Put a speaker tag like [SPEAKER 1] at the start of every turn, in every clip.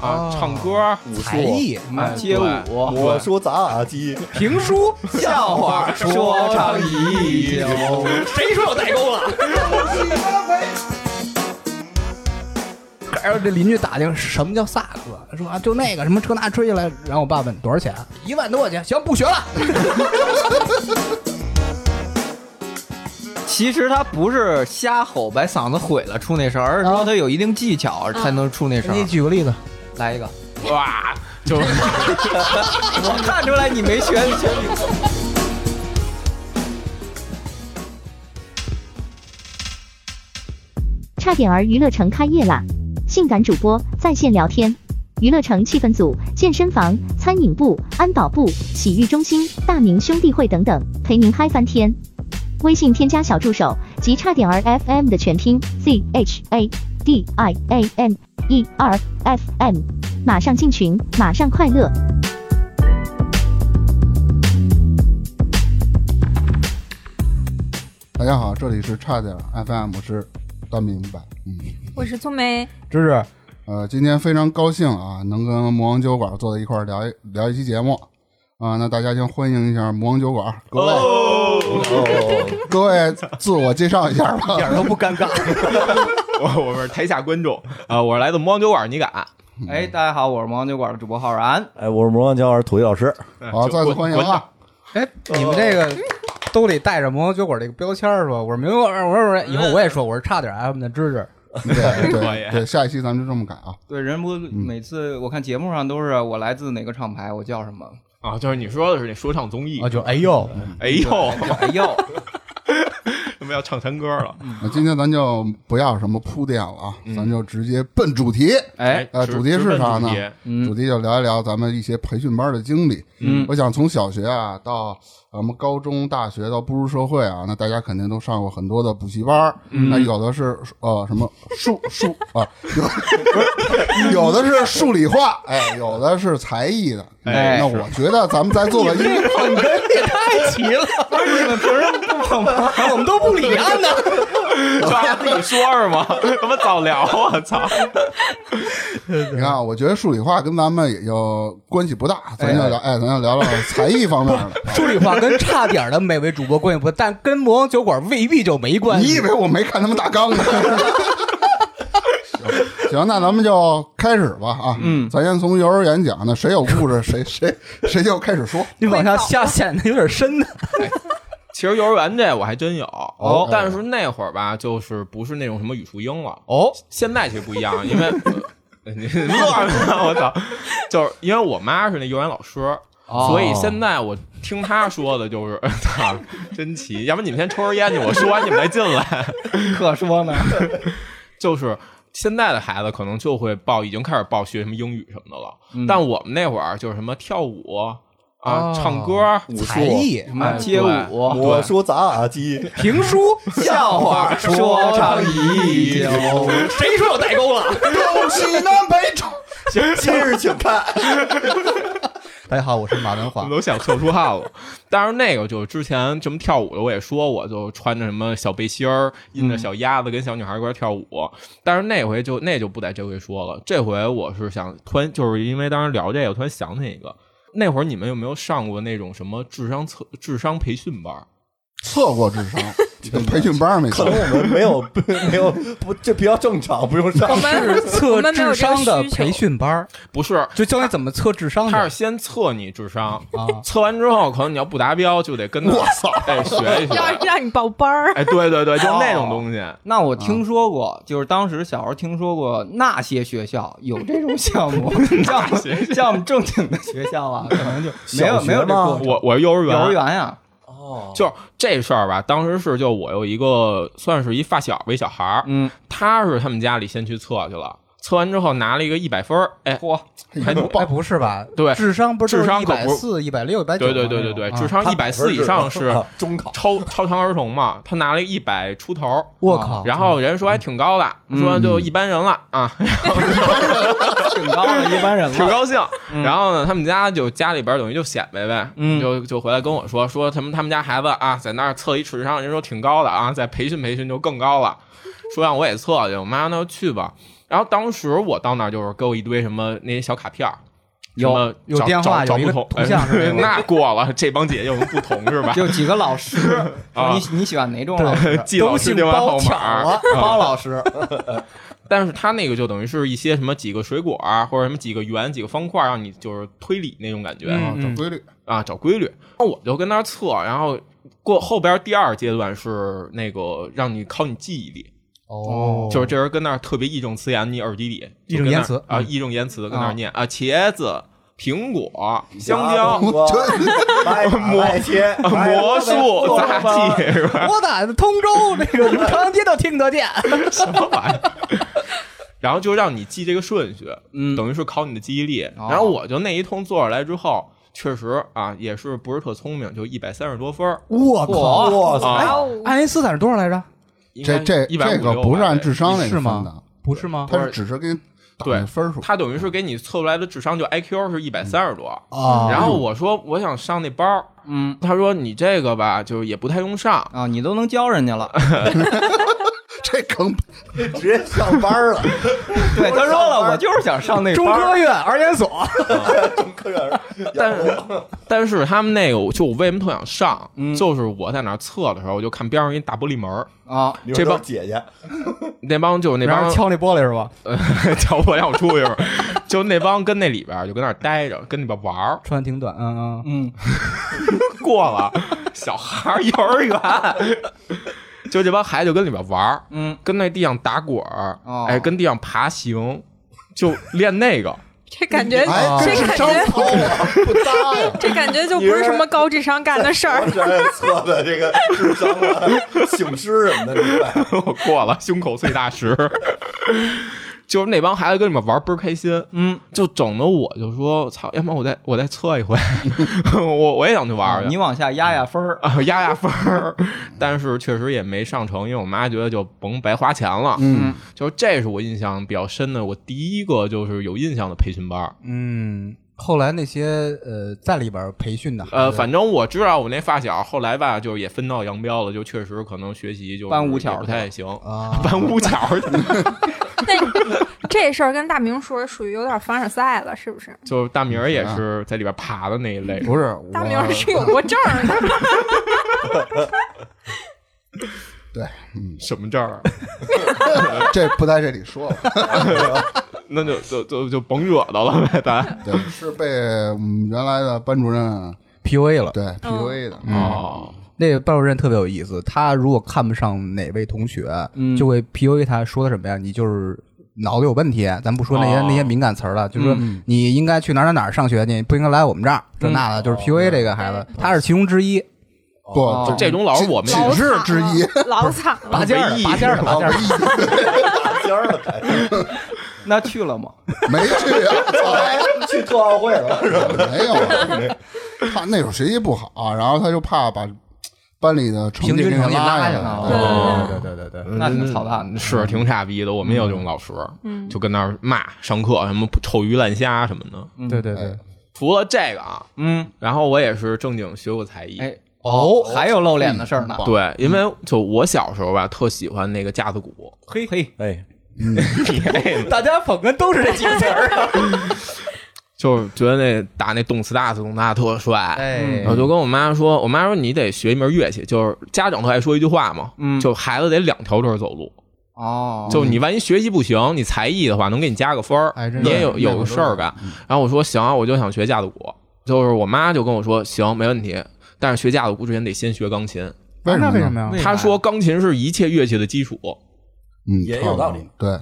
[SPEAKER 1] 啊
[SPEAKER 2] 唱歌、
[SPEAKER 3] 武术
[SPEAKER 4] 才艺
[SPEAKER 2] 哎街舞、
[SPEAKER 3] 我说咱俩鸡，
[SPEAKER 2] 评书。
[SPEAKER 4] 笑话说唱 已久。
[SPEAKER 2] 谁说我代沟了？
[SPEAKER 4] 然后这邻居打听什么叫萨克，说啊就那个什么车那吹起来，然后我爸问多少钱，一万多块钱，行不学了。
[SPEAKER 1] 其实他不是瞎吼把嗓子毁了出那声儿，而是
[SPEAKER 5] 啊
[SPEAKER 1] 说他有一定技巧才能出那声
[SPEAKER 4] 你
[SPEAKER 1] 儿。
[SPEAKER 4] 举个例子，
[SPEAKER 1] 来一个，
[SPEAKER 2] 哇，就
[SPEAKER 1] 我看出来你没学学理科。
[SPEAKER 6] 差点儿娱乐城开业啦！性感主播在线聊天，娱乐城气氛组、健身房、餐饮部、安保部、洗浴中心、大明兄弟会等等，陪您嗨翻天。微信添加小助手及差点儿 FM 的全拼 Z H A D I A M E R F M，马上进群，马上快乐。
[SPEAKER 5] 大家好，这里是差点 FM，我是大明白。嗯，
[SPEAKER 7] 我是聪梅，
[SPEAKER 4] 芝芝，
[SPEAKER 5] 呃，今天非常高兴啊，能跟魔王酒馆坐在一块儿聊一聊一期节目啊、那大家先欢迎一下魔王酒馆各
[SPEAKER 2] 哦
[SPEAKER 5] 位、
[SPEAKER 3] 哦
[SPEAKER 5] 各位自我介绍一下吧
[SPEAKER 4] 一。点都不尴尬。
[SPEAKER 2] 我我是台下观众啊、我是来自猫酒馆，你敢？
[SPEAKER 5] 嗯
[SPEAKER 1] 哎，大家好，我是魔王酒馆的主播浩然。
[SPEAKER 3] 哎，我是魔王教儿土一老师，
[SPEAKER 5] 好，再次欢迎啊！
[SPEAKER 4] 哎，你们这个兜里带着魔王酒馆这个标签儿是吧？我是明我我是我是以后我也说我是差点 FM 的芝芝。
[SPEAKER 5] 对
[SPEAKER 2] 可
[SPEAKER 5] 对
[SPEAKER 2] 以
[SPEAKER 5] 对，下一期咱们就这么改啊。
[SPEAKER 1] 对，人不每次我看节目上都是我来自哪个厂牌，我叫什么。
[SPEAKER 2] 啊，就是你说的是那说唱综艺
[SPEAKER 4] 啊，，就哎呦，
[SPEAKER 2] 哎呦，
[SPEAKER 1] 哎呦，
[SPEAKER 2] 他们要唱山歌了，
[SPEAKER 5] 那今天咱就不要什么铺垫了啊，咱就直接奔主题。
[SPEAKER 1] 哎，
[SPEAKER 5] 呃
[SPEAKER 2] 直
[SPEAKER 5] 主题是啥呢？
[SPEAKER 2] 直奔主题
[SPEAKER 5] 主题就聊一聊咱们一些培训班的经历。
[SPEAKER 1] 嗯
[SPEAKER 5] 我想从小学啊到咱们高中、大学到步入社会啊，那大家肯定都上过很多的补习班儿。那有的是呃什么嗯 数数啊，有不是有的是数理化，哎，有的是才艺的。
[SPEAKER 2] 哎
[SPEAKER 5] 那我觉得咱们在座的一
[SPEAKER 4] 捧哏也太齐 了，
[SPEAKER 1] 你们平时不捧吗？
[SPEAKER 4] 我们都不理安呢。
[SPEAKER 2] 抓自己说是吗？他妈早聊啊！操，
[SPEAKER 5] 你看啊，我觉得数理化跟咱们也就关系不大，咱就聊哎，咱就聊聊才艺方面的。
[SPEAKER 4] 说理话跟差点儿的每位主播关系不大，但跟魔王酒馆未必就没关系。
[SPEAKER 5] 你以为我没看他们大纲呢？行，那咱们就开始吧啊！嗯，咱先从幼儿园讲，那谁有故事，谁谁谁就开始说。
[SPEAKER 4] 你往下下显得有点深呢。
[SPEAKER 2] 其实幼儿园这我还真有，哦、但是那会儿吧，就是不是那种什么语数英了。
[SPEAKER 4] 哦，
[SPEAKER 2] 现在其实不一样，因 为呃你乐什么？我操！就是因为我妈是那幼儿园老师，
[SPEAKER 1] 哦
[SPEAKER 2] 所以现在我听她说的就是， 操，真奇！要不你们先抽根烟去，我说完你们再进来。
[SPEAKER 1] 可说呢。
[SPEAKER 2] 就是现在的孩子可能就会报，已经开始报学什么英语什么的了。但我们那会儿就是什么跳舞啊、
[SPEAKER 4] 哦
[SPEAKER 2] 唱歌、
[SPEAKER 3] 武术
[SPEAKER 4] 才艺、
[SPEAKER 1] 什么
[SPEAKER 2] 对
[SPEAKER 1] 街 舞、
[SPEAKER 2] 对
[SPEAKER 3] 我说咱俩鸡，
[SPEAKER 4] 评书，
[SPEAKER 1] 笑话说 唱已久。
[SPEAKER 2] 谁说有代沟了？
[SPEAKER 5] 东西南北朝，
[SPEAKER 3] 今日请看。
[SPEAKER 4] 大家好，我是马文
[SPEAKER 2] 我
[SPEAKER 4] 华
[SPEAKER 2] 们。都想笑出汗了。但是那个就是之前什么跳舞的，我也说我就穿着什么小背心儿，印着小鸭子，跟小女孩一块儿跳舞。但是那回就那就不在这回说了。这回我是想突然就是因为当时聊这个，我突然想起一个，那会儿你们有没有上过那种什么智商测智商培训班儿？
[SPEAKER 5] 测过智商，培训班没
[SPEAKER 3] 可
[SPEAKER 5] 测
[SPEAKER 3] 能。我们没有没有不，这比较正常，不用上
[SPEAKER 7] 我。们我
[SPEAKER 4] 测
[SPEAKER 7] 们没有
[SPEAKER 4] 智
[SPEAKER 7] 这个
[SPEAKER 4] 商的
[SPEAKER 7] 需求
[SPEAKER 4] 培训班儿，
[SPEAKER 2] 不是，
[SPEAKER 4] 就教你怎么测智商
[SPEAKER 2] 他
[SPEAKER 4] 的
[SPEAKER 2] 是。先测你智商，
[SPEAKER 4] 啊，
[SPEAKER 2] 测完之后可能你要不达标就得跟我操，哎学一学。
[SPEAKER 7] 要让你报班儿，
[SPEAKER 2] 哎，对对对，就是那种东西。
[SPEAKER 1] 那我听说过，就是当时小时候听说过那些学校有这种项目，像我
[SPEAKER 2] 些
[SPEAKER 1] 们像我们正经的学校啊，可能就没有
[SPEAKER 3] 小学
[SPEAKER 1] 没有这
[SPEAKER 3] 吗
[SPEAKER 1] 过程
[SPEAKER 2] 我我是幼儿园，
[SPEAKER 1] 幼儿园呀，
[SPEAKER 3] 哦，
[SPEAKER 2] 就是这事儿吧，当时是就我有一个算是一发小吧，一小孩儿，
[SPEAKER 1] 嗯，
[SPEAKER 2] 他是他们家里先去测去了，测完之后拿了一个一百分儿，哎，
[SPEAKER 1] 嚯，
[SPEAKER 2] 还
[SPEAKER 4] 哎，不是吧？
[SPEAKER 2] 对
[SPEAKER 4] 智商不是
[SPEAKER 2] 智商
[SPEAKER 4] 一
[SPEAKER 2] 可
[SPEAKER 4] 百
[SPEAKER 2] 不
[SPEAKER 4] 四、一百六、一百九？
[SPEAKER 2] 对对对对对，
[SPEAKER 4] 啊
[SPEAKER 2] 智商一百四以上是
[SPEAKER 3] 啊中考，
[SPEAKER 2] 超超常儿童嘛，他拿了一百出头儿，啊
[SPEAKER 4] 我靠！
[SPEAKER 2] 然后人说还挺高的，说就一般人了啊，
[SPEAKER 1] 挺高的一般人
[SPEAKER 2] 挺
[SPEAKER 1] 了。
[SPEAKER 2] 高兴。然后呢，他们家就家里边儿等于就显摆呗，
[SPEAKER 1] 嗯
[SPEAKER 2] 就就回来跟我说说他们他们家孩子啊，在那儿测一智商，人说挺高的啊，再培训培训就更高了，说让我也测去，我妈说那就去吧。然后当时我到那儿就是给我一堆什么那些小卡片儿。
[SPEAKER 1] 有
[SPEAKER 2] 什么
[SPEAKER 1] 有
[SPEAKER 2] 找
[SPEAKER 1] 电话
[SPEAKER 2] 找
[SPEAKER 1] 有
[SPEAKER 2] 找
[SPEAKER 1] 一个
[SPEAKER 2] 不同，哎
[SPEAKER 1] 图像是吧
[SPEAKER 2] 那过了，这帮姐姐有什么不同是吧？
[SPEAKER 1] 就几个老师，说你你喜欢哪种老师？
[SPEAKER 2] 记老师电话号码儿，
[SPEAKER 3] 啊
[SPEAKER 1] 包老师，
[SPEAKER 2] 但是他那个就等于是一些什么几个水果啊，或者什么几个圆、几个方块，让你就是推理那种感觉、
[SPEAKER 1] 嗯
[SPEAKER 5] 啊，找规律，
[SPEAKER 2] 啊，找规律。那我就跟那儿测，然后过后边第二阶段是那个让你考你记忆力，
[SPEAKER 3] 哦
[SPEAKER 2] 就是这人跟那儿特别义正词严，你耳机里
[SPEAKER 4] 义正言辞嗯
[SPEAKER 2] 就
[SPEAKER 4] 哦
[SPEAKER 2] 跟那儿啊，义正言辞的跟那儿念啊，茄子、苹果、香蕉、 啊
[SPEAKER 3] 我白魔切
[SPEAKER 5] 哎
[SPEAKER 2] 魔术、杂技是吧？
[SPEAKER 4] 我打通州那个永康街都听得见。
[SPEAKER 2] 什么玩意儿？然后就让你记这个顺序，嗯，等于是考你的记忆力。
[SPEAKER 4] 哦
[SPEAKER 2] 然后我就那一通做下来之后，确实啊，也是不是特聪明，就一百三十多分儿。
[SPEAKER 4] 我
[SPEAKER 1] 哇
[SPEAKER 4] 靠！
[SPEAKER 3] 哇塞，
[SPEAKER 2] 啊
[SPEAKER 7] 哦，
[SPEAKER 4] 爱因斯坦是多少来着？
[SPEAKER 5] 这这
[SPEAKER 2] 一百
[SPEAKER 5] 这个不是按智商那个
[SPEAKER 4] 是
[SPEAKER 5] 分
[SPEAKER 4] 吗
[SPEAKER 5] 的，
[SPEAKER 4] 不是吗？
[SPEAKER 5] 它是只是给你打
[SPEAKER 2] 对
[SPEAKER 5] 的分数。
[SPEAKER 2] 他等于是给你测出来的智商就 IQ 是一百三十多。
[SPEAKER 4] 啊
[SPEAKER 2] 然后我说我想上那班儿，
[SPEAKER 1] 嗯
[SPEAKER 2] 他说你这个吧，就是也不太用上。
[SPEAKER 1] 啊，你都能教人家了。
[SPEAKER 5] 这梗
[SPEAKER 3] 直接上班了，
[SPEAKER 1] 对，他说了，我就是想上那
[SPEAKER 4] 中
[SPEAKER 1] 班儿
[SPEAKER 4] 科院儿研所，
[SPEAKER 3] 科员
[SPEAKER 2] 但是但是他们那个就我为什么特想上，
[SPEAKER 4] 嗯
[SPEAKER 2] 就是我在那儿测的时候，我就看边上一大玻璃门儿，
[SPEAKER 1] 啊，
[SPEAKER 2] 这帮啊
[SPEAKER 3] 姐姐
[SPEAKER 2] 那帮就是那
[SPEAKER 4] 然
[SPEAKER 2] 帮
[SPEAKER 4] 后敲那玻璃是吧？
[SPEAKER 2] 叫我让我出去一会儿，就那帮跟那里边儿就跟那儿待着，跟里边玩儿。
[SPEAKER 4] 穿挺短，嗯嗯，
[SPEAKER 1] 嗯，
[SPEAKER 2] 过了， 小孩儿幼儿园，就这帮孩子就跟里边玩儿，
[SPEAKER 1] 嗯，
[SPEAKER 2] 跟那地上打滚儿，
[SPEAKER 1] 哦
[SPEAKER 2] 哎，跟地上爬行，就练那个。
[SPEAKER 7] 这感觉，
[SPEAKER 8] 啊
[SPEAKER 5] 哎，跟
[SPEAKER 7] 这
[SPEAKER 5] 智
[SPEAKER 7] 感
[SPEAKER 5] 商
[SPEAKER 7] 觉，
[SPEAKER 5] 高啊，不搭呀。
[SPEAKER 7] 这感觉就不是什么高智商干的事儿
[SPEAKER 3] 我。承认测的这个智商啊、醒狮什么的，明白？
[SPEAKER 2] 我过了，胸口碎大石。 就是那帮孩子跟里面玩儿倍儿开心，嗯，就整的我就说，操，要不然我再我再测一回， 我我也想去玩儿去。
[SPEAKER 1] 你往下压压分儿。
[SPEAKER 2] 啊，压压分儿，但是确实也没上成，因为我妈觉得就甭白花钱了。
[SPEAKER 5] 嗯，
[SPEAKER 2] 就这是我印象比较深的，我第一个就是有印象的培训班儿。
[SPEAKER 4] 嗯，后来那些呃在里边培训的孩子，
[SPEAKER 2] 呃，反正我知道我那发小后来吧，就是也分道扬镳了，就确实可能学习就
[SPEAKER 1] 搬屋
[SPEAKER 2] 也
[SPEAKER 1] 角
[SPEAKER 2] 不
[SPEAKER 1] 去
[SPEAKER 2] 太行，
[SPEAKER 4] 啊
[SPEAKER 2] 搬屋角儿去，
[SPEAKER 7] 那这事儿跟大明说，属于有点凡尔赛了，是不是？
[SPEAKER 2] 就是大明儿也是在里边爬的那一类。
[SPEAKER 5] 啊不是
[SPEAKER 7] 大明儿
[SPEAKER 5] 我，
[SPEAKER 7] 是有过证儿的，
[SPEAKER 2] 什么证儿？啊
[SPEAKER 5] 这不在这里说了。
[SPEAKER 2] 那就就就就甭惹到了呗，咱。
[SPEAKER 5] 对，是被我们原来的班主任
[SPEAKER 4] PUA 了。
[SPEAKER 5] 对 PUA 的。
[SPEAKER 2] 哦，
[SPEAKER 4] 那个班主任特别有意思，他如果看不上哪位同学，就会 PUA 他说的什么呀？你就是脑子有问题，咱不说那些、
[SPEAKER 2] 哦
[SPEAKER 4] 那些敏感词儿了，就是说你应该去哪儿哪儿哪儿上学，你不应该来我们这儿，这那的，就是 PUA 这个孩子，他是其中之一。
[SPEAKER 8] 哦
[SPEAKER 5] 不，
[SPEAKER 2] 这种老师我们也
[SPEAKER 7] 老
[SPEAKER 5] 寝室
[SPEAKER 7] 惨
[SPEAKER 5] 之一，啊
[SPEAKER 7] 了，老惨了。
[SPEAKER 4] 拔尖儿
[SPEAKER 2] 没
[SPEAKER 4] 的，
[SPEAKER 2] 意义
[SPEAKER 4] 拔尖儿的，拔尖儿的。
[SPEAKER 3] 打尖儿了，开始
[SPEAKER 1] 那去了吗？
[SPEAKER 5] 没去啊，
[SPEAKER 3] 去特奥会了，是吧？
[SPEAKER 5] 没有啊。 他那会儿学习不好，然后他就怕把班里的成
[SPEAKER 4] 平
[SPEAKER 5] 绩
[SPEAKER 4] 均
[SPEAKER 5] 给
[SPEAKER 4] 成绩
[SPEAKER 5] 拉
[SPEAKER 4] 拉
[SPEAKER 5] 下
[SPEAKER 4] 下
[SPEAKER 5] 来
[SPEAKER 4] 来
[SPEAKER 5] 了。
[SPEAKER 4] 了
[SPEAKER 7] 对对
[SPEAKER 4] 对对对对对，嗯
[SPEAKER 1] 那挺操蛋的。嗯
[SPEAKER 2] 是挺傻逼的，我们也有这种老师，
[SPEAKER 7] 嗯
[SPEAKER 2] 就跟那儿骂上课什么臭鱼烂虾什么的。
[SPEAKER 4] 对对对，
[SPEAKER 2] 除了这个啊，
[SPEAKER 1] 嗯，
[SPEAKER 2] 然后我也是正经学过才艺。
[SPEAKER 1] 哎，哦，还有露脸的事儿
[SPEAKER 4] 嗯
[SPEAKER 1] 呢。
[SPEAKER 2] 对，因为就我小时候吧，特喜欢那个架子鼓，
[SPEAKER 1] 嘿嘿，
[SPEAKER 3] 哎，
[SPEAKER 4] 大家捧哏都是这几个词儿。
[SPEAKER 2] 就是觉得那打那动次打次动次打特帅。
[SPEAKER 4] 哎
[SPEAKER 2] 我，就跟我妈说，我妈说你得学一门乐器，就是家长特爱说一句话嘛，
[SPEAKER 1] 嗯
[SPEAKER 2] 就孩子得两条腿儿走路，
[SPEAKER 1] 哦，
[SPEAKER 2] 就你万一学习不行，你才艺的话能给你加个分儿，
[SPEAKER 5] 哎真
[SPEAKER 2] 你也
[SPEAKER 5] 是
[SPEAKER 2] 有有
[SPEAKER 5] 那
[SPEAKER 2] 个
[SPEAKER 5] 会儿
[SPEAKER 2] 事儿干。然后我说行啊，我就想学架子鼓，就是我妈就跟我说行，没问题，但是学架子鼓之前得先学钢琴。
[SPEAKER 5] 为什么
[SPEAKER 4] 啊那
[SPEAKER 5] 呢？
[SPEAKER 4] 为什么呀？
[SPEAKER 1] 为啥
[SPEAKER 2] 她说钢琴是一切乐器的基础，
[SPEAKER 5] 嗯，
[SPEAKER 3] 也有道理。
[SPEAKER 5] 对，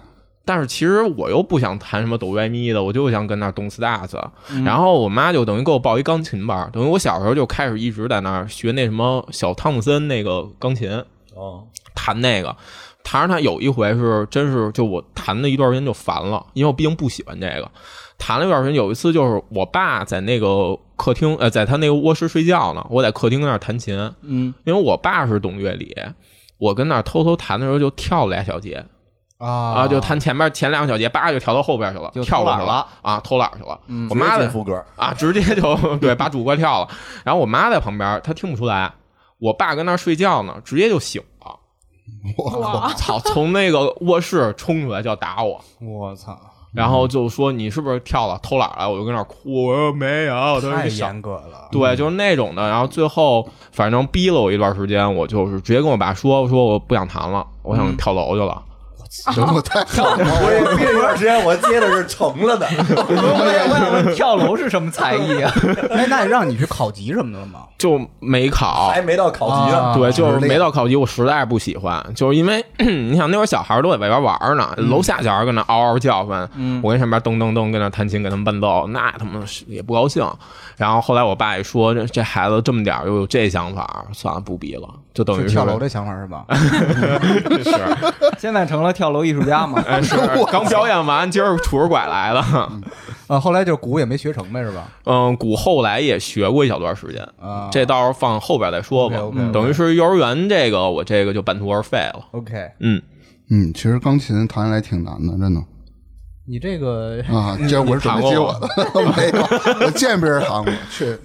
[SPEAKER 2] 但是其实我又不想弹什么哆来咪的，我就想跟那儿动次打次。然后我妈就等于给我报一钢琴班儿，等于我小时候就开始一直在那儿学那什么小汤姆森那个钢琴，
[SPEAKER 3] 哦，
[SPEAKER 2] 弹那个。弹着弹，有一回是真是就我弹了一段时间就烦了，因为我毕竟不喜欢这个。弹了一段时间，有一次就是我爸在那个客厅，呃，在他那个卧室睡觉呢，我在客厅那儿弹琴，
[SPEAKER 1] 嗯，
[SPEAKER 2] 因为我爸是懂乐理，我跟那儿偷偷弹的时候就跳了俩小节，
[SPEAKER 4] 啊
[SPEAKER 2] 啊，就弹前面前两个小节，叭就调到后边去了，
[SPEAKER 1] 就
[SPEAKER 2] 跳
[SPEAKER 1] 偷
[SPEAKER 2] 过
[SPEAKER 1] 懒
[SPEAKER 2] 去
[SPEAKER 1] 了嗯
[SPEAKER 2] 啊，偷懒去了。我
[SPEAKER 3] 我妈
[SPEAKER 2] 妈在
[SPEAKER 3] 进副歌，
[SPEAKER 2] 啊，直接就对把主歌跳了。然后我妈在旁边，她听不出来，我爸跟那儿睡觉呢，直接就醒了。
[SPEAKER 5] 我
[SPEAKER 2] 操，从那个卧室冲出来就要打我，
[SPEAKER 1] 我操！
[SPEAKER 2] 然后就说你是不是跳了偷懒了？我就跟那儿哭，我说没有，他说
[SPEAKER 3] 太
[SPEAKER 2] 你小
[SPEAKER 3] 严格了。
[SPEAKER 2] 对，就是那种的。然后最后反正逼了我一段时间，我就是直接跟我爸说，我说我不想谈了，我
[SPEAKER 3] 嗯
[SPEAKER 2] 想跳楼去了。
[SPEAKER 5] 行，我太好了，
[SPEAKER 3] 我也憋了一段时间，我接的是成了的。
[SPEAKER 1] 我也我想问，跳楼是什么才艺啊？
[SPEAKER 4] 哎，那让你去考级什么的了吗？
[SPEAKER 2] 就没考
[SPEAKER 3] 还，没到考级呢。
[SPEAKER 4] 啊
[SPEAKER 2] 对，就是
[SPEAKER 4] 练
[SPEAKER 2] 没到考级，我实在是不喜欢，就是因为 你想那会儿小孩儿都在外边玩儿呢，
[SPEAKER 4] 嗯
[SPEAKER 2] 楼下小孩儿跟那嗷嗷叫唤，我跟上边噔噔噔跟那弹琴给他们伴奏，那他们是也不高兴。然后后来我爸一说，这这孩子这么点儿又有这想法，算了，不逼了，就等于
[SPEAKER 4] 是
[SPEAKER 2] 是
[SPEAKER 4] 跳楼的想法是吧？
[SPEAKER 2] 是，
[SPEAKER 1] 现在成了跳楼艺术家嘛？
[SPEAKER 2] 哎是刚表演完，今儿拄着拐来了。
[SPEAKER 4] 啊，后来就是鼓也没学成呗，是吧？
[SPEAKER 2] 嗯，鼓后来也学过一小段时间，
[SPEAKER 4] 啊
[SPEAKER 2] 这到时候放后边再说吧。
[SPEAKER 4] OK，OK，OK
[SPEAKER 2] 等于是幼儿园这个我这个就半途而废了。
[SPEAKER 4] OK，
[SPEAKER 2] 嗯，
[SPEAKER 5] 嗯，其实钢琴弹起来挺难的，真的
[SPEAKER 4] 你这个
[SPEAKER 5] 啊。这我是准备接我的， 没有，我见别人弹过，确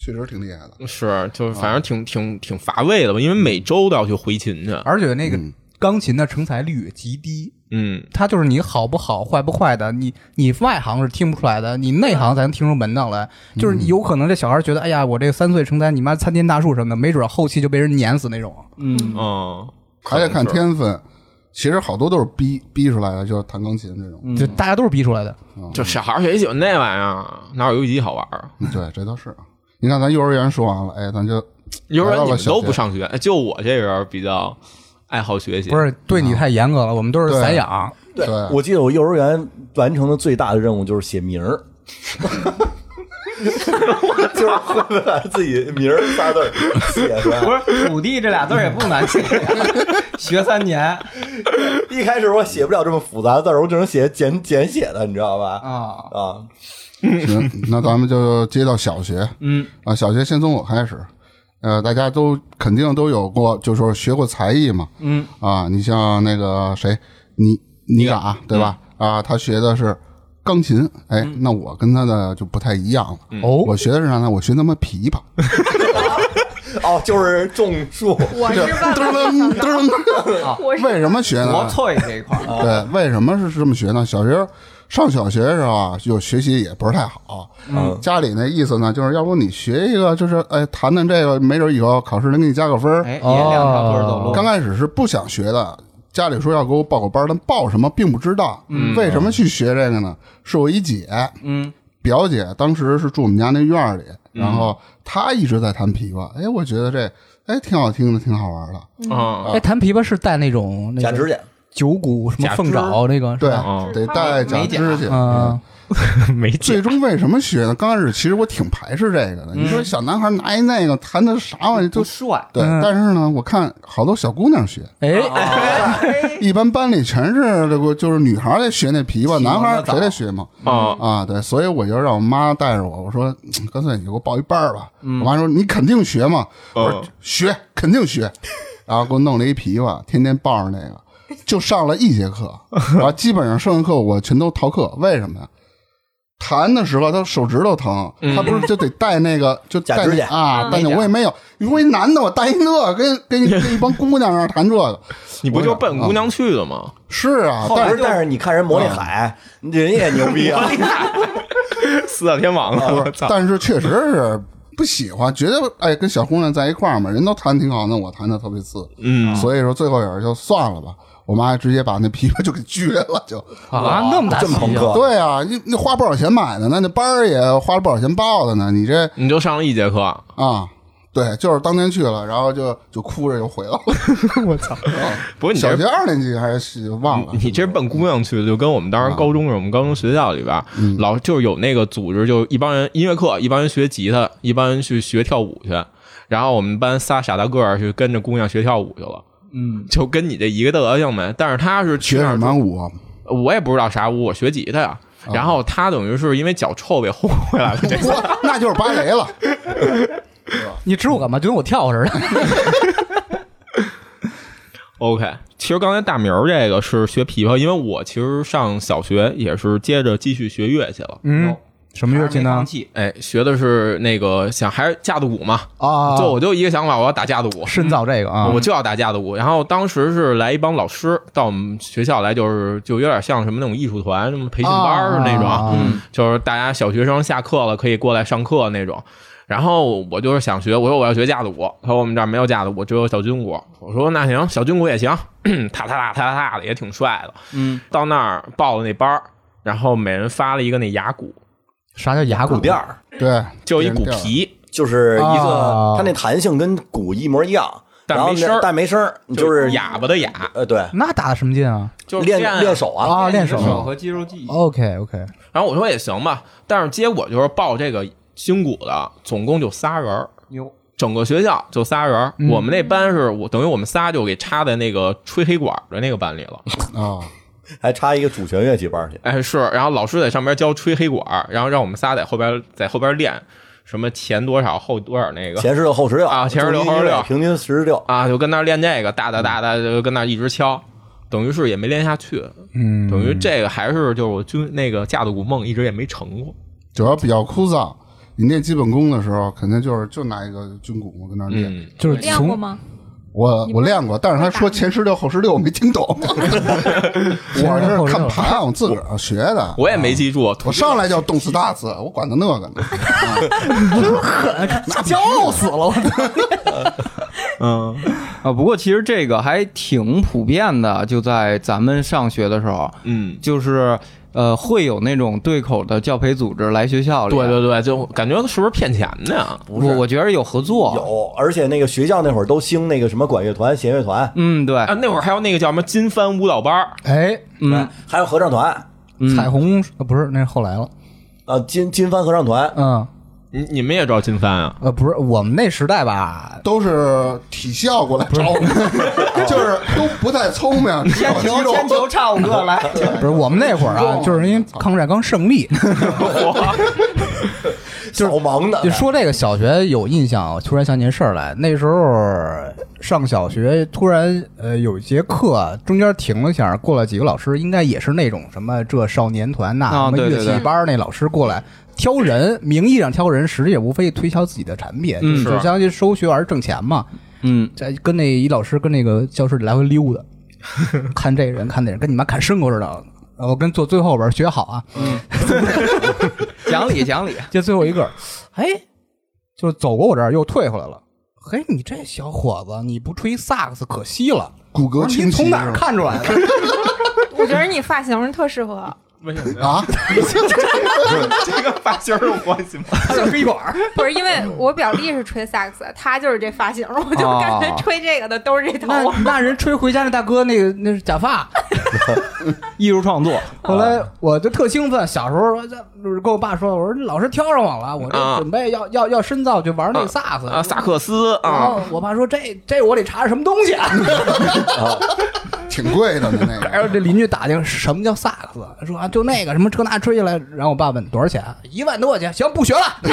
[SPEAKER 5] 确实挺厉害 的。
[SPEAKER 2] 是，
[SPEAKER 4] 啊
[SPEAKER 2] 就是反正挺挺挺乏味的吧，因为每周都要去回琴去。
[SPEAKER 4] 而且那个钢琴的成才率极低，
[SPEAKER 2] 嗯，
[SPEAKER 4] 它就是你好不好、坏不坏的，你你外行是听不出来的，你内行才能听出门道来。就是有可能这小孩觉得，哎呀，我这个三岁成才，你妈参天大树什么的，没准后期就被人碾死那种。
[SPEAKER 1] 嗯，
[SPEAKER 2] 嗯，
[SPEAKER 5] 还得看
[SPEAKER 2] 可能是
[SPEAKER 5] 天分，其实好多都是逼逼出来的，就是弹钢琴这种。
[SPEAKER 4] 就大家都是逼出来的。
[SPEAKER 2] 就小孩儿谁喜欢那玩意儿？啊哪有游戏机好玩儿啊？
[SPEAKER 5] 嗯对，这倒是。你看咱幼儿园说完了，哎，咱就
[SPEAKER 2] 幼儿园
[SPEAKER 5] 聊
[SPEAKER 2] 你
[SPEAKER 5] 到了
[SPEAKER 2] 们
[SPEAKER 5] 小
[SPEAKER 2] 都不
[SPEAKER 5] 学
[SPEAKER 2] 上学，哎就我这人比较爱好学习。
[SPEAKER 4] 不，是对你太严格了，我们都是
[SPEAKER 5] 对
[SPEAKER 4] 散养。
[SPEAKER 5] 对
[SPEAKER 3] 我记得我幼儿园完成的最大的任务就是写名儿。 就是会把自己名儿仨字儿写出来
[SPEAKER 1] 不。是土地这俩字儿也不难 写呀，学三年
[SPEAKER 3] 一开始我写不了这么复杂的字儿，我只能写简简写的，你知道吧？
[SPEAKER 4] 哦
[SPEAKER 1] 啊，
[SPEAKER 3] 啊，
[SPEAKER 5] 行，那咱们就接到小学，嗯啊，小学先从我开始，呃，大家都肯定都有过，就是说学过才艺嘛，嗯啊，你像那个谁，你你敢啊，对吧？啊，他学的是钢琴，哎，那我跟他的就不太一样了，
[SPEAKER 4] 哦
[SPEAKER 5] 我学的是啥呢？我学他妈琵琶，
[SPEAKER 3] 哦，就是种树，
[SPEAKER 7] 我是万
[SPEAKER 5] 噔
[SPEAKER 7] 万
[SPEAKER 5] 噔 噔
[SPEAKER 7] 我
[SPEAKER 5] 啊噔，为什么学呢？
[SPEAKER 1] 国粹这一块儿，
[SPEAKER 5] 对，为什么是这么学呢？小学上小学的时候啊，就学习也不是太好，
[SPEAKER 3] 嗯
[SPEAKER 5] 家里那意思呢，就是要不你学一个，就是哎，谈谈这个，没准以后考试能给你加个分儿。
[SPEAKER 1] 哎，也两条腿走路。
[SPEAKER 5] 刚开始是不想学的，家里说要给我报个班儿，但报什么并不知道。为什么去学这个呢？是我一姐，
[SPEAKER 1] 嗯，
[SPEAKER 5] 表姐当时是住我们家那院儿里，然后她一直在弹琵琶，哎，我觉得这哎挺好听的，挺好玩的。
[SPEAKER 2] 嗯
[SPEAKER 4] 哎，弹琵琶是带那种那
[SPEAKER 3] 假指
[SPEAKER 4] 个
[SPEAKER 3] 甲，
[SPEAKER 4] 九股什么
[SPEAKER 2] 假
[SPEAKER 4] 凤
[SPEAKER 2] 肢
[SPEAKER 4] 爪那个是
[SPEAKER 5] 对
[SPEAKER 4] 吧，
[SPEAKER 2] 嗯
[SPEAKER 5] 得带假肢去。嗯
[SPEAKER 4] 啊，
[SPEAKER 2] 没劲。
[SPEAKER 5] 最终为什么学呢？刚开始其实我挺排斥这个的。你说小男孩拿一那个弹的啥玩意儿，就
[SPEAKER 1] 不帅，
[SPEAKER 5] 对。
[SPEAKER 4] 嗯
[SPEAKER 5] 但是呢，我看好多小姑娘学，
[SPEAKER 4] 哎，
[SPEAKER 5] 一般班里全是这个，就是女孩在学那琵琶，
[SPEAKER 1] 起
[SPEAKER 5] 男孩
[SPEAKER 1] 得早
[SPEAKER 5] 谁来学嘛？
[SPEAKER 2] 嗯
[SPEAKER 5] 啊，对，所以我就让我妈带着我，我说嗯干脆你给我报一班儿吧。我妈说你肯定学嘛，我说
[SPEAKER 2] 嗯
[SPEAKER 5] 学肯定学，然后给我弄了一琵琶，天天抱着那个，就上了一节课，然后基本上剩下课我全都逃课，为什么呀？弹的时候他手指头疼，他不是就得戴那个就
[SPEAKER 3] 嗯假
[SPEAKER 5] 戴那
[SPEAKER 3] 指甲
[SPEAKER 5] 啊，戴
[SPEAKER 1] 美
[SPEAKER 5] 那
[SPEAKER 1] 甲
[SPEAKER 5] 我也没有，你说一男的我戴一那跟 跟跟一帮姑娘那儿弹这个，
[SPEAKER 2] 你不就奔
[SPEAKER 5] 啊
[SPEAKER 2] 姑娘去的 吗？
[SPEAKER 5] 是啊，
[SPEAKER 3] 后
[SPEAKER 5] 但
[SPEAKER 3] 来
[SPEAKER 5] 是
[SPEAKER 3] 但是你看人魔力海，人也牛逼啊，
[SPEAKER 2] 四大天王啊！我操！
[SPEAKER 5] 但是确实是不喜欢，觉得哎跟小姑娘在一块儿嘛，人都弹挺好，那我弹的特别次，
[SPEAKER 2] 嗯，
[SPEAKER 5] 所以说最后也是就算了吧。我妈直接把那琵琶就给撅了，就
[SPEAKER 4] 啊，那么大
[SPEAKER 3] 这么朋
[SPEAKER 4] 气
[SPEAKER 3] 克，
[SPEAKER 5] 对啊，你你花不少钱买的呢，那班儿也花了不少钱报的呢，你这
[SPEAKER 2] 你就上了一节课，
[SPEAKER 5] 啊，对，就是当天去了，然后就就哭着就 回来了。
[SPEAKER 4] 我操！
[SPEAKER 2] 不是你
[SPEAKER 5] 小
[SPEAKER 2] 这
[SPEAKER 5] 学二年级还是啊忘了，
[SPEAKER 2] 你 这奔姑娘去的，就跟我们当时高中似的。我们高中学校里边，
[SPEAKER 5] 嗯
[SPEAKER 2] 老就是有那个组织，就一帮人音乐课，一帮人学吉他，一帮人去学跳舞去。然后我们班仨傻大个儿去跟着姑娘学跳舞去了，
[SPEAKER 1] 嗯，
[SPEAKER 2] 就跟你这一个德行呗。但是他是去
[SPEAKER 5] 学
[SPEAKER 2] 那
[SPEAKER 5] 什
[SPEAKER 2] 儿
[SPEAKER 5] 么啊舞啊？
[SPEAKER 2] 我也不知道啥舞，我学吉他呀。然后他等于是因为脚臭给轰回 来了，这
[SPEAKER 5] 哇 那就是芭蕾了。
[SPEAKER 4] 你指我干嘛？就跟我跳似的。
[SPEAKER 2] OK，其实刚才大明儿这个是学琵琶，因为我其实上小学也是接着继续学乐器了。
[SPEAKER 4] 嗯，什么乐器
[SPEAKER 1] 还是没
[SPEAKER 4] 呢
[SPEAKER 1] 放？弃
[SPEAKER 2] 哎，学的是那个想还是架子鼓嘛，
[SPEAKER 4] 啊，
[SPEAKER 2] 就我就一个想法，我要打架子鼓。
[SPEAKER 4] 深造这个啊，
[SPEAKER 1] 嗯
[SPEAKER 2] 我就要打架子鼓，然后当时是来一帮老师到我们学校来，就是就有点像什么那种艺术团、什么培训班儿那种，
[SPEAKER 4] 啊
[SPEAKER 2] 嗯，就是大家小学生下课了可以过来上课那种。然后我就是想学，我说我要学架子鼓，他说我们这儿没有架子鼓，只有小军鼓。我说那行，小军鼓也行， 踏踏踏踏踏踏的也挺帅的。
[SPEAKER 1] 嗯，
[SPEAKER 2] 到那儿报了那班儿，然后每人发了一个那牙鼓，
[SPEAKER 4] 啥叫牙
[SPEAKER 3] 鼓
[SPEAKER 4] 鼓
[SPEAKER 3] 垫儿
[SPEAKER 5] 对，
[SPEAKER 2] 就一
[SPEAKER 5] 点
[SPEAKER 2] 鼓
[SPEAKER 5] 调儿
[SPEAKER 2] 皮，
[SPEAKER 3] 就是一
[SPEAKER 4] 啊
[SPEAKER 3] 个，它那弹性跟鼓一模一样，
[SPEAKER 2] 但
[SPEAKER 3] 然后
[SPEAKER 2] 没声儿
[SPEAKER 3] 那但没声儿，你就
[SPEAKER 2] 就是
[SPEAKER 3] 是
[SPEAKER 2] 哑巴的哑，
[SPEAKER 3] 呃，对，
[SPEAKER 4] 那打的什么劲啊？
[SPEAKER 2] 就是
[SPEAKER 3] 练
[SPEAKER 2] 这样
[SPEAKER 3] 练手啊，
[SPEAKER 4] 啊，练手
[SPEAKER 1] 你的手和肌肉记忆。
[SPEAKER 4] OK OK，
[SPEAKER 2] 然后我说也行吧，但是结果就是报这个新股的，总共就仨人儿，
[SPEAKER 1] 牛，
[SPEAKER 2] 整个学校就仨人儿。我们那班是我等于我们仨就给插在那个吹黑管儿的那个班里了。
[SPEAKER 5] 啊，
[SPEAKER 3] 还插一个主旋乐器 班去。
[SPEAKER 2] 哎，是，然后老师在上边教吹黑管儿，然后让我们仨在后边在后边练什么前多少后多少那个
[SPEAKER 3] 前十六后十六
[SPEAKER 2] 啊前十六
[SPEAKER 3] 中间
[SPEAKER 2] 后十六
[SPEAKER 3] 音乐平均十六，
[SPEAKER 2] 啊，就跟那儿练这个，哒哒哒哒就跟那儿一直敲。等于是也没练下去，
[SPEAKER 4] 嗯，
[SPEAKER 2] 等于这个还是就是我军那个架子鼓梦一直也没成过。
[SPEAKER 5] 主要比较枯燥。你练基本功的时候，肯定就是就拿一个军鼓跟那儿练。
[SPEAKER 2] 嗯，
[SPEAKER 4] 就是
[SPEAKER 7] 练过
[SPEAKER 4] 从
[SPEAKER 7] 吗？
[SPEAKER 5] 我我练过，但是他说前十六后十六，我没听懂。我
[SPEAKER 4] 前十六后
[SPEAKER 5] 是
[SPEAKER 4] 十
[SPEAKER 5] 看
[SPEAKER 4] 六
[SPEAKER 5] 盘，我自个儿学的。
[SPEAKER 2] 我也没记住，
[SPEAKER 5] 我上来就动次打次，我管他那个呢，真狠，骄傲死了！
[SPEAKER 2] 嗯，
[SPEAKER 1] 啊，不过其实这个还挺普遍的，就在咱们上学的时候，
[SPEAKER 2] 嗯，
[SPEAKER 1] 就是呃，会有那种对口的教培组织来学校里。
[SPEAKER 2] 对对对，就感觉是不是骗钱的呀？
[SPEAKER 1] 我我觉得有合作。。
[SPEAKER 3] 有，而且那个学校那会儿都兴那个什么管乐团、弦乐团，
[SPEAKER 1] 嗯，对，
[SPEAKER 2] 啊，那会儿还有那个叫什么金帆舞蹈班儿，
[SPEAKER 4] 哎，
[SPEAKER 1] 嗯，
[SPEAKER 3] 还有合唱团
[SPEAKER 4] 彩虹呃不是那是后来了，
[SPEAKER 3] 啊，金金帆合唱团，
[SPEAKER 4] 嗯
[SPEAKER 2] 你你们也知道金帆啊？
[SPEAKER 4] 呃不是我们那时代吧，
[SPEAKER 5] 都是体校过来找我们， 就是都不太聪明，只有肌肉
[SPEAKER 1] 球差五个来。
[SPEAKER 4] 不是我们那会儿啊，就是因为抗日战争胜 利，
[SPEAKER 3] 扫盲的
[SPEAKER 4] 就，说这个小学有印象，我突然想起事儿来。那时候上小学，突然呃有一节课中间停了一下，过来几个老师，应该也是那种什么这少年团呐、
[SPEAKER 1] 啊
[SPEAKER 4] 什么
[SPEAKER 1] 对
[SPEAKER 4] 乐
[SPEAKER 1] 对对
[SPEAKER 4] 器班儿那老师过来挑人，名义上挑人，实际也无非推销自己的产品，
[SPEAKER 1] 嗯
[SPEAKER 4] 就是相当于收学员挣钱嘛。
[SPEAKER 1] 嗯，
[SPEAKER 4] 在跟那一老师跟那个教室里来回溜 达，看这人看那人，跟你妈看牲口似的。呃我跟坐最后边儿学好啊，
[SPEAKER 1] 讲理讲理。
[SPEAKER 4] 就最后一个，哎，就是走过我这儿又退回来了。嘿，你这小伙子，你不吹萨克斯可惜了。
[SPEAKER 5] 骨骼
[SPEAKER 4] 我说
[SPEAKER 5] 清
[SPEAKER 4] 哦你
[SPEAKER 5] 奇。
[SPEAKER 4] 从哪儿看出来的？
[SPEAKER 7] 我觉得你发型特适合，
[SPEAKER 2] 为什么呀？
[SPEAKER 5] 啊？
[SPEAKER 2] 这个发型有关系吗？
[SPEAKER 4] 是黑管。
[SPEAKER 7] 不是因为我表弟是吹萨克斯，他就是这发型，我就
[SPEAKER 5] 啊
[SPEAKER 7] 感觉吹这个的都是这头。
[SPEAKER 4] 那那人吹回家那大哥，那个那是假发。
[SPEAKER 1] 艺术创作，
[SPEAKER 4] 后来我就特兴奋，小时候我就跟我爸说，我说老师挑上我了，我
[SPEAKER 2] 啊
[SPEAKER 4] 这准备要要要深造，就玩那个萨克斯
[SPEAKER 2] 啊，萨克斯
[SPEAKER 4] 然
[SPEAKER 2] 啊
[SPEAKER 7] 哦
[SPEAKER 4] 后，我爸说：“这这我得查查什么东西啊
[SPEAKER 5] 挺贵的呢，那
[SPEAKER 4] 然后
[SPEAKER 5] 个
[SPEAKER 4] 这邻居打听什么叫萨克斯，说啊就那个什么这那吹下来。然后我爸问多少钱，啊一万多块钱。行，不学了。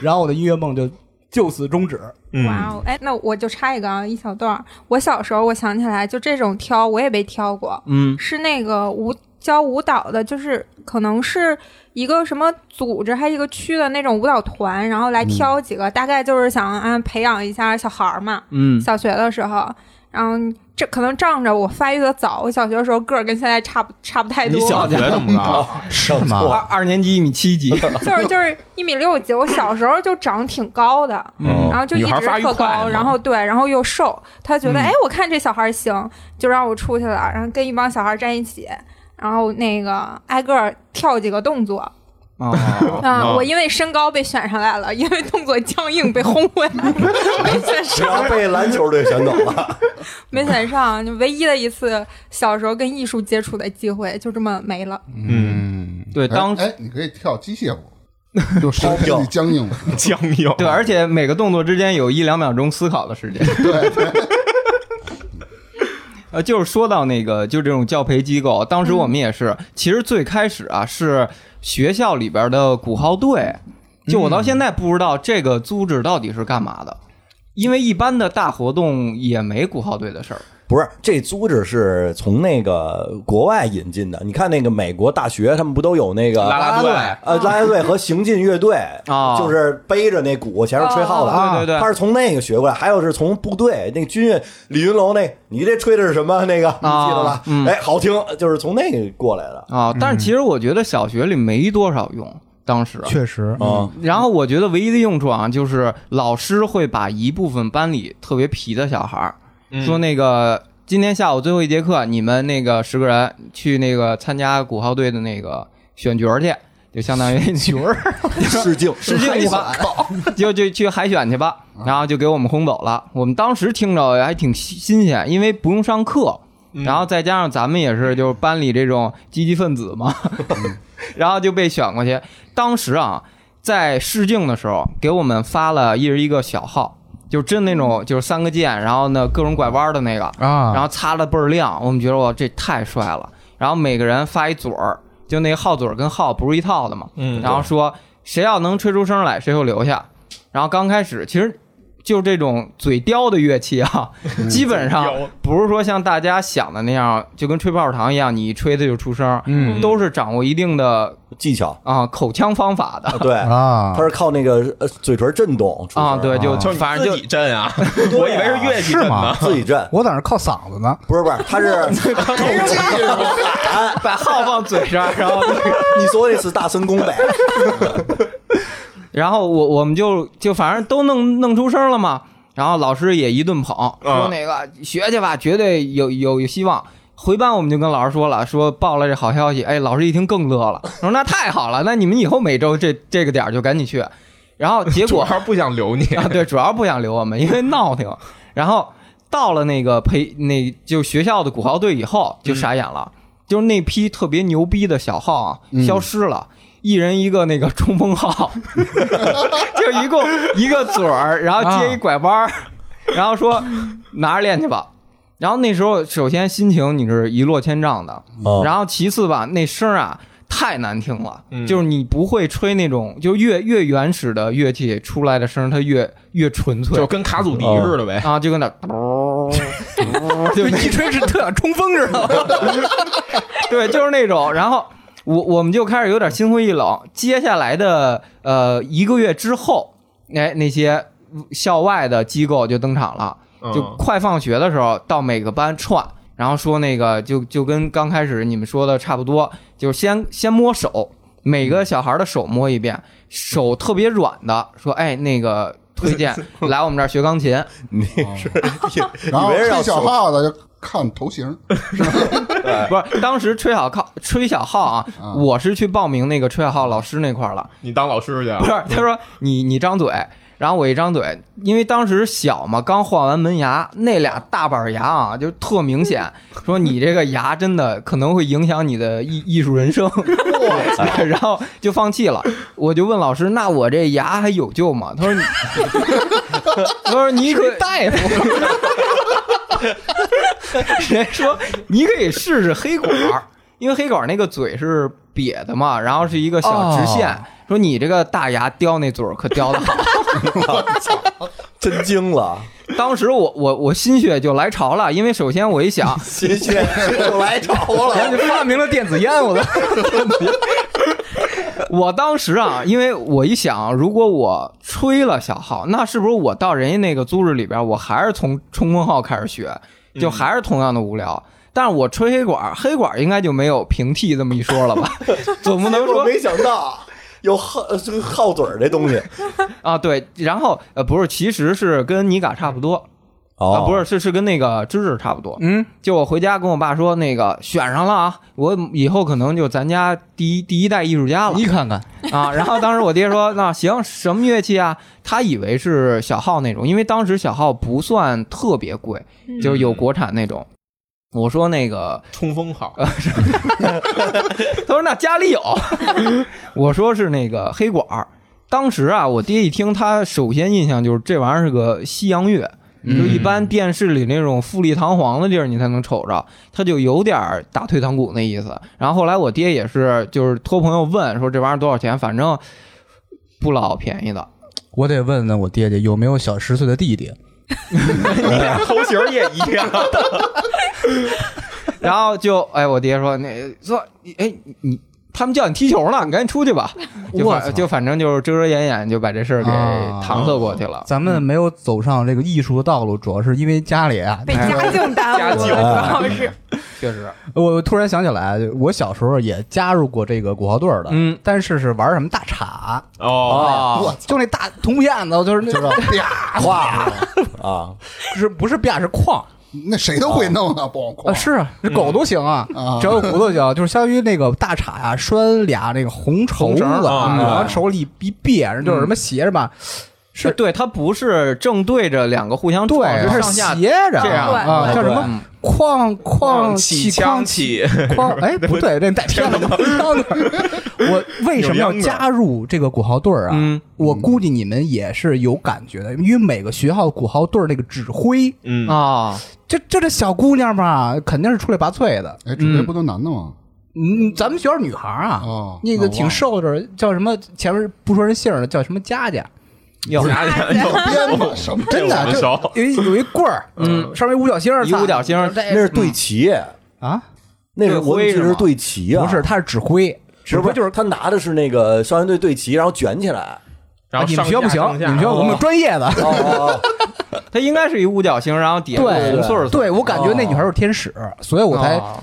[SPEAKER 4] 然后我的音乐梦就就此终止。
[SPEAKER 7] 哇哦，哎，那我就插一个啊，一小段儿。我小时候，我想起来，就这种挑我也被挑过，
[SPEAKER 1] 嗯，
[SPEAKER 7] 是那个舞教舞蹈的，就是可能是一个什么组织，还一个区的那种舞蹈团，然后来挑几个，大概就是想啊培养一下小孩儿嘛。
[SPEAKER 1] 嗯，
[SPEAKER 7] 小学的时候，然后这可能仗着我发育的早，我小学的时候个儿跟现在差不差不太
[SPEAKER 2] 你
[SPEAKER 7] 多，
[SPEAKER 2] 小学怎么着？
[SPEAKER 4] 是
[SPEAKER 3] 吗
[SPEAKER 1] 二二年级一米七几，
[SPEAKER 7] 就是就是一米六几，我小时候就长挺高的，
[SPEAKER 2] 嗯
[SPEAKER 7] 然后就一
[SPEAKER 2] 女孩
[SPEAKER 7] 直
[SPEAKER 2] 发育
[SPEAKER 7] 特
[SPEAKER 2] 快
[SPEAKER 7] 高，
[SPEAKER 2] 嘛
[SPEAKER 7] 然后对，然后又瘦，他觉得哎，我看这小孩行，就让我出去了，然后跟一帮小孩站一起。然后那个挨个儿跳几个动作，
[SPEAKER 1] 哦，
[SPEAKER 7] 啊、
[SPEAKER 2] 哦
[SPEAKER 7] 我因为身高被选上来了，因为动作僵硬被轰回来了，没选上，
[SPEAKER 3] 然后被篮球队选走了，
[SPEAKER 7] 没选上，就唯一的一次小时候跟艺术接触的机会，就这么没了。
[SPEAKER 5] 嗯，
[SPEAKER 1] 对，当
[SPEAKER 5] 哎，哎你可以跳机械舞，就身体
[SPEAKER 3] 跳
[SPEAKER 5] 僵硬。
[SPEAKER 2] 僵硬。
[SPEAKER 5] 哦
[SPEAKER 1] 对，而且每个动作之间有一两秒钟思考的时间。
[SPEAKER 5] 对，
[SPEAKER 1] 呃，就是说到那个，就这种教培机构，当时我们也是，
[SPEAKER 5] 嗯
[SPEAKER 1] 其实最开始啊是学校里边的鼓号队，
[SPEAKER 5] 嗯
[SPEAKER 1] 就我到现在不知道这个组织到底是干嘛的，因为一般的大活动也没鼓号队的事儿。
[SPEAKER 8] 不是，这组织是从那个国外引进的。你看那个美国大学，他们不都有那个
[SPEAKER 1] 啦啦队
[SPEAKER 8] 呃，拉拉队和行进乐 队
[SPEAKER 1] 啊
[SPEAKER 8] 就是背着那鼓前面吹号的。啊
[SPEAKER 1] 哦对对对
[SPEAKER 8] 他是从那个学过来。还有是从部队那个军乐，李云龙那，你这吹的是什么？那个你记得吧？
[SPEAKER 1] 嗯
[SPEAKER 8] 哎，好听，就是从那个过来的。
[SPEAKER 1] 啊，但
[SPEAKER 5] 嗯
[SPEAKER 1] 是其实我觉得小学里没多少用，当时。啊
[SPEAKER 4] 确实，
[SPEAKER 8] 嗯，
[SPEAKER 1] 然后我觉得唯一的用处啊，就是老师会把一部分班里特别皮的小孩儿，说那个今天下午最后一节课，你们那个十个人去那个参加鼓号队的那个选角儿去，就相当于 角儿
[SPEAKER 8] 致敬，
[SPEAKER 1] 试镜去吧， 就就去海选去吧，然后就给我们轰走了。我们当时听着还挺新新鲜，因为不用上课，然后再加上咱们也是就是班里这种积极分子嘛， 然后就被选过去。当时啊，在试镜的时候给我们发了一人一个小号，就真那种就是三个键，然后呢各种拐弯的那个，
[SPEAKER 4] 啊，
[SPEAKER 1] 然后擦的倍儿亮，我们觉得哇这太帅了。然后每个人发一嘴儿，就那个号嘴儿跟号不是一套的嘛。
[SPEAKER 2] 嗯，
[SPEAKER 1] 然后说谁要能吹出声来，谁就留下。然后刚开始其实就这种嘴叼的乐器啊， 基本上不是说像大家想的那样，就跟吹泡泡糖一样，你一吹它就出声，
[SPEAKER 4] 嗯
[SPEAKER 1] 都是掌握一定的
[SPEAKER 8] 技巧
[SPEAKER 1] 啊、口腔方法的。
[SPEAKER 8] 啊， 对，
[SPEAKER 4] 啊
[SPEAKER 8] 他，是靠那个呃嘴唇震动出声
[SPEAKER 1] 啊，对，就
[SPEAKER 2] 就你
[SPEAKER 1] 反正
[SPEAKER 2] 自
[SPEAKER 1] 就
[SPEAKER 2] 己震 啊，我以为是乐器震
[SPEAKER 4] 是吗
[SPEAKER 2] 呢。
[SPEAKER 8] 自己震，
[SPEAKER 4] 我在那儿靠嗓子呢，
[SPEAKER 8] 不是不是，他 是
[SPEAKER 1] 把号放嘴上，然后
[SPEAKER 8] 你说那是大神功呗？
[SPEAKER 1] 然后我我们就就反正都弄弄出声了嘛，然后老师也一顿捧，说那个学去吧，绝对有有有希望。回班我们就跟老师说了，说报了这好消息，哎，老师一听更乐了，说那太好了，那你们以后每周这这个点儿就赶紧去。然后结
[SPEAKER 2] 主
[SPEAKER 1] 果
[SPEAKER 2] 要是不想留你，
[SPEAKER 1] 啊，对，主要不想留我们，因为闹挺。然后到了那个培那就学校的鼓号队以后，就傻眼了，就是那批特别牛逼的小号啊，消失了。一人一个那个冲锋号， 就一共一个嘴儿，然后接一拐弯儿，然后说拿着练去吧。然后那时候首先心情你是一落千丈的，
[SPEAKER 8] 嗯
[SPEAKER 1] 然后其次吧，那声儿啊太难听了，就是你不会吹那种，就越越原始的乐器出来的声儿，它越越纯 粹
[SPEAKER 2] 就跟卡祖笛似的呗。
[SPEAKER 1] 啊，就跟那，就一吹是特想冲锋 似的，对，就是那种。然后我我们就开始有点心灰意冷。接下来的呃一个月之后，哎，那些校外的机构就登场了。就
[SPEAKER 2] 嗯
[SPEAKER 1] 快放学的时候到每个班串，然后说那个就就跟刚开始你们说的差不多，就是先先摸手，每个小孩的手摸一遍，手特别软的说，哎，那个推荐来我们这儿学钢琴，
[SPEAKER 5] 然后
[SPEAKER 8] 以为是要
[SPEAKER 5] 吹小号的就看头型，
[SPEAKER 1] 不是当时吹小号吹小号啊，我是去报名那个吹小号老师那块儿了，
[SPEAKER 2] 你当老师去啊
[SPEAKER 1] 不是，他说你你张嘴。然后我一张嘴，因为当时小嘛，刚换完门牙，那俩大板牙啊，就特明显。说你这个牙真的可能会影响你的艺艺术人生， 然后就放弃了。我就问老师，那我这牙还有救吗？他说你， 他说你可大夫。 人家说你可以试试黑管儿，因为黑管儿那个嘴是瘪的嘛，然后是一个小直线。说你这个大牙叼那嘴儿可叼的好。
[SPEAKER 8] 真惊了，
[SPEAKER 1] 当时我我我心血就来潮了，因为首先我一想，
[SPEAKER 8] 新鲜又来潮
[SPEAKER 1] 然 后
[SPEAKER 8] 了。
[SPEAKER 1] 就发明了电子烟，我的。 我当时啊，因为我一想，如果我吹了小号，那是不是我到人家那个组织里边，我还是从冲锋号开始学，就还是同样的无聊？但是我吹黑管，黑管应该就没有平替这么一说了吧？ 总不能
[SPEAKER 8] 我
[SPEAKER 1] 说
[SPEAKER 8] 没想到有好呃这个好嘴儿这东西
[SPEAKER 1] 啊，对，然后呃，不是，其实是跟尼嘎差不多
[SPEAKER 8] 哦
[SPEAKER 1] 啊，不是，是是跟那个芝芝差不多。
[SPEAKER 4] 哦嗯，
[SPEAKER 1] 就我回家跟我爸说，那个选上了啊，我以后可能就咱家第一第一代艺术家了
[SPEAKER 4] 你看看，
[SPEAKER 1] 啊。然后当时我爹说，那行，什么乐器啊？他以为是小号那种，因为当时小号不算特别贵，就是有国产那种。我说那个，
[SPEAKER 2] 冲锋号，
[SPEAKER 1] 他说那家里有， 我说是那个黑管儿。当时啊，我爹一听，他首先印象就是这玩意儿是个西洋乐，
[SPEAKER 4] 嗯
[SPEAKER 1] 就一般电视里那种富丽堂皇的地儿你才能瞅着，他就有点儿打退堂鼓那意思。然后后来我爹也是，就是托朋友问说这玩意儿多少钱，反正不老便宜的。
[SPEAKER 4] 我得问问我爹爹有没有小十岁的弟弟，
[SPEAKER 2] 你俩 头型儿也一 样。
[SPEAKER 1] 然后就哎，我爹说那说你哎你他们叫你踢球呢，你赶紧出去吧。就
[SPEAKER 4] 我
[SPEAKER 1] 反
[SPEAKER 4] 操
[SPEAKER 1] 就反正就是遮遮掩掩就把这事儿给
[SPEAKER 4] 啊
[SPEAKER 1] 搪塞过去了。
[SPEAKER 4] 咱们没有走上这个艺术的道路，主要是因为家里啊，
[SPEAKER 7] 被家境耽误
[SPEAKER 8] 哎
[SPEAKER 7] 了，
[SPEAKER 2] 家
[SPEAKER 7] 主
[SPEAKER 2] 境
[SPEAKER 8] 啊
[SPEAKER 7] 要是
[SPEAKER 1] 确实，
[SPEAKER 4] 我突然想起来，我小时候也加入过这个鼓号队儿的，
[SPEAKER 1] 嗯，
[SPEAKER 4] 但是是玩什么大叉，
[SPEAKER 2] 哦，
[SPEAKER 4] 我就那大铜片子，就是那
[SPEAKER 5] 知道
[SPEAKER 4] 啪，
[SPEAKER 8] 哇啊，
[SPEAKER 4] 是不是啪是哐？
[SPEAKER 5] 那谁都会弄啊，不
[SPEAKER 4] 啊，是啊，这狗都行啊，
[SPEAKER 5] 啊
[SPEAKER 4] 只要有骨头行，就是相当于那个大叉呀，拴俩那个红绸
[SPEAKER 2] 红
[SPEAKER 4] 子，
[SPEAKER 2] 绳啊
[SPEAKER 4] 嗯
[SPEAKER 2] 对
[SPEAKER 4] 然后手里一别，就是什么斜着吧，是
[SPEAKER 1] 对他不是正对着两个互相撞，
[SPEAKER 4] 对，
[SPEAKER 1] 是
[SPEAKER 4] 它
[SPEAKER 1] 上
[SPEAKER 4] 是
[SPEAKER 1] 嗯下
[SPEAKER 4] 斜着
[SPEAKER 1] 这样
[SPEAKER 4] 啊，
[SPEAKER 5] 对
[SPEAKER 4] 叫什么
[SPEAKER 1] 嗯
[SPEAKER 4] 哐哐
[SPEAKER 2] 起嗯
[SPEAKER 4] 哐
[SPEAKER 2] 枪起，
[SPEAKER 7] 哦
[SPEAKER 4] 哐，哎，不对，这带偏了， 我为什么要加入这个鼓号队儿啊？
[SPEAKER 1] 嗯
[SPEAKER 4] 我估计你们也是有感觉的，因为每个学校鼓号队儿那个指挥，
[SPEAKER 2] 嗯，
[SPEAKER 1] 啊，
[SPEAKER 4] 这这这小姑娘吧，肯定是出类拔萃的。
[SPEAKER 5] 哎，指挥不都男的吗？
[SPEAKER 4] 嗯，咱们学校女孩儿啊，
[SPEAKER 5] 哦
[SPEAKER 4] 那个挺瘦的，叫什么？前面不说人姓儿了，叫什么佳佳，
[SPEAKER 1] 有
[SPEAKER 2] 家
[SPEAKER 7] 哎
[SPEAKER 2] 里有
[SPEAKER 5] 编 的什么？
[SPEAKER 2] 这
[SPEAKER 4] 真
[SPEAKER 2] 我
[SPEAKER 4] 的
[SPEAKER 2] 们
[SPEAKER 4] 就
[SPEAKER 2] 熟
[SPEAKER 4] 有一有一棍儿，
[SPEAKER 1] 嗯，
[SPEAKER 4] 上面五角星儿，
[SPEAKER 1] 一五角星儿
[SPEAKER 4] 这
[SPEAKER 8] 那是对齐，
[SPEAKER 4] 啊，
[SPEAKER 8] 那是我们
[SPEAKER 1] 对徽
[SPEAKER 8] 记
[SPEAKER 1] 是
[SPEAKER 8] 得
[SPEAKER 1] 吗
[SPEAKER 8] 是对齐啊，
[SPEAKER 4] 不是，他是指挥，指
[SPEAKER 8] 是不
[SPEAKER 4] 挥
[SPEAKER 8] 是
[SPEAKER 4] 就
[SPEAKER 8] 就是他拿的是那个少先队对齐，然后卷起来。
[SPEAKER 2] 然后
[SPEAKER 4] 啊你
[SPEAKER 2] 上
[SPEAKER 4] 们学校不
[SPEAKER 2] 下
[SPEAKER 4] 行，
[SPEAKER 2] 上
[SPEAKER 4] 你
[SPEAKER 2] 下
[SPEAKER 4] 们学校我们有专业的。
[SPEAKER 8] 哦哦
[SPEAKER 1] 他嗯应该是一五角星，然后底下
[SPEAKER 4] 对
[SPEAKER 1] 红穗儿，
[SPEAKER 4] 对我感觉那女孩是天使，所以我才
[SPEAKER 1] 啊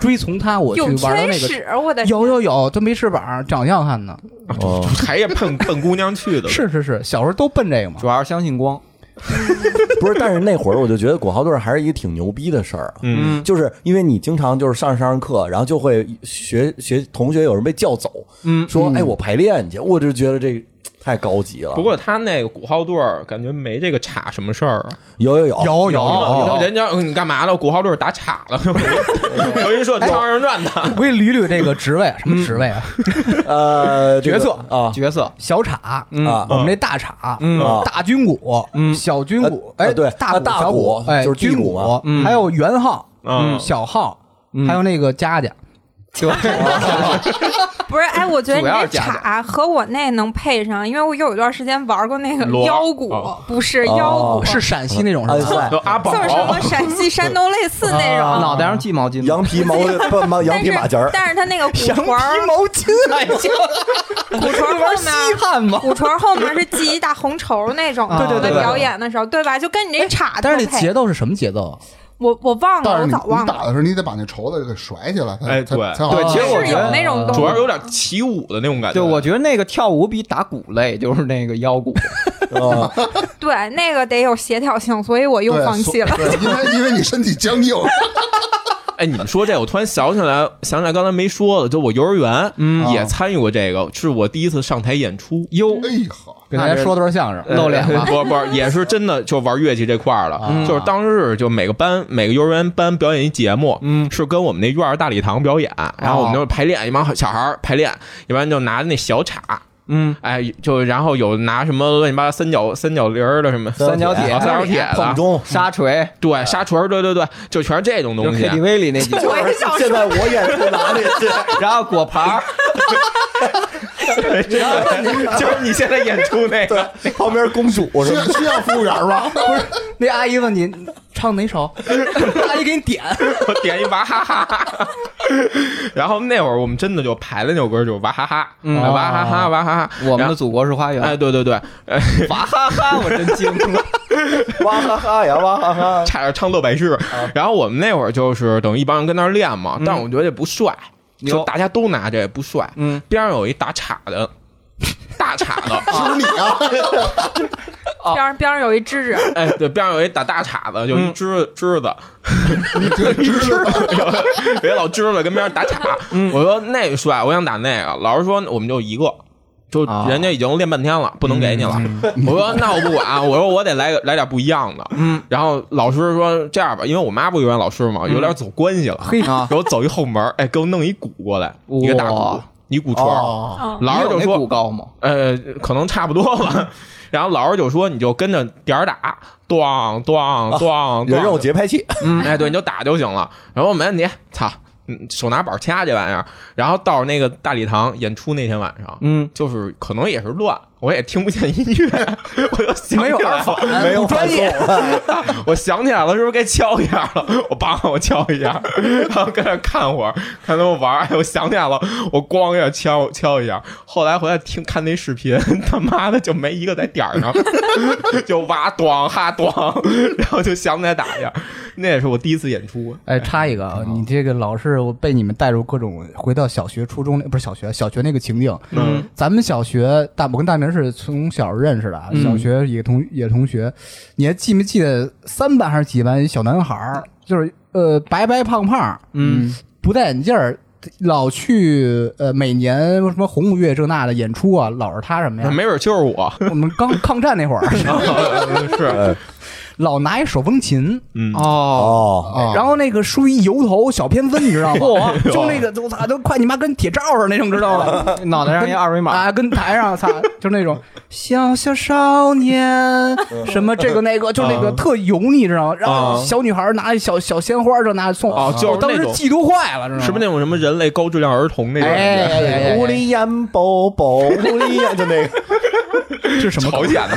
[SPEAKER 4] 追从她，我去
[SPEAKER 7] 有
[SPEAKER 4] 玩的那
[SPEAKER 7] 天
[SPEAKER 4] 个。
[SPEAKER 7] 使，我的
[SPEAKER 4] 有有有，都没翅膀，长相看呢。
[SPEAKER 8] 哦，
[SPEAKER 2] 还也奔奔姑娘去的，
[SPEAKER 4] 是是啊是，小时候都奔这个嘛
[SPEAKER 1] 主。要是相信光，
[SPEAKER 8] 不是，但是那会儿我就觉得鼓号队还是一个挺牛逼的事儿啊，
[SPEAKER 2] 嗯，
[SPEAKER 8] 就是因为你经常就是上着上着课，然后就会学学同学有人被叫走，
[SPEAKER 1] 嗯，
[SPEAKER 8] 说哎我排练去，我就觉得这太高级了。
[SPEAKER 2] 不过他那个鼓号队儿感觉没这个岔什么事儿啊。
[SPEAKER 8] 有有有
[SPEAKER 4] 有有
[SPEAKER 2] 然后人家嗯你干嘛了？鼓号队儿打岔了。 德云
[SPEAKER 4] 哎
[SPEAKER 2] 社挑二人转的，
[SPEAKER 4] 我给你捋捋这个职位，什么职位啊？
[SPEAKER 8] 呃这个
[SPEAKER 4] 角色
[SPEAKER 8] 啊
[SPEAKER 1] 角色，
[SPEAKER 4] 小叉，
[SPEAKER 1] 嗯
[SPEAKER 8] 啊
[SPEAKER 4] 我们这大叉，
[SPEAKER 1] 嗯
[SPEAKER 8] 啊
[SPEAKER 4] 大军鼓，
[SPEAKER 1] 嗯
[SPEAKER 4] 小军鼓，
[SPEAKER 8] 呃
[SPEAKER 4] 哎，
[SPEAKER 8] 呃对
[SPEAKER 4] 大
[SPEAKER 8] 呃大
[SPEAKER 4] 小鼓
[SPEAKER 8] 鼓，
[SPEAKER 4] 哎，
[SPEAKER 8] 就是
[SPEAKER 4] 军
[SPEAKER 8] 地鼓嘛
[SPEAKER 1] 嗯
[SPEAKER 4] 还有圆号，
[SPEAKER 2] 嗯
[SPEAKER 4] 小号，
[SPEAKER 1] 嗯
[SPEAKER 4] 还有那个佳佳，
[SPEAKER 1] 对，
[SPEAKER 7] 不是，哎，我觉得你
[SPEAKER 1] 主要
[SPEAKER 7] 那
[SPEAKER 1] 是假的
[SPEAKER 7] 叉和我那能配上，因为我有一段时间玩过那个
[SPEAKER 2] 锣
[SPEAKER 7] 腰鼓
[SPEAKER 2] 哦，
[SPEAKER 7] 不是
[SPEAKER 8] 哦
[SPEAKER 7] 腰鼓，
[SPEAKER 4] 是陕西那种
[SPEAKER 8] 安
[SPEAKER 4] 是 吧？
[SPEAKER 8] 塞
[SPEAKER 2] 有阿宝
[SPEAKER 7] 就是什么陕西、山东类似那种。
[SPEAKER 1] 脑袋上系毛巾，
[SPEAKER 8] 羊皮毛不毛羊
[SPEAKER 7] 但
[SPEAKER 8] 皮
[SPEAKER 7] 是
[SPEAKER 8] 马甲儿，
[SPEAKER 7] 但是它那个骨
[SPEAKER 4] 羊皮
[SPEAKER 7] 锤儿，
[SPEAKER 4] 毛巾， 哎呀，
[SPEAKER 7] 骨锤儿
[SPEAKER 4] 玩
[SPEAKER 7] 后
[SPEAKER 4] 西
[SPEAKER 7] 面。
[SPEAKER 4] 汉吗？
[SPEAKER 7] 骨锤儿后面是系一大红绸那种的，
[SPEAKER 1] 对对对对
[SPEAKER 7] 表演的时候，对吧？就跟你这叉
[SPEAKER 4] 但是
[SPEAKER 7] 特
[SPEAKER 4] 那节
[SPEAKER 7] 配，
[SPEAKER 4] 奏是什么节奏？啊
[SPEAKER 7] 我我忘了，
[SPEAKER 5] 但是
[SPEAKER 7] 我
[SPEAKER 5] 你
[SPEAKER 7] 早忘
[SPEAKER 5] 你
[SPEAKER 7] 了。
[SPEAKER 5] 打的时候，你得把那绸子给甩起来，才
[SPEAKER 2] 哎
[SPEAKER 5] 才
[SPEAKER 2] 对
[SPEAKER 5] 才好
[SPEAKER 1] 对其实我
[SPEAKER 7] 是
[SPEAKER 1] 觉
[SPEAKER 7] 有
[SPEAKER 1] 得
[SPEAKER 7] 那
[SPEAKER 8] 嗯
[SPEAKER 7] 种东西，
[SPEAKER 2] 主要有点起舞的那种感觉。
[SPEAKER 1] 对，我觉得那个跳舞比打鼓累，就是那个腰鼓，
[SPEAKER 8] 啊
[SPEAKER 7] 对那个得有协调性，所以我又
[SPEAKER 5] 对
[SPEAKER 7] 放弃了。
[SPEAKER 5] 对因为因为你身体 僵硬，
[SPEAKER 2] 哎，你们说这，我突然想起来，想起来刚才没说的，就我幼儿园
[SPEAKER 4] 嗯
[SPEAKER 2] 也参与过这个，是我第一次上台演出。
[SPEAKER 1] 哟，
[SPEAKER 5] 哎呀，
[SPEAKER 4] 给大家说段相声，
[SPEAKER 1] 露脸了，
[SPEAKER 2] 啊不不，也是真的，就玩乐器这块儿了。就是当时就每个班每个幼儿园班表演一节目，
[SPEAKER 1] 嗯
[SPEAKER 2] 是跟我们那院儿大礼堂表演，然后我们就排练，一帮小孩儿排练，一般就拿那小叉，
[SPEAKER 1] 嗯，
[SPEAKER 2] 哎，就然后有拿什么乱七八糟三角三角铃儿的什么
[SPEAKER 8] 三角铁
[SPEAKER 2] 啊三角铁
[SPEAKER 8] 碰
[SPEAKER 2] 的，
[SPEAKER 8] 钟。
[SPEAKER 1] 沙锤，
[SPEAKER 2] 对，沙锤儿，对对对，就全是这种
[SPEAKER 1] 就
[SPEAKER 2] 嗯东
[SPEAKER 1] 是
[SPEAKER 2] 西。啊
[SPEAKER 1] KTV 里那 几个，
[SPEAKER 7] 我也想
[SPEAKER 8] 现在我演出拿的 是
[SPEAKER 1] 然后果盘儿，
[SPEAKER 2] 就是 你现在演出那个，
[SPEAKER 8] 对旁边公主
[SPEAKER 5] 需
[SPEAKER 8] 是
[SPEAKER 5] 要
[SPEAKER 8] 吧？
[SPEAKER 5] 需要服务员 吧？不是，
[SPEAKER 4] 那阿姨问你唱哪首，阿姨给你点。
[SPEAKER 2] 我点一娃哈哈， 然后那会儿我们真的就排了那首歌，就是娃哈哈，
[SPEAKER 1] 嗯
[SPEAKER 2] 娃哈哈，娃哈哈，
[SPEAKER 1] 我
[SPEAKER 2] 然
[SPEAKER 1] 们的
[SPEAKER 2] 后
[SPEAKER 1] 祖国是花园，
[SPEAKER 2] 哎，对对对，呃，
[SPEAKER 1] 哇哈哈，我真惊了，
[SPEAKER 8] 哇哈哈呀，哇 哈哈！
[SPEAKER 2] 差点唱乐百氏。然后我们那会儿就是等于一帮人跟那儿练嘛，但我觉得这不帅，就
[SPEAKER 1] 有
[SPEAKER 2] 大家都拿这不帅。
[SPEAKER 1] 嗯，
[SPEAKER 2] 边上有一打岔的，大岔的，
[SPEAKER 5] 是你啊？
[SPEAKER 7] 边上边上有一智智，
[SPEAKER 2] 哎，对，边上有一打大岔的，
[SPEAKER 1] 嗯
[SPEAKER 2] 就一支支 子，
[SPEAKER 5] 你这知 道
[SPEAKER 2] 别老支了，跟边上打岔。
[SPEAKER 1] 嗯
[SPEAKER 2] 我说那帅，我想打那个。老师说我们就一个，就
[SPEAKER 1] 啊
[SPEAKER 2] 人家已经练半天
[SPEAKER 1] 嗯
[SPEAKER 2] 了，不能给你了。我说那我不管， 我说我得来来点不一样的。
[SPEAKER 1] 嗯，
[SPEAKER 2] 然后老师说这样吧，因为我妈不原来老师嘛，有点走关系了，
[SPEAKER 1] 嘿啊
[SPEAKER 2] 给我走一后门，哎，给我弄一鼓过来，一个大鼓
[SPEAKER 1] 哇，
[SPEAKER 2] 一
[SPEAKER 8] 啊
[SPEAKER 2] 鼓槌儿。
[SPEAKER 5] 哦，
[SPEAKER 7] 嗯，
[SPEAKER 2] 老师就
[SPEAKER 1] 你有那
[SPEAKER 2] 说
[SPEAKER 1] 鼓高吗？
[SPEAKER 2] 呃，可能差不多了。 然后老师就说你就跟着点儿打，咣咣咣，
[SPEAKER 8] 人
[SPEAKER 2] 咣
[SPEAKER 8] 肉节拍器，
[SPEAKER 4] 嗯
[SPEAKER 2] 哎，对，你就打就行了。然后没问题，操，嗯手拿板掐这玩意儿。然后到那个大礼堂演出那天晚上，
[SPEAKER 1] 嗯，
[SPEAKER 2] 就是可能也是乱，我也听不见音乐， 我就想
[SPEAKER 4] 没有啊
[SPEAKER 2] 起来
[SPEAKER 4] 二
[SPEAKER 2] 了，
[SPEAKER 4] 反，
[SPEAKER 8] 没有
[SPEAKER 4] 不哎专业。
[SPEAKER 2] 我想起来了，是不是该敲一下了？我叭，我敲一下，然后跟那看会儿，看他们玩儿。哎，我想起来了，我咣一下敲敲一下。后来回来听看那视频，他妈的就没一个在点儿上， 就哇咣哈咣，然后就想起来打一下。那也是我第一次演出，
[SPEAKER 4] 哎，插一个
[SPEAKER 2] 嗯
[SPEAKER 4] 啊，你这个老是我被你们带入各种回到小学、初中那不是小学，小学那个情境。
[SPEAKER 2] 嗯，
[SPEAKER 4] 咱们小学大我跟大明是从小认识的，
[SPEAKER 2] 嗯
[SPEAKER 4] 啊，小学也同也同学。你还记没记得三班还是几班一小男孩儿，就是呃白白胖胖，
[SPEAKER 1] 嗯，
[SPEAKER 4] 不戴眼镜儿，老去呃每年什么红五月这那的演出啊，老是他什么
[SPEAKER 2] 那
[SPEAKER 4] 呀？
[SPEAKER 2] 没准就是我。
[SPEAKER 4] 我们刚抗战那会儿，
[SPEAKER 2] 是，
[SPEAKER 4] 老拿一手风琴，
[SPEAKER 2] 嗯，
[SPEAKER 1] 哦，
[SPEAKER 8] 哦，
[SPEAKER 5] 啊，
[SPEAKER 4] 然后那个梳一油头小偏分，你知道吗？就那个我操，都快你妈跟铁罩似的那种，知道吗？
[SPEAKER 1] 脑袋上一二维码，
[SPEAKER 4] 啊，跟台上擦， 就是那种小小少年，什么这个那个，就是那个
[SPEAKER 2] 嗯
[SPEAKER 4] 特油腻，知道吗？然后
[SPEAKER 2] 嗯
[SPEAKER 4] 小女孩拿一小小鲜花就拿送，
[SPEAKER 2] 哦就是
[SPEAKER 4] 我当
[SPEAKER 2] 那
[SPEAKER 4] 时
[SPEAKER 2] 种
[SPEAKER 4] 嫉妒坏了，知道吗？
[SPEAKER 2] 是不是那种什么人类高质量儿童那种
[SPEAKER 4] 嗯哎
[SPEAKER 2] 感觉？
[SPEAKER 4] 哎哎
[SPEAKER 8] 乌
[SPEAKER 4] 哎哎，
[SPEAKER 8] 里烟宝宝，乌里烟就那 个，
[SPEAKER 4] 这是什么
[SPEAKER 2] 朝鲜的，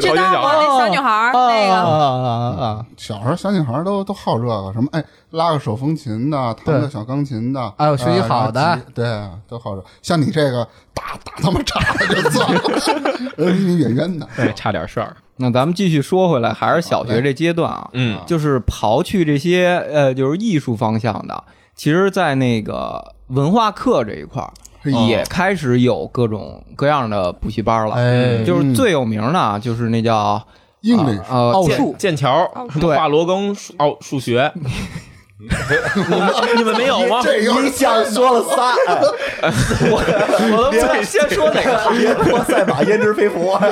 [SPEAKER 2] 朝鲜
[SPEAKER 7] 道
[SPEAKER 2] 小
[SPEAKER 7] 吗？
[SPEAKER 2] 孩。
[SPEAKER 7] 那小女孩
[SPEAKER 4] 啊
[SPEAKER 7] 儿
[SPEAKER 4] 啊
[SPEAKER 7] 那个，
[SPEAKER 4] 啊啊啊！
[SPEAKER 5] 小孩儿小女孩儿都都好这个什么，哎，拉个手风琴的，弹
[SPEAKER 4] 对
[SPEAKER 5] 个小钢琴的，
[SPEAKER 4] 哎呦
[SPEAKER 5] 呃
[SPEAKER 4] 学习好的
[SPEAKER 5] 然后吉对，都好这。像你这个打打他妈岔就算了，呃离你远远的。
[SPEAKER 2] 对，哎差点事儿。
[SPEAKER 1] 那咱们继续说回来，还是小学这阶段啊，
[SPEAKER 2] 嗯
[SPEAKER 1] 就是刨去这些呃，就是艺术方向的，其实，在那个文化课这一块儿，
[SPEAKER 5] 嘿
[SPEAKER 1] 也开始有各种各样的补习班了。
[SPEAKER 4] 哎
[SPEAKER 1] 就是最有名的啊，就是那叫
[SPEAKER 5] English
[SPEAKER 1] 呃，
[SPEAKER 4] 奥
[SPEAKER 1] 建
[SPEAKER 4] 数
[SPEAKER 2] 剑桥什么
[SPEAKER 1] 对
[SPEAKER 2] 华罗庚数奥数 学，你们你们没有吗？
[SPEAKER 5] 这有
[SPEAKER 8] 一下说了仨，哎
[SPEAKER 1] 我都不知道先说哪个。
[SPEAKER 8] 别拖赛马，焉知非 福。 啊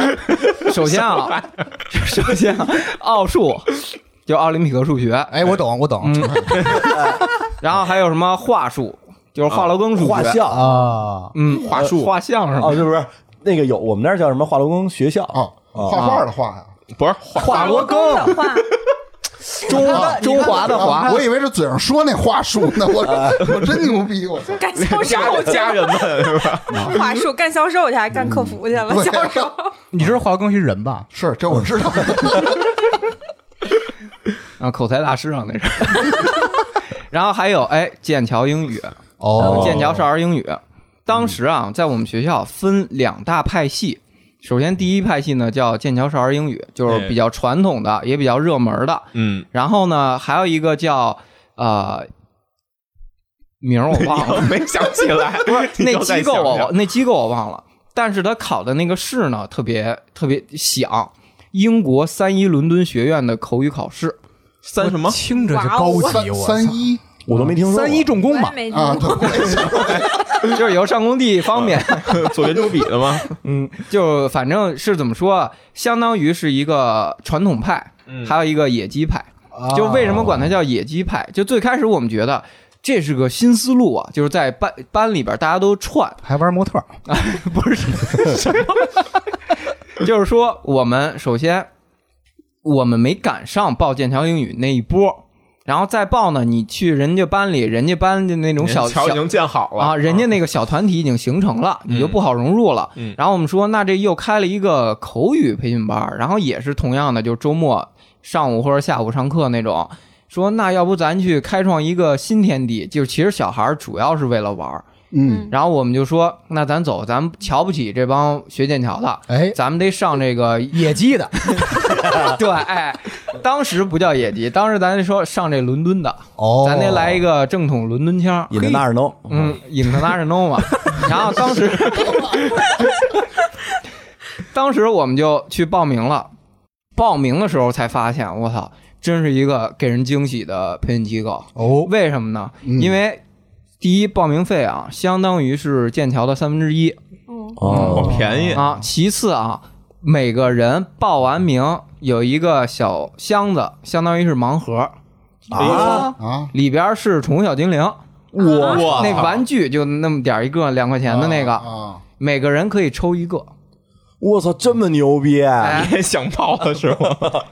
[SPEAKER 1] 首先啊， 首先啊奥数就奥林匹克数学，嗯
[SPEAKER 4] 哎，我懂，我懂
[SPEAKER 1] 然后还有什么话术，就是华罗庚数
[SPEAKER 8] 画
[SPEAKER 1] 学，
[SPEAKER 8] 像
[SPEAKER 4] 啊。
[SPEAKER 1] 嗯，
[SPEAKER 2] 话术
[SPEAKER 1] 画像是吗
[SPEAKER 8] 哦，？是不是那个有我们那儿叫什么华罗庚学校？
[SPEAKER 5] 哦，
[SPEAKER 1] 啊
[SPEAKER 8] 哦
[SPEAKER 5] 画画的画呀，
[SPEAKER 2] 不是华
[SPEAKER 1] 华
[SPEAKER 8] 啊
[SPEAKER 1] 罗
[SPEAKER 7] 工的话，
[SPEAKER 1] 中
[SPEAKER 8] 哦
[SPEAKER 1] 中华的华
[SPEAKER 5] 啊，我以为是嘴上说那话术呢，我
[SPEAKER 1] 啊
[SPEAKER 5] 我真牛逼，我操！
[SPEAKER 7] 干 销
[SPEAKER 2] 家
[SPEAKER 7] 售去
[SPEAKER 2] 家人们是吧？
[SPEAKER 7] 了，话术干销售去，还干客服去了，
[SPEAKER 5] 对
[SPEAKER 7] 销售。
[SPEAKER 4] 你知道华庚是人吧？
[SPEAKER 5] 是这我 知道，
[SPEAKER 1] 啊，口才大师啊，那是。 然后还有哎，剑桥英语，
[SPEAKER 4] 哦
[SPEAKER 1] 剑桥少儿英语。当时啊，在我们学校分两大派系。首先，第一派系呢叫剑桥少儿英语，就是比较传统的，也比较热门的。
[SPEAKER 2] 嗯，
[SPEAKER 1] 然后呢，还有一个叫呃名儿我忘了，
[SPEAKER 2] 没想起来， 不是
[SPEAKER 1] 那机构啊我那机构我忘了，但是他考的那个试呢，特别特别响，英国三一伦敦学院的口语考试。
[SPEAKER 2] 三什么？
[SPEAKER 4] 听着就高级，
[SPEAKER 5] 三
[SPEAKER 4] 我
[SPEAKER 5] 三一
[SPEAKER 8] 我都没听说过。
[SPEAKER 4] 三一重
[SPEAKER 7] 我
[SPEAKER 4] 工
[SPEAKER 7] 也
[SPEAKER 4] 嘛，
[SPEAKER 7] 没听
[SPEAKER 5] 啊，
[SPEAKER 7] 过
[SPEAKER 5] 对， 我也想
[SPEAKER 1] 就是由上工地方面，
[SPEAKER 2] 左圆珠笔的 吗？
[SPEAKER 1] 嗯， 就反正是怎么说啊，相当于是一个传统派，
[SPEAKER 2] 嗯
[SPEAKER 1] 还有一个野鸡派。
[SPEAKER 4] 啊
[SPEAKER 1] 就为什么管它叫野鸡派？就最开始我们觉得这是个新思路啊，就是在班班里边大家都串，
[SPEAKER 4] 还玩模特儿？
[SPEAKER 1] 不是，就是说我们首先我们没赶上报剑桥英语那一波，然后再报呢，你去人家班里，人家班的那种小
[SPEAKER 2] 桥已
[SPEAKER 1] 小
[SPEAKER 2] 经建好了
[SPEAKER 1] 啊，人家那个小团体已经形成了，你就不好融入了。
[SPEAKER 2] 嗯
[SPEAKER 1] 然后我们说，那这又开了一个口语培训班，然后也是同样的，就是周末上午或者下午上课那种。说那要不咱去开创一个新天地？就其实小孩儿主要是为了玩儿。
[SPEAKER 5] 嗯，
[SPEAKER 1] 然后我们就说，那咱走，咱们瞧不起这帮学剑桥的，
[SPEAKER 4] 哎，
[SPEAKER 5] 嗯
[SPEAKER 1] 咱们得上这个
[SPEAKER 4] 野鸡的
[SPEAKER 1] 对，哎，当时不叫野鸡，当时咱说上这伦敦的，
[SPEAKER 4] 哦
[SPEAKER 1] 咱得来一个正统伦敦腔儿。
[SPEAKER 8] 引的那是能，
[SPEAKER 1] 嗯，international 嘛。然后当时，当时我们就去报名了。报名的时候才发现，我操，真是一个给人惊喜的培训机构。
[SPEAKER 4] 哦，
[SPEAKER 1] 为什么呢？
[SPEAKER 5] 嗯
[SPEAKER 1] 因为第一报名费啊，相当于是剑桥的三分之一
[SPEAKER 2] 好
[SPEAKER 8] 哦，
[SPEAKER 2] 便宜，
[SPEAKER 1] 啊。其次啊，每个人报完名有一个小箱子，相当于是盲盒，
[SPEAKER 2] 啊，
[SPEAKER 5] 啊，
[SPEAKER 1] 里边是宠物小精灵。啊
[SPEAKER 2] 哇
[SPEAKER 1] 那玩具就那么点儿一个，两块钱的那个，
[SPEAKER 5] 啊，
[SPEAKER 1] 每个人可以抽一个。
[SPEAKER 8] 我操，这么牛逼！啊
[SPEAKER 1] 哎
[SPEAKER 2] 你也想泡了是吗？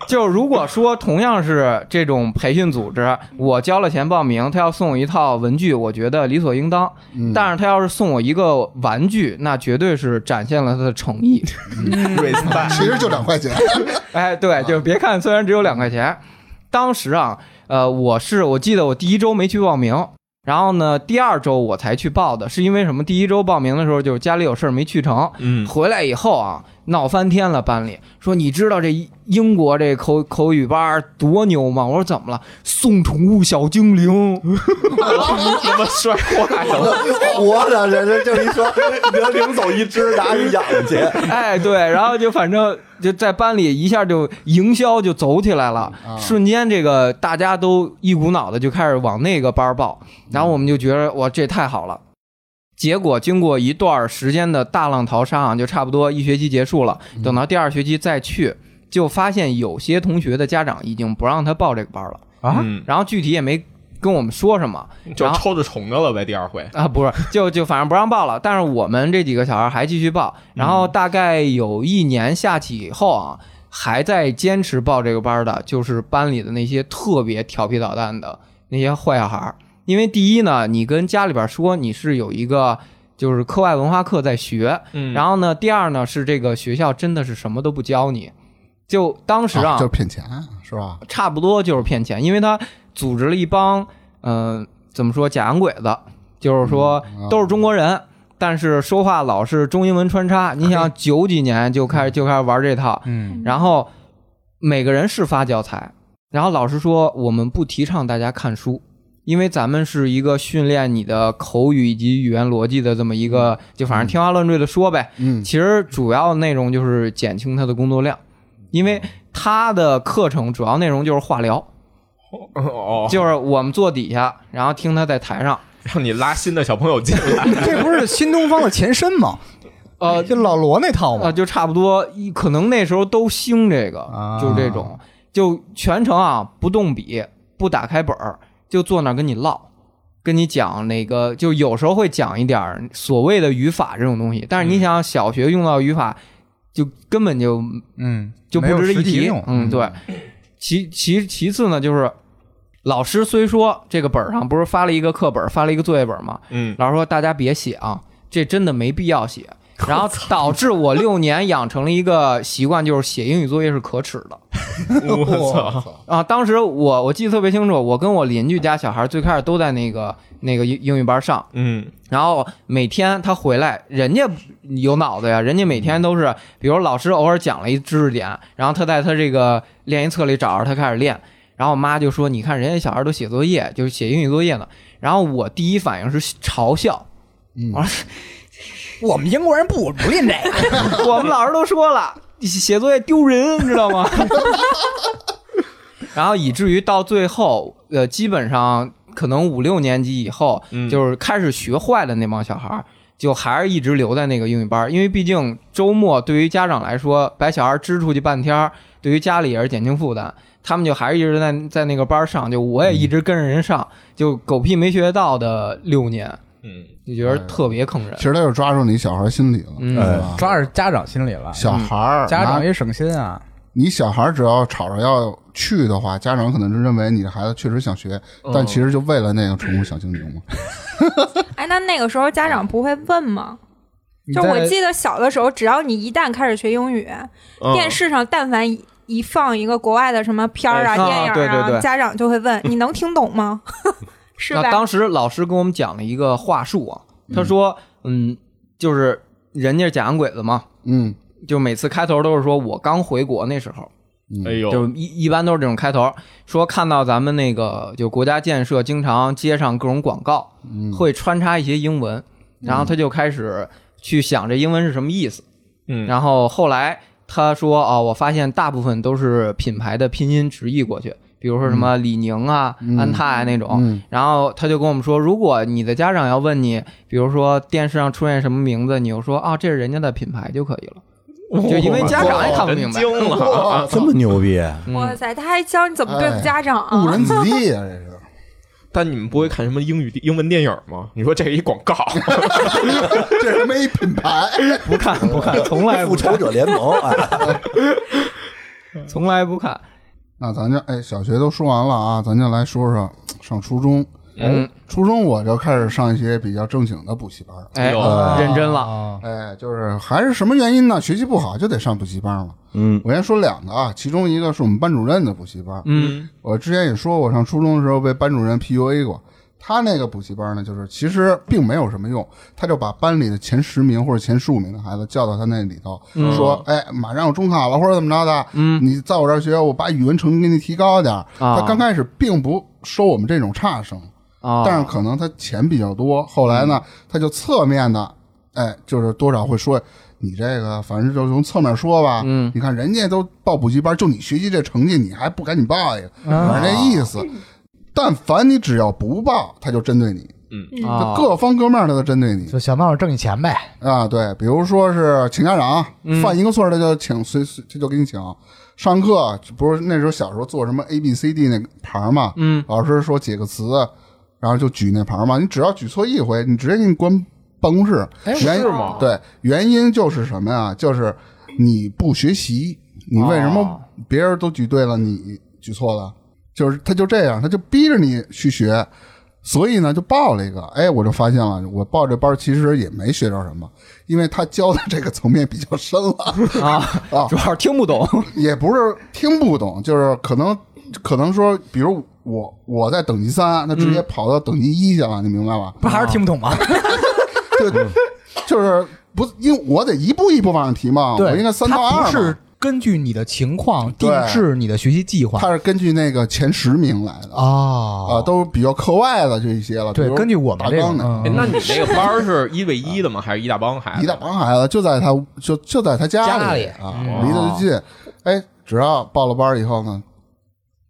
[SPEAKER 1] 就如果说同样是这种培训组织，我交了钱报名，他要送我一套文具，我觉得理所应当。
[SPEAKER 5] 嗯
[SPEAKER 1] 但是他要是送我一个玩具，那绝对是展现了他的诚意。嗯
[SPEAKER 5] 其实就两块钱，
[SPEAKER 1] 哎，对，就是别看虽然只有两块钱，当时啊，呃，我是我记得我第一周没去报名，然后呢，第二周我才去报的，是因为什么？第一周报名的时候就是家里有事儿没去成，
[SPEAKER 2] 嗯
[SPEAKER 1] 回来以后啊，闹翻天了，班里说你知道这英国这口口语班儿多牛吗？我说怎么了？送宠物小精灵，
[SPEAKER 2] 他妈摔坏了，
[SPEAKER 8] 我的人这就一说， 你要领走一只，拿去养去。
[SPEAKER 1] 哎，对，然后就反正就在班里一下就营销就走起来了，瞬间这个大家都一股脑的就开始往那个班儿报，然后我们就觉得哇，这太好了。结果经过一段时间的大浪淘沙啊，就差不多一学期结束了。等到第二学期再去，就发现有些同学的家长已经不让他报这个班儿了，
[SPEAKER 4] 啊，
[SPEAKER 2] 嗯，
[SPEAKER 1] 然后具体也没跟我们说什么，
[SPEAKER 2] 就
[SPEAKER 1] 然后
[SPEAKER 2] 抽着虫子了呗。第二回，
[SPEAKER 1] 啊，不是，就就反正不让报了。但是我们这几个小孩还继续报，然
[SPEAKER 5] 嗯
[SPEAKER 1] 后大概有一年下去以后啊，还在坚持报这个班儿的，就是班里的那些特别调皮捣蛋的那些坏小孩儿。因为第一呢，你跟家里边说你是有一个就是课外文化课在学，
[SPEAKER 2] 嗯
[SPEAKER 1] 然后呢，第二呢是这个学校真的是什么都不教你，就当时
[SPEAKER 5] 啊就是骗钱是吧？
[SPEAKER 1] 差不多就是骗钱，因为他组织了一帮，嗯、怎么说假洋鬼子，就是说
[SPEAKER 5] 啊
[SPEAKER 1] 都是中国人，但是说话老是中英文穿
[SPEAKER 5] 哎
[SPEAKER 1] 插。你想九几年就
[SPEAKER 5] 嗯
[SPEAKER 1] 开始就开始玩这套，
[SPEAKER 4] 嗯
[SPEAKER 1] 然后每个人是发教材，然后老师说我们不提倡大家看书，因为咱们是一个训练你的口语以及语言逻辑的这么一个，就反正天花乱坠的说呗。
[SPEAKER 5] 嗯
[SPEAKER 1] 其实主要内容就是减轻他的工作量，因
[SPEAKER 5] 嗯
[SPEAKER 1] 为他的课程主要内容就是化疗，
[SPEAKER 2] 哦，
[SPEAKER 1] 就是我们坐底下，然后听他在台上。
[SPEAKER 2] 让你拉新的小朋友进 来，
[SPEAKER 4] 这不是新东方的前身吗？
[SPEAKER 1] 呃，
[SPEAKER 4] 就老罗那套
[SPEAKER 1] 啊，
[SPEAKER 4] 吗？
[SPEAKER 1] 就差不多，一可能那时候都兴这个，
[SPEAKER 4] 啊
[SPEAKER 1] 就这种，就全程啊不动笔，不打开本儿，就坐那儿跟你唠，跟你讲那个，就有时候会讲一点儿所谓的语法这种东西，但是你想小学用到语法，就根本就
[SPEAKER 4] 嗯，
[SPEAKER 1] 就不
[SPEAKER 4] 没有
[SPEAKER 1] 值一
[SPEAKER 4] 实际
[SPEAKER 1] 提
[SPEAKER 4] 用。
[SPEAKER 1] 嗯，对。其其其次呢，就是老师虽说这个本儿上不是发了一个课本儿，发了一个作业本儿吗？
[SPEAKER 2] 嗯，
[SPEAKER 1] 老师说大家别写啊，这真的没必要写。然后导致我六年养成了一个习惯，就是写英语作业是可耻 的
[SPEAKER 2] 我操，
[SPEAKER 1] 啊。当时我我记得特别清楚，我跟我邻居家小孩最开始都在那个那个英英语班上，
[SPEAKER 2] 嗯
[SPEAKER 1] 然后每天他回来，人家有脑子呀，人家每天都是，比如老师偶尔讲了一知识点，然后他在他这个练习册里找着他开始练，然后我妈就说：“你看人家小孩都写作业，就是写英语作业呢。”然后我第一反应是嘲笑，
[SPEAKER 5] 嗯
[SPEAKER 1] 我说
[SPEAKER 4] 我们英国人不不练这个，
[SPEAKER 1] 我们老师都说了，写作业丢人，你知道吗？ 然后以至于到最后，呃，基本上可能五六年级以后，
[SPEAKER 2] 嗯
[SPEAKER 1] 就是开始学坏的那帮小孩儿，就还是一直留在那个英语班儿，因为毕竟周末对于家长来说，把小孩儿支出去半天儿，对于家里也是减轻负担。他们就还是一直在在那个班儿上，就我也一直跟着人上，就狗屁没学到的六年，
[SPEAKER 2] 嗯，
[SPEAKER 1] 就觉得特别坑人
[SPEAKER 5] 其。实他就抓住你小孩心理了，
[SPEAKER 1] 嗯
[SPEAKER 5] 是吧
[SPEAKER 4] 呃抓着家长心里了。
[SPEAKER 5] 小孩儿，
[SPEAKER 4] 家
[SPEAKER 5] 拿
[SPEAKER 4] 长也省心啊，
[SPEAKER 5] 你小孩只要吵着要去的话，家长可能是认为你的孩子确实想学，
[SPEAKER 1] 嗯
[SPEAKER 5] 但其实就为了那个宠物小精灵嘛。
[SPEAKER 7] 哎，那那个时候家长不会问吗？
[SPEAKER 4] 你
[SPEAKER 7] 就
[SPEAKER 4] 在
[SPEAKER 7] 我记得小的时候，只要你一旦开始学英语，
[SPEAKER 2] 嗯
[SPEAKER 7] 电视上但凡一一放一个国外的什么片儿啊、
[SPEAKER 1] 哎
[SPEAKER 7] 电影
[SPEAKER 1] 啊对对对
[SPEAKER 7] 家长就会问：“你能听懂吗？” 是
[SPEAKER 1] 那
[SPEAKER 7] 吧？
[SPEAKER 1] 当时老师跟我们讲了一个话术啊，他说，嗯，就是人家是假洋鬼子嘛，
[SPEAKER 5] 嗯，
[SPEAKER 1] 就每次开头都是说我刚回国那时候，
[SPEAKER 5] 嗯
[SPEAKER 2] 哎呦，
[SPEAKER 1] 就一一般都是这种开头，说看到咱们那个就国家建设，经常街上各种广告
[SPEAKER 5] 嗯
[SPEAKER 1] 会穿插一些英文，然后他就开始去想这英文是什么意思，
[SPEAKER 2] 嗯，
[SPEAKER 1] 然后后来他说啊、我发现大部分都是品牌的拼音直译过去，比如说什么李宁啊、安踏啊那种。
[SPEAKER 5] 嗯
[SPEAKER 1] 然后他就跟我们说，如果你的家长要问你，比如说电视上出现什么名字，你就说啊，这是人家的品牌就可以了。就因为家长也看不明白
[SPEAKER 2] 真惊 了，
[SPEAKER 1] 啊
[SPEAKER 8] 这么牛逼！啊
[SPEAKER 1] 嗯
[SPEAKER 5] 哎
[SPEAKER 7] 哇塞，他还教你怎么对付家长、
[SPEAKER 5] 啊误人子弟啊，这是。
[SPEAKER 2] 但你们不会看什么英语英文电影吗？你说这是一广告，
[SPEAKER 5] 这是没品牌，
[SPEAKER 1] 不看不看， 从来
[SPEAKER 8] 复
[SPEAKER 1] 不
[SPEAKER 8] 仇
[SPEAKER 1] 看，
[SPEAKER 8] 者联盟 啊，
[SPEAKER 1] 从来不看。
[SPEAKER 5] 那咱就哎，小学都说完了啊，咱就来说说上初中。
[SPEAKER 1] 嗯，
[SPEAKER 5] 初中我就开始上一些比较正经的补习班了。啊
[SPEAKER 1] 哎
[SPEAKER 2] 有，
[SPEAKER 1] 认真了，
[SPEAKER 4] 啊，
[SPEAKER 5] 哎，就是还是什么原因呢？学习不好就得上补习班嘛。
[SPEAKER 8] 嗯，
[SPEAKER 5] 我先说两个啊，其中一个是我们班主任的补习班。嗯，我之前也说，我上初中的时候被班主任 PUA 过。他那个补习班呢，就是其实并没有什么用，他就把班里的前十名或者前十五名的孩子叫到他那里头，
[SPEAKER 2] 嗯
[SPEAKER 5] 说：“哎，马上要中考了，或者怎么着的，你在我这儿学，我把语文成绩给你提高点儿。
[SPEAKER 1] 啊
[SPEAKER 5] 哎他刚开始并不收我们这种差生，
[SPEAKER 1] 啊，嗯
[SPEAKER 5] 但是可能他钱比较多，后来呢，他就侧面的，哎，就是多少会说你这个，反正就从侧面说吧。嗯，你看人家都报补习班，就你学习这成绩，你还不赶紧报一个，
[SPEAKER 1] 啊
[SPEAKER 4] 嗯
[SPEAKER 5] 反正这意思。但凡你只要不报，他就针对你，
[SPEAKER 7] 嗯
[SPEAKER 1] 啊
[SPEAKER 5] 各方各面他都针对你
[SPEAKER 4] 就想办法挣你钱呗。
[SPEAKER 5] 啊。对，比如说是请家长，犯一个错儿他就请，随随他就给你请。上课不是那时候小时候做什么 A B C D 那牌儿嘛，嗯，老师说解个词，然后就举那牌儿嘛，你只要举错一回，你直接给你关办公室。原
[SPEAKER 2] 是吗
[SPEAKER 5] 对，原因就是什么呀？就是你不学习，你为什么别人都举对了，你举错了？就是他就这样，他就逼着你去学，所以呢就报了一个。哎，我就发现了，我报这班其实也没学着什么，因为他教的这个层面比较深了。
[SPEAKER 1] 啊， 主要是听不懂。
[SPEAKER 5] 也不是听不懂，就是可能可能说，比如我我在等级三，他直接跑到等级一去了，你明白吧？
[SPEAKER 4] 不还是听不懂啊吗？
[SPEAKER 5] 就就是不，因为我得一步一步往上提嘛，
[SPEAKER 4] 对，
[SPEAKER 5] 啊我应该三到
[SPEAKER 4] 它
[SPEAKER 5] 二
[SPEAKER 4] 不是
[SPEAKER 5] 嘛。
[SPEAKER 4] 根据你的情况定
[SPEAKER 5] 对
[SPEAKER 4] 制你的学习计划
[SPEAKER 5] 他是根据那个前十名来的啊、
[SPEAKER 2] 哦
[SPEAKER 4] 啊。
[SPEAKER 5] 都是比较课外的这一些了。
[SPEAKER 4] 对
[SPEAKER 5] 比，如
[SPEAKER 4] 根据我们
[SPEAKER 5] 大
[SPEAKER 4] 这个
[SPEAKER 5] 纲的，
[SPEAKER 2] 哎
[SPEAKER 4] 嗯
[SPEAKER 2] 那你那个班儿是一对一的吗？还是一大帮孩子？
[SPEAKER 5] 一大帮孩子就在他就就在他家
[SPEAKER 4] 家里嗯哦
[SPEAKER 5] 啊，离得就近。哎，只要报了班以后呢，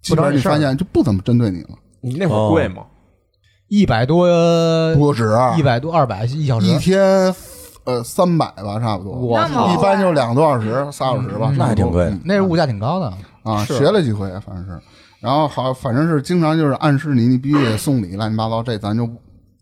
[SPEAKER 5] 基
[SPEAKER 4] 不
[SPEAKER 5] 本
[SPEAKER 4] 找
[SPEAKER 5] 上
[SPEAKER 4] 你
[SPEAKER 5] 你
[SPEAKER 4] 事儿
[SPEAKER 5] 发现就不怎么针对你了，
[SPEAKER 2] 你那会儿贵吗？
[SPEAKER 4] 一百多，
[SPEAKER 5] 不止
[SPEAKER 4] 呃一百多，二百一小时
[SPEAKER 5] 一，天呃三百吧，差不多。
[SPEAKER 4] 我嗯
[SPEAKER 7] 那么
[SPEAKER 5] 一般就两个多小嗯时，仨小时吧，
[SPEAKER 8] 那还挺贵的。
[SPEAKER 4] 那是物价挺高的。
[SPEAKER 5] 啊。学了几回，反正是，然后好，反正是经常就是暗示你，你必须得送礼，乱七八糟，这咱就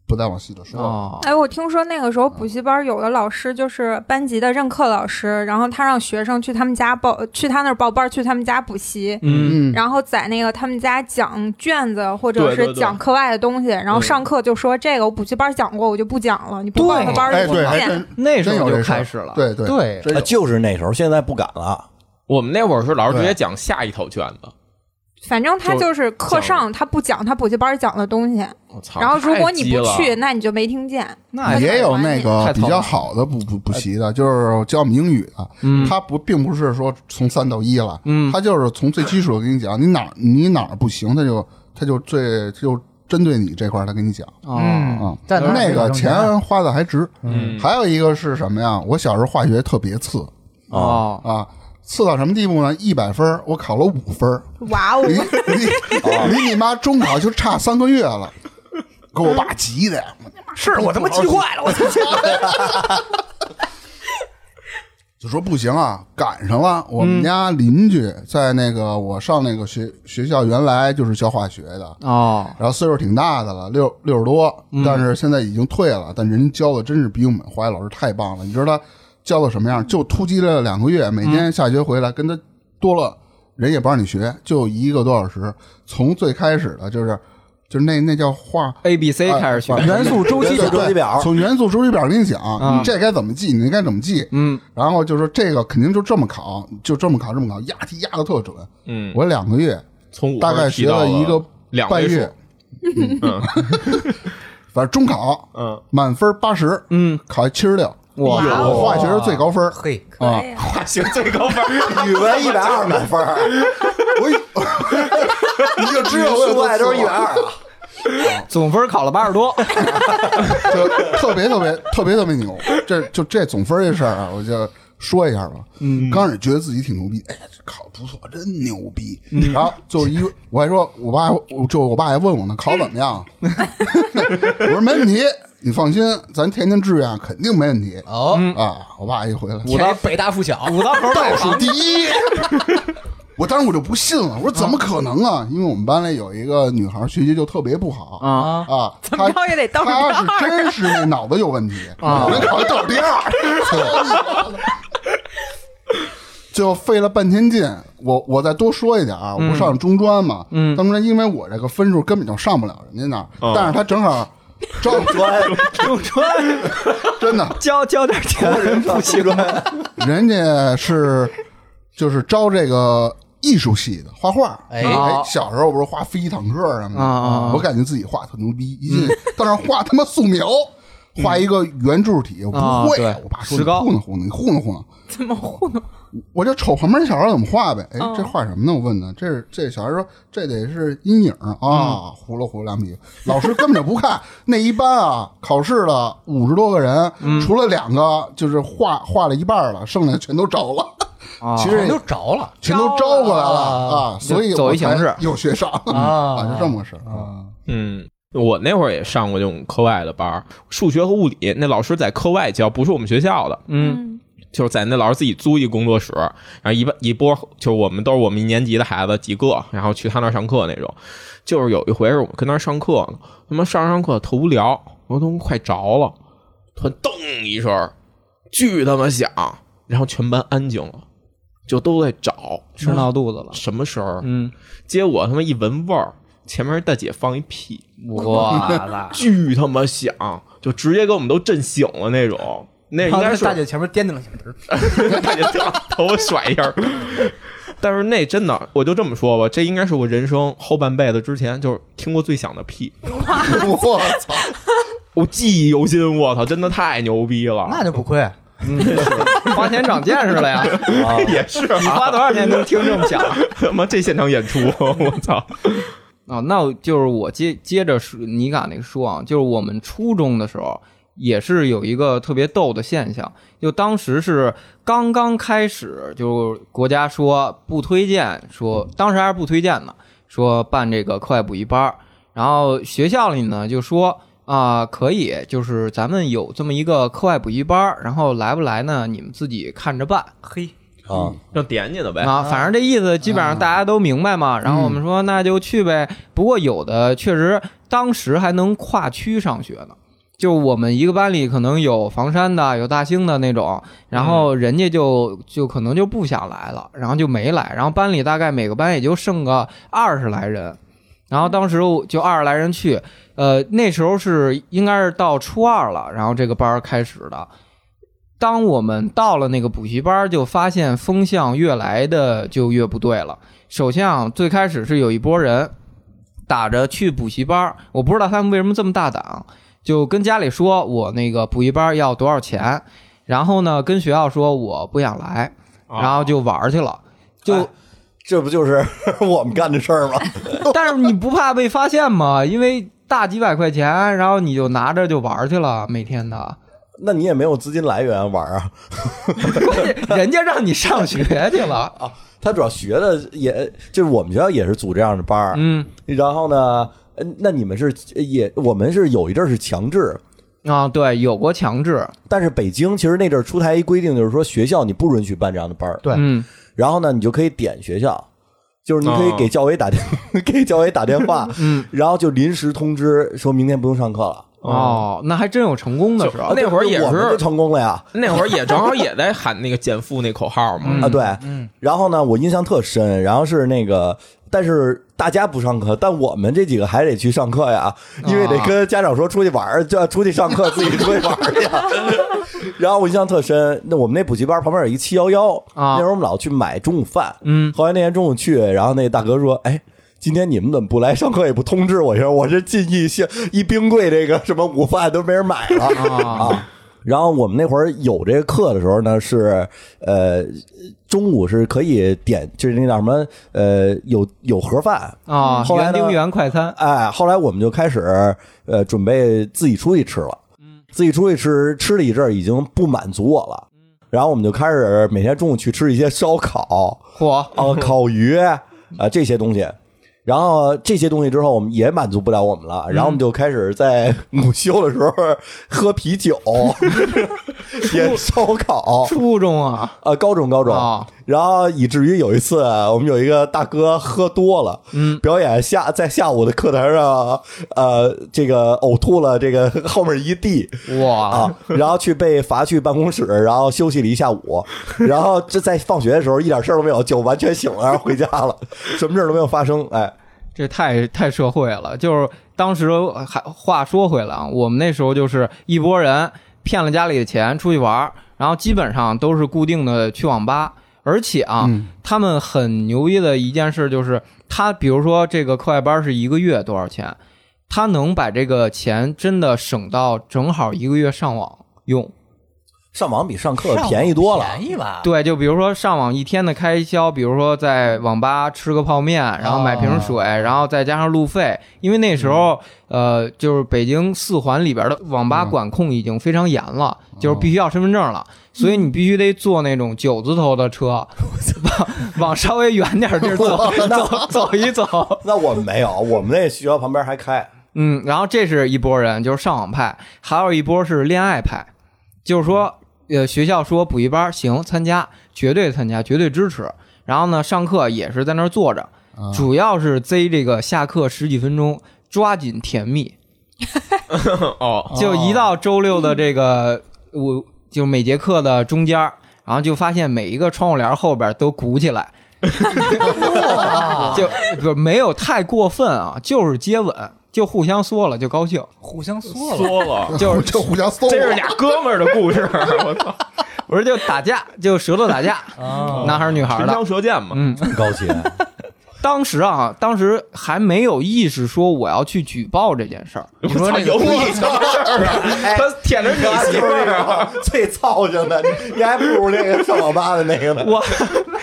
[SPEAKER 5] 不再往细了说了。
[SPEAKER 1] 啊，
[SPEAKER 7] 哎，我听说那个时候补习班有的老师就是班级的任课老师，然后他让学生去他们家报，去他那儿报班，去他们家补习，
[SPEAKER 5] 嗯，
[SPEAKER 7] 然后在那个他们家讲卷子或
[SPEAKER 2] 对
[SPEAKER 7] 者
[SPEAKER 2] 对
[SPEAKER 7] 是
[SPEAKER 2] 对
[SPEAKER 7] 讲课外的东西，然后上课就说这个我补习班讲过，我就不讲了，你不报
[SPEAKER 1] 对
[SPEAKER 7] 那班儿
[SPEAKER 5] 哎，
[SPEAKER 7] 就不
[SPEAKER 5] 对，还
[SPEAKER 7] 见。
[SPEAKER 5] 真
[SPEAKER 1] 那时
[SPEAKER 5] 真
[SPEAKER 1] 候
[SPEAKER 5] 有这
[SPEAKER 1] 就
[SPEAKER 5] 事儿
[SPEAKER 1] 开始了。
[SPEAKER 5] 对对
[SPEAKER 4] 对
[SPEAKER 5] 真
[SPEAKER 8] 啊，
[SPEAKER 5] 有
[SPEAKER 8] 就是那时候，现在不敢了。
[SPEAKER 2] 我们那会儿是老师直接讲下一套卷子。
[SPEAKER 7] 反正他
[SPEAKER 2] 就
[SPEAKER 7] 就是课
[SPEAKER 2] 讲
[SPEAKER 7] 上他不讲他补习班讲的东西，
[SPEAKER 2] 我操！
[SPEAKER 7] 然后如果你
[SPEAKER 2] 太鸡
[SPEAKER 7] 不
[SPEAKER 2] 了
[SPEAKER 7] 去，那你就没听见。
[SPEAKER 1] 那
[SPEAKER 5] 也有
[SPEAKER 7] 太
[SPEAKER 5] 那
[SPEAKER 7] 讨
[SPEAKER 5] 个
[SPEAKER 1] 厌
[SPEAKER 5] 比较好的补补补习的，就是教我们英语的，
[SPEAKER 1] 嗯
[SPEAKER 5] 他不并不是说从三到一了，他就是从最基础的给你讲，你哪儿你哪儿不行，他就他就最就针对你这块儿，他给你讲。
[SPEAKER 1] 啊，
[SPEAKER 5] 啊，
[SPEAKER 4] 在哪儿
[SPEAKER 5] 那个
[SPEAKER 4] 挣钱
[SPEAKER 5] 钱花的还值。
[SPEAKER 2] 嗯
[SPEAKER 5] 还有一个是什么呀？我小时候化学特别次
[SPEAKER 1] 哦，
[SPEAKER 5] 啊，次到什么地步呢？一百分儿我考了五分儿，
[SPEAKER 7] 哇哦
[SPEAKER 5] 离
[SPEAKER 4] 哦
[SPEAKER 5] 离离你妈中考就差三个月了，给我爸急的呀，
[SPEAKER 4] 是我他妈气坏了，我操！
[SPEAKER 5] 就说不行啊，赶上了。我
[SPEAKER 4] 嗯
[SPEAKER 5] 们家邻居在那个我上那个学学校，原来就是教化学的，
[SPEAKER 1] 哦，
[SPEAKER 5] 然后岁数挺大的了，六六十多，
[SPEAKER 1] 嗯
[SPEAKER 5] 但是现在已经退了。但人教的真是比我们化学老师太棒了。你知道他教的什么样？就突击了两个月，每天
[SPEAKER 1] 嗯
[SPEAKER 5] 下学回来跟他多了，人也不让你学，就一个多小时。从最开始的就是就是那那叫化
[SPEAKER 1] A B C
[SPEAKER 5] 哎
[SPEAKER 1] 开始学，
[SPEAKER 5] 反正
[SPEAKER 8] 元素 周期
[SPEAKER 5] 对对
[SPEAKER 8] 周期表
[SPEAKER 5] 从元素周期表给你讲，
[SPEAKER 1] 啊
[SPEAKER 5] 你这该怎么记，你那该怎么记。
[SPEAKER 1] 嗯，
[SPEAKER 5] 然后就说这个肯定就这么考，就这么考，这么考，押题押的特准。
[SPEAKER 2] 嗯，
[SPEAKER 5] 我两个月
[SPEAKER 2] 从五
[SPEAKER 5] 大概学
[SPEAKER 2] 了
[SPEAKER 5] 了一个
[SPEAKER 2] 两
[SPEAKER 5] 半
[SPEAKER 2] 位数
[SPEAKER 5] 月，嗯 反正中考
[SPEAKER 2] 嗯，
[SPEAKER 5] 满分八十，
[SPEAKER 1] 嗯，
[SPEAKER 5] 考七十六，哎
[SPEAKER 1] 哇
[SPEAKER 4] 哎
[SPEAKER 5] 我化学是最高分儿
[SPEAKER 4] 嘿，
[SPEAKER 5] 啊
[SPEAKER 7] 以，啊
[SPEAKER 2] 化学最高分儿。
[SPEAKER 8] 语文一百二满分，
[SPEAKER 5] 我以你就知道我有
[SPEAKER 8] 数
[SPEAKER 5] 多
[SPEAKER 8] 外都是一
[SPEAKER 5] 次
[SPEAKER 8] 百
[SPEAKER 5] 了
[SPEAKER 8] 二啊。
[SPEAKER 1] 总分考了八十 多。
[SPEAKER 5] 就特别特别特别特别牛。这就这总分这事儿啊，我就说一下吧。嗯，刚开始觉得自己挺牛逼，哎呀，这考不错，真牛逼。
[SPEAKER 2] 嗯
[SPEAKER 5] 然后就一，我还说，我爸，我就我爸还问我呢，考怎么样？ 我说没问题，你放心，咱天津志愿肯定没问题。
[SPEAKER 4] 哦，
[SPEAKER 5] 啊，我爸一回来，
[SPEAKER 4] 我到北大附小，
[SPEAKER 1] 五道口
[SPEAKER 5] 倒数第一。 我当时我就不信了，我说怎么可能啊？因为我们班里有一个女孩学习就特别不好
[SPEAKER 1] 啊，
[SPEAKER 5] 啊，
[SPEAKER 7] 怎么
[SPEAKER 5] 她
[SPEAKER 7] 着也得倒数
[SPEAKER 5] 她是
[SPEAKER 7] 第二。
[SPEAKER 5] 真是那脑子有问题，
[SPEAKER 1] 啊
[SPEAKER 5] 我那考倒数第 二，就费了半天劲。我我再多说一点啊，我
[SPEAKER 7] 嗯
[SPEAKER 5] 不上中专嘛，
[SPEAKER 1] 嗯
[SPEAKER 5] 当时因为我这个分数根本就上不了人家那儿，
[SPEAKER 2] 哦
[SPEAKER 5] 但是他正好招 专，
[SPEAKER 1] 中专
[SPEAKER 5] 真的，
[SPEAKER 1] 交交点钱不行吗？
[SPEAKER 5] 人家是就是招这个艺术系的画画。
[SPEAKER 4] 哎
[SPEAKER 5] 哎，小时候不是画飞机坦克什么的，
[SPEAKER 1] 啊啊啊嗯
[SPEAKER 5] 我感觉自己画特牛逼，一进到那儿画他妈素描，画一个圆柱体，我
[SPEAKER 1] 啊
[SPEAKER 5] 不会啊
[SPEAKER 1] 对。
[SPEAKER 5] 我爸说
[SPEAKER 1] 石
[SPEAKER 5] 你
[SPEAKER 1] 膏
[SPEAKER 5] 糊弄糊弄，你糊弄糊弄。
[SPEAKER 7] 怎么糊弄？
[SPEAKER 5] 我就瞅旁边那小孩怎么画呗。哎
[SPEAKER 7] 嗯，
[SPEAKER 1] 哦
[SPEAKER 5] 这画什么呢？我问他。这是这小孩说这得是阴影啊，
[SPEAKER 1] 嗯
[SPEAKER 5] 糊了糊了两笔。老师根本就不看那一班啊，考试了五十多个人，
[SPEAKER 1] 嗯
[SPEAKER 5] 除了两个就是画画了一半了，剩下全都招了，
[SPEAKER 1] 啊
[SPEAKER 5] 其实
[SPEAKER 4] 都着了
[SPEAKER 5] 全都招过来了啊，所以
[SPEAKER 1] 走
[SPEAKER 5] 我
[SPEAKER 1] 一形式
[SPEAKER 5] 才有学上
[SPEAKER 4] 啊
[SPEAKER 5] 啊，就这么个事儿。
[SPEAKER 4] 啊！
[SPEAKER 2] 嗯，我那会儿也上过这种课外的班儿，数学和物理，那老师在课外教，不是我们学校的，
[SPEAKER 1] 嗯，
[SPEAKER 2] 就是在那老师自己租一工作室，然后一般一波就是我们都是我们一年级的孩子几个，然后去他那儿上课那种。就是有一回是我们跟那儿上课呢，他妈上着上课特无聊，我都快着了，突然咚一声，巨他妈响，然后全班安静了，就都在找
[SPEAKER 1] 吃闹 肚子了。
[SPEAKER 2] 什么声儿，
[SPEAKER 1] 嗯，
[SPEAKER 2] 结果他妈一闻味儿，前面大姐放一屁，
[SPEAKER 1] 我 的
[SPEAKER 2] 巨他妈响，就直接给我们都震醒了那种。那应该是
[SPEAKER 4] 大姐前面颠颠了，
[SPEAKER 2] 大姐头甩一下儿。 但是那真的，我就这么说吧，这应该是我人生后半辈子之前就是听过最响的屁，
[SPEAKER 5] 我操！
[SPEAKER 2] 我记忆犹新。我操，真的太牛逼了！
[SPEAKER 4] 那就不亏。
[SPEAKER 1] 花钱长见识了呀！
[SPEAKER 2] 也是啊
[SPEAKER 1] 你花多少钱能听这么响？
[SPEAKER 2] 他妈这现场演出，我操！
[SPEAKER 1] 啊，那我就是我接接着说你敢那个说啊，就是我们初中的时候也是有一个特别逗的现象，就当时是刚刚开始，就是国家说不推荐，说当时还是不推荐呢，说办这个课外补习班儿，然后学校里呢就说。啊、可以，就是咱们有这么一个课外补习班儿，然后来不来呢？你们自己看着办。嘿，
[SPEAKER 8] 啊，
[SPEAKER 2] 让点你的呗。
[SPEAKER 1] 啊，反正这意思基本上大家都明白嘛。然后我们说那就去呗。不过有的确实当时还能跨区上学呢，就我们一个班里可能有房山的，有大兴的那种，然后人家就就可能就不想来了，然后就没来。然后班里大概每个班也就剩个二十来人。然后当时我就二十来人去，呃，那时候是应该是到初二了，然后这个班儿开始的。当我们到了那个补习班儿，就发现风向越来的就越不对了。首先啊，最开始是有一波人打着去补习班儿，我不知道他们为什么这么大胆啊，就跟家里说我那个补习班儿要多少钱，然后呢跟学校说我不想来，然后就玩儿去了。就
[SPEAKER 8] 哎这不就是 我们干的事儿吗？
[SPEAKER 1] 但是你不怕被发现吗？因为大几百块钱，然后你就拿着就玩儿去了，每天的。
[SPEAKER 8] 那你也没有资金来源玩啊？
[SPEAKER 1] 关键人家让你上学去了，
[SPEAKER 8] 他主要学的也就是我们学校也是组这样的班儿，
[SPEAKER 1] 嗯
[SPEAKER 8] 然后呢，呃那你们是也我们是有一阵儿是强制，
[SPEAKER 1] 啊，对，有过强制，
[SPEAKER 8] 但是北京其实那阵儿出台一规定，就是说学校你不允许办这样的班儿，
[SPEAKER 4] 对
[SPEAKER 1] 嗯，
[SPEAKER 8] 然后呢，你就可以点学校，就是你可以
[SPEAKER 2] 哦
[SPEAKER 8] 给教委打电， 给教委打电话，
[SPEAKER 1] 嗯，
[SPEAKER 8] 然后就临时通知说明天不用上课了。啊
[SPEAKER 1] 哦，那还真有成功的时候
[SPEAKER 2] 就那会儿也是
[SPEAKER 8] 我们就成功了呀。
[SPEAKER 2] 那会儿也正好也在喊那个减负那口号嘛。
[SPEAKER 1] 嗯
[SPEAKER 8] 啊，对，然后呢，我印象特深，然后是那个，但是大家不上课，但我们这几个还得去上课
[SPEAKER 1] 啊
[SPEAKER 8] 呀，因为得跟家长说出去玩儿，就要出去上课，自己出去玩儿去 呀。然后我印象特深，那我们那补习班旁边有一七幺幺，
[SPEAKER 1] 啊
[SPEAKER 8] 那时候我们老去买中午饭，
[SPEAKER 1] 嗯
[SPEAKER 8] 后来那天中午去，然后那大哥说，哎。今天你们怎么不来上课，也不通知我一声？我这进一些一冰柜这个什么午饭都没人买了，
[SPEAKER 1] 啊，
[SPEAKER 8] 啊。然后我们那会儿有这个课的时候呢，是呃中午是可以点，就是那叫什么呃有有盒饭
[SPEAKER 1] 啊，
[SPEAKER 8] 嗯后来
[SPEAKER 1] 园
[SPEAKER 8] 呢
[SPEAKER 1] 丁园快餐，
[SPEAKER 8] 哎，后来我们就开始呃准备自己出去吃了，
[SPEAKER 1] 嗯
[SPEAKER 8] 自己出去吃吃了一阵儿，已经不满足我了。然后我们就开始每天中午去吃一些烧 烤，
[SPEAKER 1] 嚯，
[SPEAKER 8] 哦，烤鱼啊、呃这些东西。然后这些东西之后，我们也满足不了我们
[SPEAKER 1] 嗯
[SPEAKER 8] 了，然后我们就开始在午休的时候喝啤 酒，也烧烤，
[SPEAKER 1] 初中啊，
[SPEAKER 8] 呃，高中高中，
[SPEAKER 1] 啊
[SPEAKER 8] 然后以至于有一次我们有一个大哥喝多了，嗯，表演下在下午的课堂上，呃，这个呕吐了，这个后面一地，
[SPEAKER 1] 哇，
[SPEAKER 8] 啊，然后去被罚去办公室，然后休息了一下 午，然后这在放学的时候一点事儿都没有，就完全醒了，然后回家了，什么事儿都没有发生。哎，
[SPEAKER 1] 这太太社会了。就是当时还话说回来啊，我们那时候就是一拨人骗了家里的钱出去玩儿，然后基本上都是固定的去网吧，而且啊，
[SPEAKER 5] 嗯
[SPEAKER 1] 他们很牛逼的一件事就是，他比如说这个课外班是一个月多少钱，他能把这个钱真的省到正好一个月上网用。
[SPEAKER 8] 上网比上课便宜多了，
[SPEAKER 9] 便宜
[SPEAKER 4] 啊
[SPEAKER 9] 吧？
[SPEAKER 1] 对，就比如说上网一天的开销，比如说在网吧吃个泡面，然后买瓶水，然后再加上路费，因为那时候、呃，就是北京四环里边的网吧管控已经非常严了，就是必须要身份证了，所以你必须得坐那种九字头的车， 往往稍微远点儿地 儿走走 走一走。
[SPEAKER 8] 那我们没有，我们那学校旁边还开。
[SPEAKER 1] 嗯，然后这是一波人，就是上网派，还有一波是恋爱派，就是说，呃，学校说补习班行，参加，绝对参加，绝对支持。然后呢，上课也是在那儿坐着，
[SPEAKER 5] 啊嗯
[SPEAKER 1] 主要是贼这个下课十几分钟，抓紧甜蜜。
[SPEAKER 5] 啊
[SPEAKER 2] 哦，
[SPEAKER 1] 就 一到周六的这个，我就每节课的中间儿，然后就发现每一个窗户帘后边都鼓 起来，就不没有太过分啊，就是接吻，就互相缩了就高兴。
[SPEAKER 4] 互相缩了，
[SPEAKER 2] 说了，
[SPEAKER 1] 就是
[SPEAKER 5] 这互相搜，
[SPEAKER 2] 这是俩哥们儿的故事，我操，
[SPEAKER 1] 不是就打架，就舌头打架，男孩儿女孩儿
[SPEAKER 2] 唇
[SPEAKER 1] 的
[SPEAKER 2] 枪。舌剑嘛，
[SPEAKER 1] 嗯，
[SPEAKER 8] 高级，
[SPEAKER 1] 当时啊，当时还没有意识说我要去举报这件事儿。
[SPEAKER 2] 你说有你什么事儿 啊？他舔着 你媳妇儿啊？
[SPEAKER 8] 最操性的，你你还不如那个上网吧的那个呢。
[SPEAKER 1] 我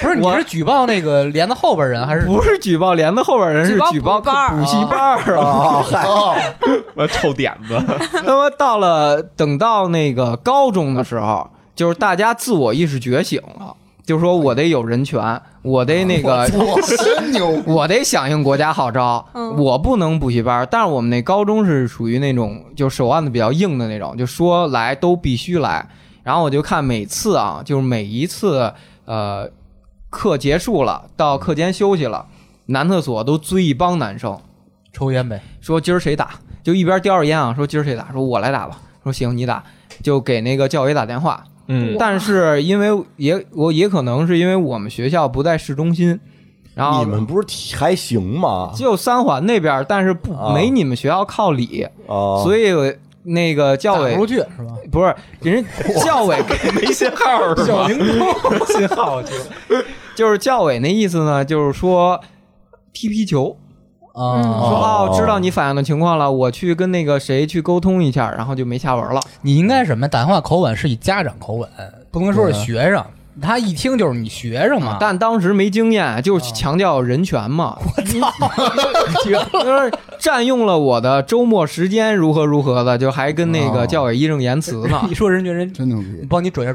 [SPEAKER 9] 不是，你
[SPEAKER 1] 我
[SPEAKER 9] 是举报那个帘子后边人还是？
[SPEAKER 1] 不是举报帘子后边人，是
[SPEAKER 7] 举报
[SPEAKER 1] 举报
[SPEAKER 7] 补习班儿
[SPEAKER 1] 补习班儿啊！
[SPEAKER 8] 哦，嗨，
[SPEAKER 2] 我臭点子，
[SPEAKER 1] 他妈到了等到那个高中的时候，就是大家自我意识觉醒了，就是说我得有人权，我得那个
[SPEAKER 5] 我真牛！
[SPEAKER 1] 我得响应国家号召，
[SPEAKER 7] 嗯
[SPEAKER 1] 我不能补习班儿。但是我们那高中是属于那种就手腕子比较硬的那种，就说来都必须来。然后我就看每次啊，就是每一次呃课结束了，到课间休息了，男厕所都追一帮男生，
[SPEAKER 9] 抽烟呗，
[SPEAKER 1] 说今儿谁打，就一边叼着烟啊，说今儿谁打，说我来打吧，说行你打，就给那个教委打电话。
[SPEAKER 2] 嗯
[SPEAKER 1] 但是因为也我也可能是因为我们学校不在市中心，然后
[SPEAKER 8] 你们不是体还行吗？
[SPEAKER 1] 就三环那边儿，但是不、
[SPEAKER 8] 啊
[SPEAKER 1] 没你们学校靠里，
[SPEAKER 8] 哦，
[SPEAKER 1] 所以那个教
[SPEAKER 9] 打不
[SPEAKER 1] 委
[SPEAKER 9] 出去是吧？
[SPEAKER 1] 不是 人家教委
[SPEAKER 2] 没信号是吧？
[SPEAKER 9] 信号去
[SPEAKER 1] 就是教委那意思呢，就是说踢皮球，
[SPEAKER 9] 啊！
[SPEAKER 1] 说
[SPEAKER 8] 哦
[SPEAKER 1] 哦知道你反映的情况了，我去跟那个谁去沟通一下，然后就没下文了。
[SPEAKER 9] 你应该什么？打电话口吻是以家长口吻，不能说是学生。他一听就是你学生
[SPEAKER 8] 啊
[SPEAKER 9] 嘛，
[SPEAKER 1] 但当时没经验，就强调人 权嘛，就是占用了我的周末时间，如何如何的，就还跟那个教委义正言辞呢
[SPEAKER 8] 啊
[SPEAKER 9] 。你说人觉得人，
[SPEAKER 5] 真牛
[SPEAKER 9] 你
[SPEAKER 5] 逼！
[SPEAKER 9] 帮你转一下。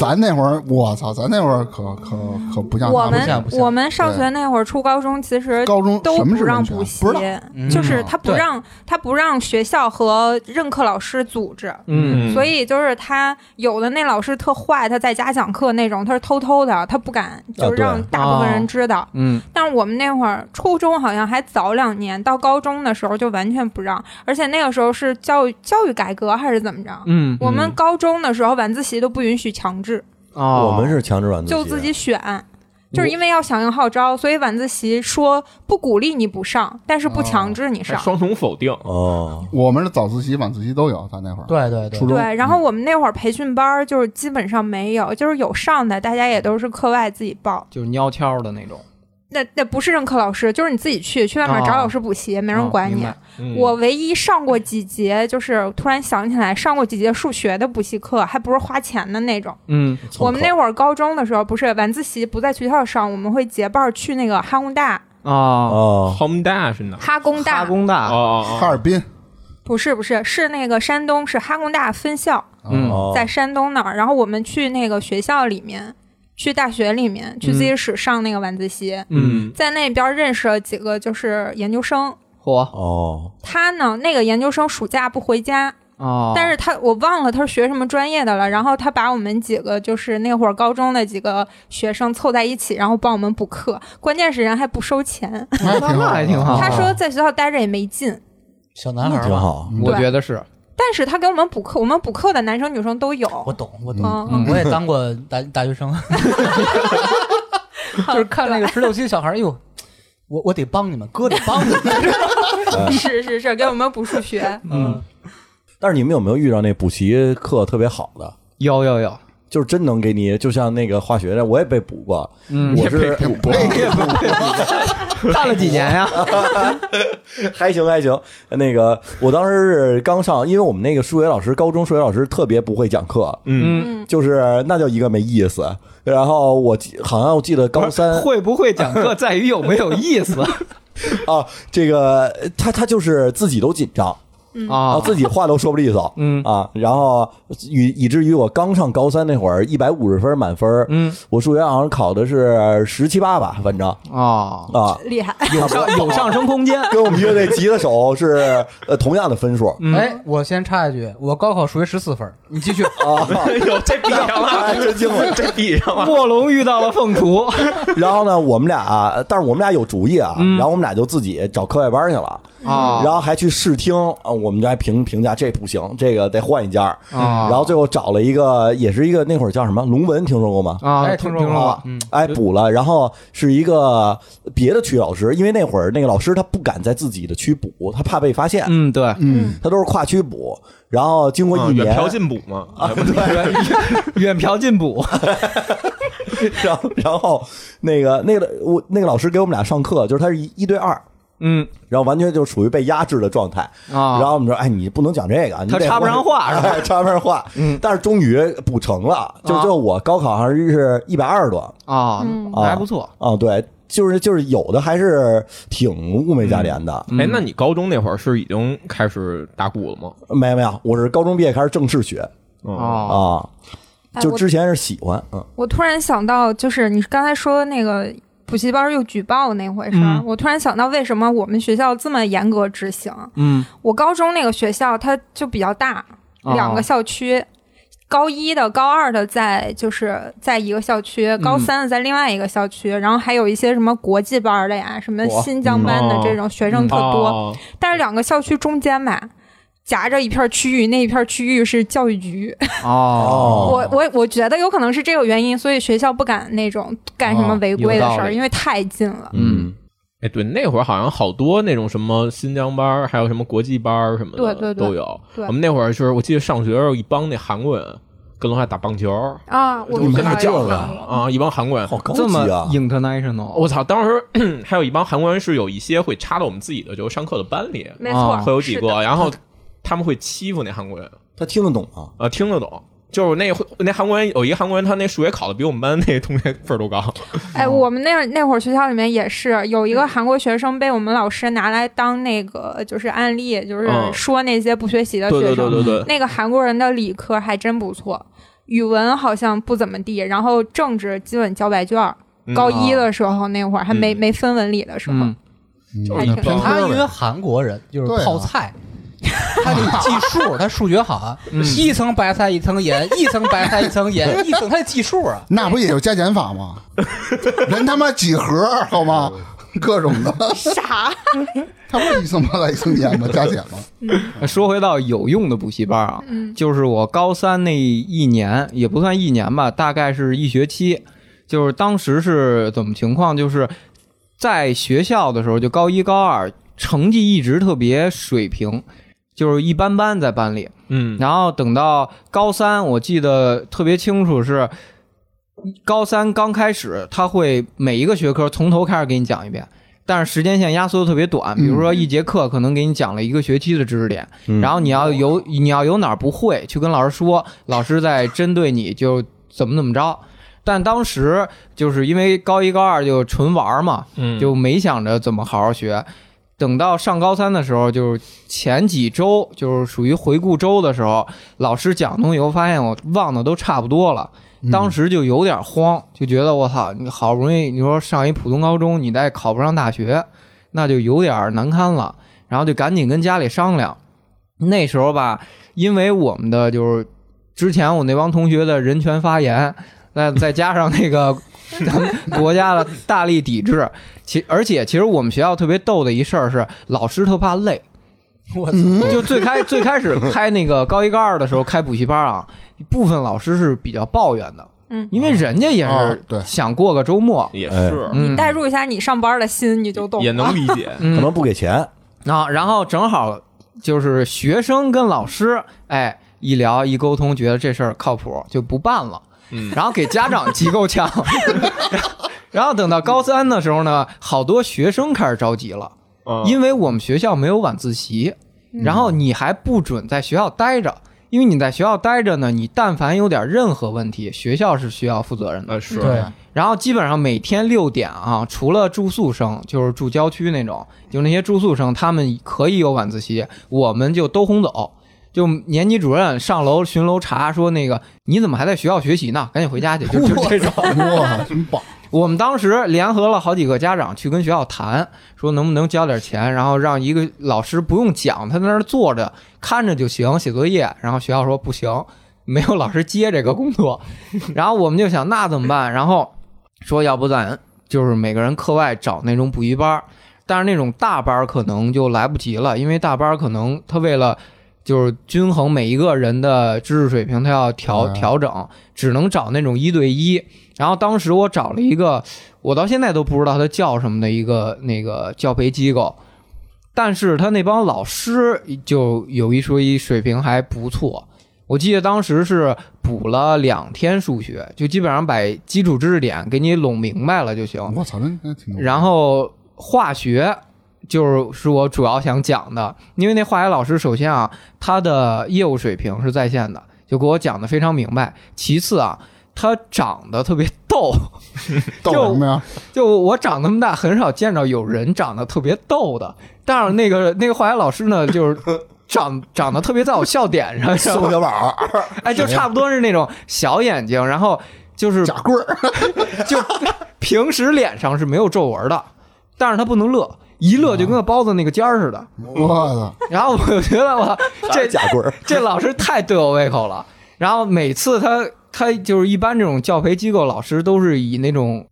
[SPEAKER 5] 咱那会儿，我操，咱那会儿可可可不像
[SPEAKER 7] 我
[SPEAKER 5] 他
[SPEAKER 9] 像
[SPEAKER 7] 们
[SPEAKER 9] 不像
[SPEAKER 7] 我们上学那会儿，初高中其实
[SPEAKER 5] 高中
[SPEAKER 7] 都
[SPEAKER 5] 什么
[SPEAKER 7] 不
[SPEAKER 5] 是
[SPEAKER 7] 让
[SPEAKER 5] 人权
[SPEAKER 7] 补习
[SPEAKER 5] 啊不知道，
[SPEAKER 9] 嗯
[SPEAKER 7] 就是他不
[SPEAKER 9] 对
[SPEAKER 7] 让他不让学校和任课老师组织。
[SPEAKER 1] 嗯，
[SPEAKER 7] 所以就是他有的那老师特坏，他在家讲课那种，他是偷偷的，他不敢就是
[SPEAKER 8] 对
[SPEAKER 7] 让大部分
[SPEAKER 1] 哦
[SPEAKER 7] 人知道。
[SPEAKER 1] 嗯，
[SPEAKER 7] 但是我们那会儿初中好像还早两年，到高中的时候就完全不让，而且那个时候是教育教育改革还是怎么着？
[SPEAKER 1] 嗯
[SPEAKER 7] 我们高中的时候晚自习都不允许强制，
[SPEAKER 1] 哦，
[SPEAKER 8] 我们是强制晚自习，
[SPEAKER 7] 就自己选。
[SPEAKER 1] 啊
[SPEAKER 7] 就是因为要响应号召，所以晚自习说不鼓励你不上，但
[SPEAKER 1] 哦
[SPEAKER 7] 是不强制你
[SPEAKER 2] 还
[SPEAKER 7] 上。
[SPEAKER 2] 双重否定，
[SPEAKER 8] 哦，
[SPEAKER 5] 我们是早自习、晚自习都有，咱那会儿
[SPEAKER 9] 对对对
[SPEAKER 5] 初，中
[SPEAKER 7] 对，然后我们那会儿培训班儿就是基本上没有，就是有上的，大家也都是课外自己报。
[SPEAKER 1] 就是蔫悄的那种。
[SPEAKER 7] 那那不是任课老师，就是你自己去去外面找
[SPEAKER 1] 哦
[SPEAKER 7] 老师补习，没人
[SPEAKER 1] 哦
[SPEAKER 7] 管
[SPEAKER 1] 明
[SPEAKER 7] 你。
[SPEAKER 1] 白
[SPEAKER 2] 嗯
[SPEAKER 7] 我唯一上过几节，就是突然想起来上过几节数学的补习课，还不是花钱的那种。
[SPEAKER 1] 嗯，
[SPEAKER 8] 蹭
[SPEAKER 7] 我们
[SPEAKER 8] 课
[SPEAKER 7] 那会儿高中的时候，不是晚自习不在学校上，我们会结伴儿去那个哈工大、
[SPEAKER 1] 啊，
[SPEAKER 8] 哦，
[SPEAKER 2] home 大是哪儿？
[SPEAKER 7] 哈工
[SPEAKER 1] 哈
[SPEAKER 7] 大，
[SPEAKER 1] 工
[SPEAKER 2] 哦
[SPEAKER 1] 大，
[SPEAKER 2] 哦
[SPEAKER 5] 哈尔滨，
[SPEAKER 7] 不是不是是那个山东，是哈工大分校，
[SPEAKER 5] 啊
[SPEAKER 1] 嗯
[SPEAKER 8] 哦
[SPEAKER 7] 在山东那儿。然后我们去那个学校里面，去大学里面，去自习室上那个晚自习，
[SPEAKER 2] 嗯，
[SPEAKER 7] 在那边认识了几个就是研究生。
[SPEAKER 1] 嚯，
[SPEAKER 8] 哦，
[SPEAKER 7] 他呢，那个研究生暑假不回家，
[SPEAKER 1] 哦，
[SPEAKER 7] 但是他我忘了他是学什么专业的了，然后他把我们几个就是那会儿高中的几个学生凑在一起，然后帮我们补课，关键是人还不收钱。
[SPEAKER 5] 那挺
[SPEAKER 1] 那
[SPEAKER 5] 好，
[SPEAKER 1] 还挺好。
[SPEAKER 7] 他说在学校待着也没劲，
[SPEAKER 9] 小男
[SPEAKER 8] 那
[SPEAKER 9] 孩
[SPEAKER 8] 挺
[SPEAKER 9] 嘛，
[SPEAKER 8] 好。
[SPEAKER 1] 我觉得是，
[SPEAKER 7] 但是他给我们补课，我们补课的男生女生都有。
[SPEAKER 9] 我懂，我懂，
[SPEAKER 7] 嗯
[SPEAKER 9] 我也当过大 大学生，就是看 那个十六七小孩儿，哎呦，我我得帮你们，哥得帮你们，
[SPEAKER 7] 是是是，给我们补数学。
[SPEAKER 1] 嗯，
[SPEAKER 8] 但是你们有没有遇到那补习课特别好的？
[SPEAKER 1] 有 有有，
[SPEAKER 8] 就是真能给你，就像那个化学的，我也被补过。
[SPEAKER 1] 嗯
[SPEAKER 8] 我是
[SPEAKER 1] 干了几年呀？
[SPEAKER 8] 还行还行。那个我当时是刚上，因为我们那个数学老师，高中数学老师特别不会讲课，
[SPEAKER 1] 嗯，
[SPEAKER 7] 嗯，
[SPEAKER 8] 就是那叫一个没意思。然后我记好像我记得高三
[SPEAKER 1] 会不会讲课在于有没有意 思
[SPEAKER 8] 啊，这个他他就是自己都紧张
[SPEAKER 1] 啊
[SPEAKER 8] 啊，自己话都说不利索。
[SPEAKER 1] 嗯
[SPEAKER 8] 啊，然后以以至于我刚上高三那会儿，一百五十分满分，
[SPEAKER 1] 嗯
[SPEAKER 8] 我数学好像考的是十七八吧，反正
[SPEAKER 7] 嗯
[SPEAKER 1] 啊，
[SPEAKER 8] 啊，
[SPEAKER 7] 厉害。
[SPEAKER 1] 有上有上升空间。
[SPEAKER 8] 跟我们乐队吉他手是呃同样的分数
[SPEAKER 1] 嗯
[SPEAKER 9] 哎，我先插一句，我高考数学十四分儿，你 继续。
[SPEAKER 8] 啊，
[SPEAKER 2] 哎呦，这比上了，
[SPEAKER 8] 真惊了。
[SPEAKER 2] 哎 这比上了。
[SPEAKER 1] 卧龙遇到了凤雏，
[SPEAKER 8] 然后呢，我们俩啊，但是我们俩有主意啊，
[SPEAKER 1] 嗯
[SPEAKER 8] 然后我们俩就自己找课外班去了，
[SPEAKER 1] 啊
[SPEAKER 8] 然后还去试听啊，我们就还评评价这不行，这个得换一家。
[SPEAKER 1] 啊
[SPEAKER 8] 然后最后找了一个，也是一个那会儿叫什么龙文，听说过吗？
[SPEAKER 1] 啊，
[SPEAKER 9] 哎
[SPEAKER 1] 听
[SPEAKER 9] 听说
[SPEAKER 1] 过
[SPEAKER 9] 过
[SPEAKER 1] 了，嗯，
[SPEAKER 8] 哎，补了，然后是一个别的区老师，因为那会儿那个老师他不敢在自己的区补，他怕被发现，
[SPEAKER 1] 嗯，对，
[SPEAKER 7] 嗯，
[SPEAKER 8] 他都是跨区补。然后经过
[SPEAKER 2] 啊
[SPEAKER 8] 一
[SPEAKER 2] 远
[SPEAKER 8] 年，
[SPEAKER 2] 嫖进补嘛，哎不是
[SPEAKER 1] 远嫖近补，
[SPEAKER 8] 然后然后那个那个我那个老师给我们俩上课，就是他是一一对二，
[SPEAKER 1] 嗯
[SPEAKER 8] 然后完全就处于被压制的状态。
[SPEAKER 1] 啊，
[SPEAKER 8] 然后我们说，哎，你不能讲这个，你
[SPEAKER 1] 他
[SPEAKER 8] 得
[SPEAKER 1] 插不上话是吧
[SPEAKER 8] 哎 插不上话。
[SPEAKER 1] 嗯
[SPEAKER 8] 但是终于补成了，就
[SPEAKER 1] 啊
[SPEAKER 8] 就我高考好像是一百二十多
[SPEAKER 1] 啊，
[SPEAKER 7] 嗯
[SPEAKER 1] 还不错，
[SPEAKER 8] 啊，对，就是就是有的还是挺物美价廉的。
[SPEAKER 2] 哎，那你高中那会儿是已经开始打鼓了吗？
[SPEAKER 8] 没有没有，我是高中毕业开始正式学
[SPEAKER 2] 哦，
[SPEAKER 1] 嗯啊
[SPEAKER 8] 啊，
[SPEAKER 7] 哎
[SPEAKER 8] 就
[SPEAKER 7] 我
[SPEAKER 8] 之前是喜欢，嗯
[SPEAKER 7] 我突然想到，就是你刚才说那个补习班又举报那回事儿，
[SPEAKER 1] 嗯
[SPEAKER 7] 我突然想到，为什么我们学校这么严格执行？
[SPEAKER 1] 嗯
[SPEAKER 7] 我高中那个学校它就比较大，
[SPEAKER 1] 哦
[SPEAKER 7] 两个校区，高一的、高二的在就是在一个校区，高三的在另外一个校区，然后还有一些什么国际班的呀、什么
[SPEAKER 8] 哇
[SPEAKER 7] 新疆班的
[SPEAKER 2] 嗯
[SPEAKER 7] 这种学生特多，
[SPEAKER 2] 哦，
[SPEAKER 7] 但是两个校区中间吧。夹着一片区域，那一片区域是教育局。
[SPEAKER 1] 哦，
[SPEAKER 7] 我我我觉得有可能是这个原因，所以学校不敢那种干什么
[SPEAKER 1] 哦
[SPEAKER 7] 违规的
[SPEAKER 1] 有道
[SPEAKER 7] 事儿，
[SPEAKER 1] 理
[SPEAKER 7] 因为太近了。
[SPEAKER 1] 嗯，
[SPEAKER 2] 哎，对，那会儿好像好多那种什么新疆班儿，还有什么国际班儿什么的，
[SPEAKER 7] 对对对
[SPEAKER 2] 都有。
[SPEAKER 7] 对
[SPEAKER 2] 我们那会儿就是，我记得上学时候一帮那韩国人跟楼下打棒球儿
[SPEAKER 7] 啊，我
[SPEAKER 8] 你
[SPEAKER 7] 知
[SPEAKER 8] 们
[SPEAKER 7] 道
[SPEAKER 8] 还这
[SPEAKER 7] 有
[SPEAKER 8] 个
[SPEAKER 7] 看过
[SPEAKER 2] 啊，一帮韩国人。
[SPEAKER 8] 好高
[SPEAKER 1] 哦这
[SPEAKER 8] 级
[SPEAKER 1] 么
[SPEAKER 8] 啊，
[SPEAKER 1] international，
[SPEAKER 2] 我操！当时 还有一帮韩国人是有一些会插到我们自己的就是上课的班里，
[SPEAKER 7] 没错，
[SPEAKER 1] 啊
[SPEAKER 2] 哦会有几
[SPEAKER 7] 是的
[SPEAKER 2] 个，然后他们会欺负那韩国人，
[SPEAKER 8] 他听得懂吗？
[SPEAKER 2] 啊，听得懂。就是那会那韩国人有一个韩国人，他那数学考的比我们班那同学分儿都高。
[SPEAKER 7] 哎，我们那那会儿学校里面也是有
[SPEAKER 2] 嗯
[SPEAKER 7] 一个韩国学生被我们老师拿来当那个就是案例，就是
[SPEAKER 2] 嗯
[SPEAKER 7] 说那些不学习的学
[SPEAKER 2] 对
[SPEAKER 7] 生。
[SPEAKER 2] 对对对对，
[SPEAKER 7] 那个韩国人的理科还真不错，语文好像不怎么地，然后政治基本交白卷儿。
[SPEAKER 2] 嗯
[SPEAKER 7] 高一的时候那会儿还没、
[SPEAKER 2] 嗯
[SPEAKER 7] 没分文理的时候，
[SPEAKER 1] 嗯，
[SPEAKER 2] 就
[SPEAKER 7] 还
[SPEAKER 2] 是
[SPEAKER 7] 挺
[SPEAKER 2] 一
[SPEAKER 7] 好
[SPEAKER 2] 帮
[SPEAKER 9] 他因为韩国人就是
[SPEAKER 5] 对啊
[SPEAKER 9] 泡 菜，他得 记数，他数学好啊，
[SPEAKER 5] 嗯
[SPEAKER 7] 嗯
[SPEAKER 9] 一层白菜一层盐，一层白菜一层盐，一层他得记数啊。
[SPEAKER 5] 那不也有加减法吗？人他妈几何好吗？各种的，
[SPEAKER 7] 啥？
[SPEAKER 5] 他不是一层八来一层盐吗？加减吗？
[SPEAKER 1] 嗯说回到有用的补习班啊，
[SPEAKER 7] 嗯
[SPEAKER 1] 就是我高三那一年，也不算一年吧，大概是一学期。就是当时是怎么情况？就是在学校的时候，就高一、高二成绩一直特别水平，就是一般般在班里。
[SPEAKER 2] 嗯
[SPEAKER 1] 然后等到高三，我记得特别清楚是。高三刚开始，他会每一个学科从头开始给你讲一遍，但是时间线压缩的特别短。比如说一节课可能给你讲了一个学期的知识点，
[SPEAKER 8] 嗯
[SPEAKER 1] 然后你要有你要有哪儿不会，去跟老师说，老师再针对你就怎么怎么着。但当时就是因为高一高二就纯玩儿嘛，
[SPEAKER 2] 嗯
[SPEAKER 1] 就没想着怎么好好学。等到上高三的时候，就是前几周，就是属于回顾周的时候，老师讲的东西，我发现我忘的都差不多了。
[SPEAKER 5] 嗯
[SPEAKER 1] 当时就有点慌，就觉得我操，你好不容易你说上一普通高中，你再考不上大学，那就有点难堪了。然后就赶紧跟家里商量，那时候吧，因为我们的就是之前我那帮同学的人权发言，那再加上那个咱们国家的大力抵制，其而且其实我们学校特别逗的一事儿是，老师特怕累。
[SPEAKER 9] 我操，
[SPEAKER 5] 嗯
[SPEAKER 1] 就最开最开始开那个高一高二的时候开补习班啊，部分老师是比较抱怨的，
[SPEAKER 7] 嗯
[SPEAKER 1] 因为人家也
[SPEAKER 8] 哦
[SPEAKER 5] 啊
[SPEAKER 1] 是
[SPEAKER 5] 对
[SPEAKER 1] 想过个周末，
[SPEAKER 2] 也是，
[SPEAKER 1] 嗯，
[SPEAKER 7] 代入一下你上班的心，你就懂
[SPEAKER 2] 也
[SPEAKER 7] 了。
[SPEAKER 2] 能理解。
[SPEAKER 1] 嗯
[SPEAKER 8] 可能不给钱，
[SPEAKER 1] 啊，然后正好就是学生跟老师，哎，一聊一沟通，觉得这事儿靠谱，就不办了。
[SPEAKER 2] 嗯
[SPEAKER 1] 然后给家长急够呛。 然后等到高三的时候呢，好多学生开始着急了，
[SPEAKER 2] 嗯
[SPEAKER 1] 因为我们学校没有晚自习，然后你还不准在学校待着。因为你在学校待着呢，你但凡有点任何问题，学校是需要负责任的。
[SPEAKER 2] 那呃是
[SPEAKER 9] 对，
[SPEAKER 1] 然后基本上每天六点啊，除了住宿生，就是住郊区那种，就那些住宿生，他们可以有晚自习，我们就都轰走。就年级主任上楼巡楼查，说那个你怎么还在学校学习呢？赶紧回家去，就 就这种。
[SPEAKER 5] 哇，真棒！
[SPEAKER 1] 我们当时联合了好几个家长去跟学校谈，说能不能交点钱，然后让一个老师不用讲，他在那儿坐着看着就行，写作业。然后学校说不行，没有老师接这个工作。然后我们就想那怎么办？然后说要不咱就是每个人课外找那种补习班儿，但是那种大班儿可能就来不及了，因为大班儿可能他为了。就是均衡每一个人的知识水平，他要调
[SPEAKER 5] 嗯
[SPEAKER 1] 调整，只能找那种一对一。然后当时我找了一个，我到现在都不知道它叫什么的一个那个教培机构，但是他那帮老师就有一说一，水平还不错。我记得当时是补了两天数学，就基本上把基础知识点给你拢明白了就行。
[SPEAKER 5] 嗯我操，真真挺牛。
[SPEAKER 1] 然后化学就是是我主要想讲的，因为那化学老师首先啊，他的业务水平是在线的，就给我讲的非常明白。其次啊，他长得特别逗，
[SPEAKER 5] 逗
[SPEAKER 1] 就
[SPEAKER 5] 什么呀？
[SPEAKER 1] 就我长那么大很少见着有人长得特别逗的，但是那个那 个化学老师呢，就是长长得特别在我笑点上，
[SPEAKER 8] 宋小宝
[SPEAKER 1] 哎，就差不多是那种小眼睛，然后就是
[SPEAKER 5] 假棍儿，
[SPEAKER 1] 就平时脸上是没有皱纹的，但是他不能乐，一乐就跟个包子那个尖儿似的。
[SPEAKER 5] 我操！
[SPEAKER 1] 然后我就觉得我 这
[SPEAKER 8] 假棍 儿，
[SPEAKER 1] 这老师太对我胃口了。然后每次他他就是一般这种教培机构老师都是以那种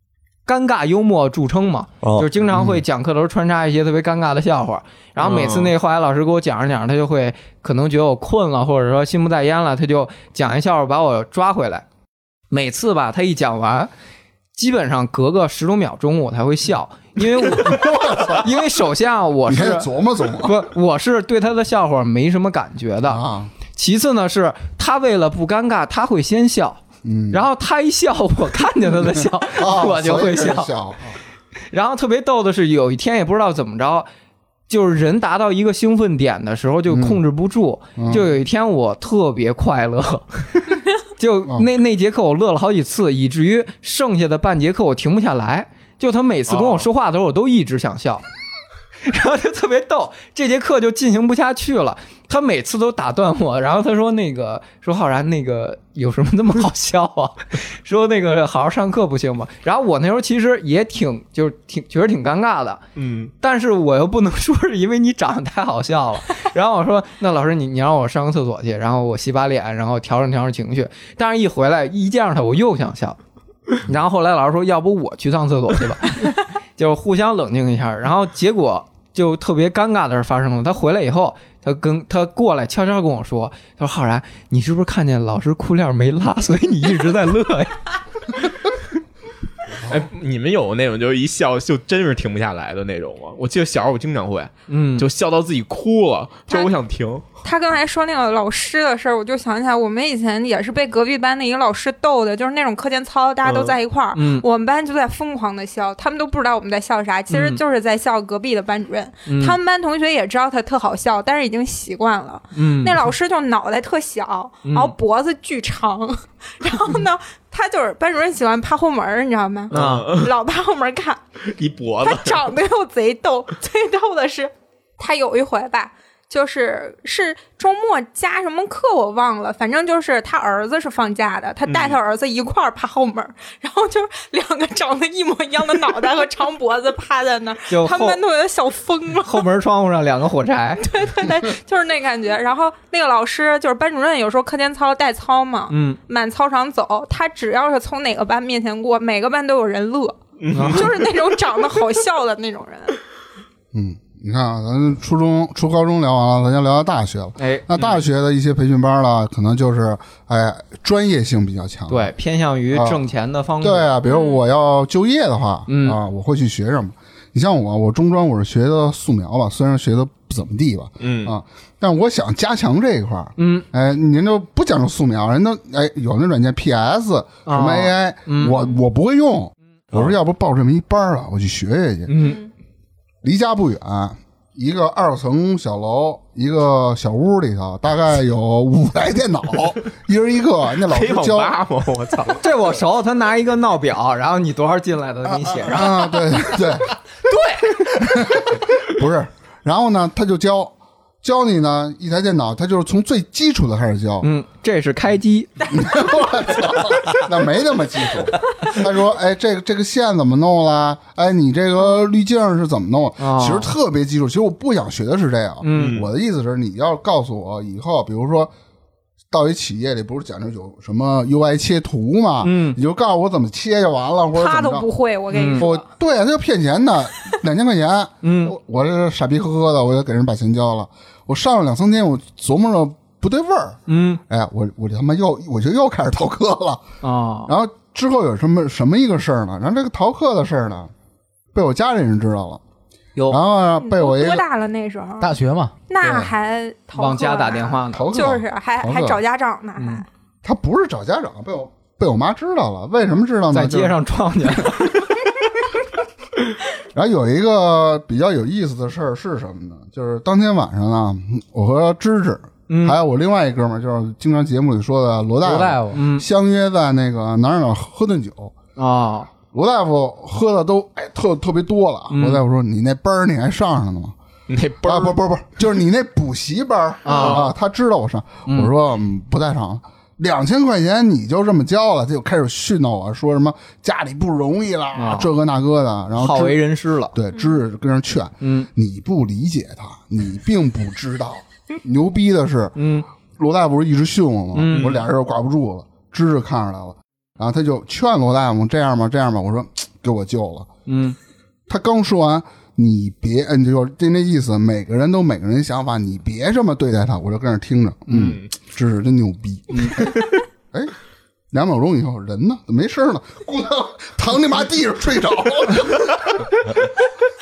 [SPEAKER 1] 尴尬幽默著称嘛，
[SPEAKER 8] 哦
[SPEAKER 1] 就是经常
[SPEAKER 5] 嗯
[SPEAKER 1] 会讲课的时候穿插一些特别尴尬的笑话。然后每次
[SPEAKER 5] 哦
[SPEAKER 1] 那个化学老师给我讲着讲着，他就会可能觉得我困了，或者说心不在焉了，他就讲一笑话把我抓回来。每次吧，他一讲完，基本上隔个十多秒钟我才会笑，因 为我因为首先啊，我
[SPEAKER 5] 你还
[SPEAKER 1] 是
[SPEAKER 5] 得琢磨琢磨
[SPEAKER 1] 不，我是对他的笑话没什么感觉的。
[SPEAKER 5] 啊。
[SPEAKER 1] 其次呢，是他为了不尴尬，他会先笑，
[SPEAKER 5] 嗯，
[SPEAKER 1] 然后他一笑，我看见他的笑，
[SPEAKER 5] 啊
[SPEAKER 1] 我就会
[SPEAKER 5] 所以
[SPEAKER 1] 笑
[SPEAKER 5] 会。笑。
[SPEAKER 1] 然后特别逗的是，有一天也不知道怎么着，就是人达到一个兴奋点的时候就控制不住，
[SPEAKER 5] 嗯
[SPEAKER 1] 就有一天我特别快乐。 就那那节课我乐了好几次，以至于剩下的半节课我停不下来。就他每次跟我说话的时候，我都一直想笑， 然后就特别逗。这节课就进行不下去了，他每次都打断我，然后他说那个说浩然那个有什么那么好笑啊？ 说那个好好上课不行吗？然后我那时候其实也挺就是挺觉得挺尴尬的，
[SPEAKER 2] 嗯，
[SPEAKER 1] 但是我又不能说是因为你长得太好笑了。 然后我说，那老师你你让我上个厕所去，然后我洗把脸，然后调整调整情绪。但是一回来一见着他，我又想笑。然后后来老师说，要不我去上厕 所去吧，就是互相冷静一下。然后结果就特别尴尬的事发生了。他回来以后，他跟他过来悄悄跟我说，他说浩然，你是不是看见老师裤链没拉，所以你一直在乐呀？
[SPEAKER 2] 哎，你们有那种就是一笑就真是停不下来的那种吗？我记得小时候我经常会，
[SPEAKER 1] 嗯，
[SPEAKER 2] 就笑到自己哭了，就
[SPEAKER 7] 他
[SPEAKER 2] 我想停。
[SPEAKER 7] 他刚才说那个老师的事儿，我就想起来，我们以前也是被隔壁班的一个老师逗的，就是那种课间操，大家都在一块儿，
[SPEAKER 1] 嗯
[SPEAKER 7] 我们班就在疯狂的笑，他们都不知道我们在笑啥，其实就是在笑隔壁的班主任。
[SPEAKER 1] 嗯
[SPEAKER 7] 他们班同学也知道他特好笑，但是已经习惯了。
[SPEAKER 1] 嗯
[SPEAKER 7] 那老师就脑袋特小，
[SPEAKER 1] 嗯
[SPEAKER 7] 然后脖子巨长， 然后呢，他就是班主任喜欢趴后门儿，你知道吗？
[SPEAKER 1] 啊，，
[SPEAKER 7] 老趴后门儿看，
[SPEAKER 2] 一脖
[SPEAKER 7] 他
[SPEAKER 2] 子，
[SPEAKER 7] 长得又贼逗，最逗的是他有一回吧，就是是周末加什么课我忘了，反正就是他儿子是放假的，他带他儿子一块儿趴后门儿， 然后就是两个长得一模一样的脑袋和长脖子趴在那儿
[SPEAKER 1] 就
[SPEAKER 7] 他
[SPEAKER 1] 后
[SPEAKER 7] 们都有点小疯了。
[SPEAKER 1] 后门窗户上两个火 柴，
[SPEAKER 7] 对对，就是那感觉。然后那个老师就是班主任，有时候课间操带操嘛，
[SPEAKER 1] 嗯，
[SPEAKER 7] 满操场走，他只要是从哪个班面前过，每个班都有人乐，
[SPEAKER 1] 啊
[SPEAKER 7] 就是那种长得好笑的那种人。
[SPEAKER 5] 嗯，你看啊，咱初中、初高中聊完了，咱就聊到大学了。
[SPEAKER 1] 哎，
[SPEAKER 5] 那
[SPEAKER 7] 嗯
[SPEAKER 5] 大学的一些培训班了，可能就是哎专业性比较强。
[SPEAKER 1] 对，偏向于
[SPEAKER 5] 啊
[SPEAKER 1] 挣钱的方式，
[SPEAKER 5] 对啊，比如我要就业的话，
[SPEAKER 1] 嗯
[SPEAKER 5] 啊，我会去学什么？你像我，我中专我是学的素描吧，虽然学的不怎么地吧，
[SPEAKER 2] 嗯
[SPEAKER 5] 啊，但我想加强这一块儿。
[SPEAKER 1] 嗯，
[SPEAKER 5] 哎，人就不讲究素描，人都哎有那软件 PS 什么 AI，、
[SPEAKER 1] 啊嗯
[SPEAKER 5] 我我不会用。我说要不报这么一班儿啊，我去学学去。
[SPEAKER 1] 嗯，
[SPEAKER 5] 离家不远，一个二层小楼，一个小屋里头，大概有五台电 脑，一人一个。那老
[SPEAKER 2] 黑
[SPEAKER 5] 师
[SPEAKER 2] 网
[SPEAKER 5] 教
[SPEAKER 2] 吧吗？我操！
[SPEAKER 1] 这我熟，他拿一个闹表，然后你多少进来的给 你写上。
[SPEAKER 5] 啊，对对对， 不是。然后呢，他就教教你呢，一台电脑，他就是从最基础的开始教。
[SPEAKER 1] 嗯，这是 开机，
[SPEAKER 5] 我操， 那没那么基础。他说：“哎，这个这个线怎么弄啦？哎，你这个滤镜是怎么弄？
[SPEAKER 1] 哦
[SPEAKER 5] 其实特别基础。其实我不想学的是这个。
[SPEAKER 1] 嗯
[SPEAKER 5] 我的意思是，你要告诉我以后，比如说到一企业里，不是讲究有什么 UI 切图嘛？
[SPEAKER 1] 嗯
[SPEAKER 5] 你就告诉我怎么切就完了，或者
[SPEAKER 7] 他
[SPEAKER 5] 怎
[SPEAKER 7] 都
[SPEAKER 5] 么
[SPEAKER 7] 不
[SPEAKER 5] 着。
[SPEAKER 7] 会，我跟你说，
[SPEAKER 5] 我对啊，他就骗钱的，两千块钱。
[SPEAKER 1] 嗯
[SPEAKER 5] 我我这傻逼呵呵的，我就给人把钱交了。我上了两三天，我琢磨着不对味儿。
[SPEAKER 1] 嗯
[SPEAKER 5] 哎，我我他妈又我就又开始逃课 了。
[SPEAKER 1] 哦，
[SPEAKER 5] 然后之后有什么什么一个事儿呢？然后这个逃课的事儿呢，被我家里人知道了。
[SPEAKER 1] 哟
[SPEAKER 5] 然后呢，被我一
[SPEAKER 7] 嗯多
[SPEAKER 5] 个
[SPEAKER 7] 大了那时候？
[SPEAKER 4] 大学嘛，
[SPEAKER 7] 那还逃课啊
[SPEAKER 1] 往家
[SPEAKER 7] 呢
[SPEAKER 1] 打电，话呢。
[SPEAKER 5] 逃课，
[SPEAKER 7] 就是还
[SPEAKER 5] 逃课
[SPEAKER 7] 还找家长呢，
[SPEAKER 1] 嗯
[SPEAKER 7] 还
[SPEAKER 5] 他不是找家长，被我被我妈知道了。为什么知道呢？
[SPEAKER 1] 在街。上撞见了，
[SPEAKER 5] 然后有一个比较有意思的事儿是什么呢？就是当天晚上呢，我和芝芝，
[SPEAKER 1] 嗯
[SPEAKER 5] 还有我另外一哥们儿，就是经常节目里说的罗大
[SPEAKER 4] 刘
[SPEAKER 5] 夫，
[SPEAKER 4] 大夫，
[SPEAKER 1] 嗯
[SPEAKER 5] 相约在那个哪儿哪儿喝顿酒。
[SPEAKER 1] 哦，
[SPEAKER 5] 罗大夫喝的都哎特特别多了。
[SPEAKER 1] 嗯
[SPEAKER 5] 罗大夫说：“你那班儿你还上上呢吗？”
[SPEAKER 2] 那班
[SPEAKER 5] 啊，
[SPEAKER 2] 儿
[SPEAKER 5] 不 不不，就是你那补习班儿
[SPEAKER 1] 啊
[SPEAKER 5] 他知道我上，
[SPEAKER 1] 嗯
[SPEAKER 5] 我说、嗯不在场，两千块钱你就这么交了，他就开始训导我说什么家里不容易啦，
[SPEAKER 1] 啊
[SPEAKER 5] 这个那个的，然后
[SPEAKER 1] 好
[SPEAKER 5] 知
[SPEAKER 1] 为人师了。
[SPEAKER 5] 对知识跟人劝，
[SPEAKER 1] 嗯
[SPEAKER 5] 你不理解他，你并不知道。牛逼的是，
[SPEAKER 1] 嗯
[SPEAKER 5] 罗大夫不是一直训我吗？
[SPEAKER 1] 嗯
[SPEAKER 5] 我俩人挂不住了，知识看出来了，然后他就劝罗大夫这样吧，这样吧，我说嘖给我救了。
[SPEAKER 1] 嗯
[SPEAKER 5] 他刚说完，你别，嗯，就是就那意思，每个人都每个人想法，你别这么对待他。我就跟那儿听着，嗯，
[SPEAKER 2] 嗯，
[SPEAKER 5] 知识真牛逼。
[SPEAKER 1] 嗯
[SPEAKER 5] 哎，两秒钟以后，人呢？怎么没声了？ 姑娘躺你妈地上睡着了。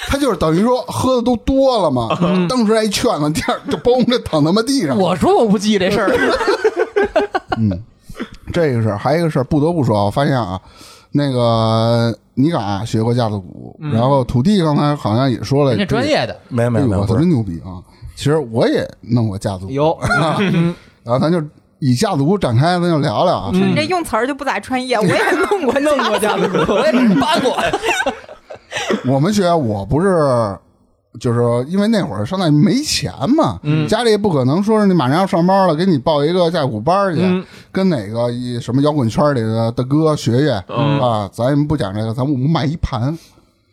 [SPEAKER 5] 他就是等于说喝的都多了嘛，
[SPEAKER 1] 嗯
[SPEAKER 5] 当时还劝了，第二就嘣着躺他妈地上。
[SPEAKER 9] 我说我不记这事儿，
[SPEAKER 5] 这个事儿，还有一个事儿，不得不说啊，我发现啊，那个你敢啊学过架子鼓，然后土地刚才好像也说了，
[SPEAKER 9] 嗯人家专业的，
[SPEAKER 8] 没有没
[SPEAKER 5] 哎
[SPEAKER 8] 有
[SPEAKER 5] 呦，
[SPEAKER 8] 没有
[SPEAKER 5] 我，操，
[SPEAKER 8] 不是
[SPEAKER 5] 真牛逼啊！其实我也弄过架子鼓，
[SPEAKER 1] 有
[SPEAKER 5] 啊，
[SPEAKER 9] 嗯
[SPEAKER 5] 然后咱就以架子鼓展开，咱就聊聊啊。
[SPEAKER 1] 嗯
[SPEAKER 7] 你这用词儿就不咋专 业。我也弄过
[SPEAKER 1] 弄过架子鼓，
[SPEAKER 9] 我也搬 过，
[SPEAKER 5] 啊我们学校我不是。就是因为那会儿上大学没钱嘛，
[SPEAKER 9] 嗯
[SPEAKER 5] 家里也不可能说是你马上要上班了，给你报一个架子鼓班儿去，
[SPEAKER 1] 嗯
[SPEAKER 5] 跟哪个一什么摇滚圈里的大哥学学、
[SPEAKER 2] 嗯
[SPEAKER 5] 啊。咱也不讲这个，咱们我们买一盘，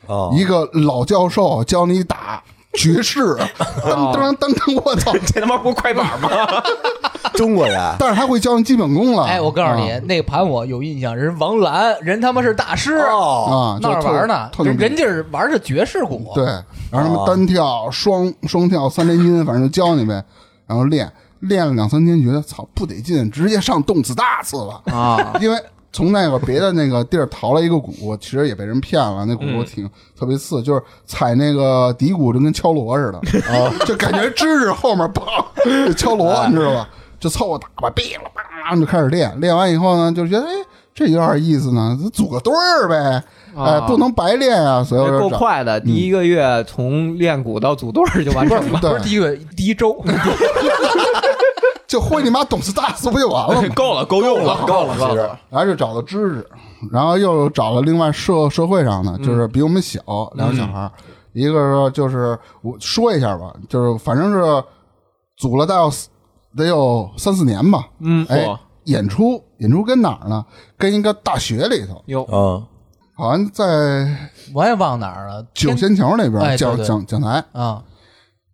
[SPEAKER 8] 哦，
[SPEAKER 5] 一个老教授教你打爵士， 噔噔噔噔，我操！
[SPEAKER 2] 这他妈不是快板吗？
[SPEAKER 8] 中 国人，
[SPEAKER 5] 但是他会教你基本功了。
[SPEAKER 9] 哎，我告诉你
[SPEAKER 5] 啊，
[SPEAKER 9] 那个盘我有印象，人王兰，人他妈是大师，
[SPEAKER 8] 哦，
[SPEAKER 5] 啊，
[SPEAKER 9] 那儿
[SPEAKER 5] 就特
[SPEAKER 9] 玩呢，
[SPEAKER 5] 特牛
[SPEAKER 9] 人
[SPEAKER 5] 逼
[SPEAKER 9] 人家是玩的爵士鼓，
[SPEAKER 5] 对，然后什
[SPEAKER 1] 哦
[SPEAKER 5] 么单跳、双双跳、三连音，反正就教你呗。然后练练了两三天，觉得操不得劲，直接上动次打次了啊！因为从那个别的那个地儿淘了一个鼓，其实也被人骗了，那鼓
[SPEAKER 1] 嗯
[SPEAKER 5] 我挺、特别次，就是踩那个底鼓就跟敲锣 似的，啊、就感觉知识后面砰就敲
[SPEAKER 1] 哎
[SPEAKER 5] 锣，你知道吧？就凑合打吧，哔啦吧啦就开始练，练完以后呢，就觉得哎。这有点意思呢，组个队儿呗，哎，不能白练啊！所以我
[SPEAKER 1] 这
[SPEAKER 5] 就
[SPEAKER 1] 啊哎够
[SPEAKER 5] 找
[SPEAKER 1] 快的。第一个月从练鼓到组队儿就完
[SPEAKER 5] 不
[SPEAKER 1] 成
[SPEAKER 5] 是
[SPEAKER 1] 了。
[SPEAKER 9] 不是
[SPEAKER 5] 对，
[SPEAKER 9] 第一个第一周，
[SPEAKER 5] 就会你妈懂事大事不就完 了吗？
[SPEAKER 2] 够了，够用了，
[SPEAKER 8] 够了，其实
[SPEAKER 5] 然后就找了知识，然后又找了另外社社会上的，就是
[SPEAKER 9] 嗯
[SPEAKER 5] 比我们小两个小孩儿，一个说就是我说一下吧，就是反正是组了大要得有三四年吧。
[SPEAKER 1] 嗯
[SPEAKER 5] 哎
[SPEAKER 2] 嚯，
[SPEAKER 5] 演出演出跟哪儿呢？跟一个大学里头，
[SPEAKER 8] 嗯，
[SPEAKER 5] 好像在
[SPEAKER 9] 我也忘哪儿了。
[SPEAKER 5] 九仙桥那边
[SPEAKER 9] 哎对
[SPEAKER 5] 讲
[SPEAKER 9] 对
[SPEAKER 5] 讲讲台，
[SPEAKER 9] 啊，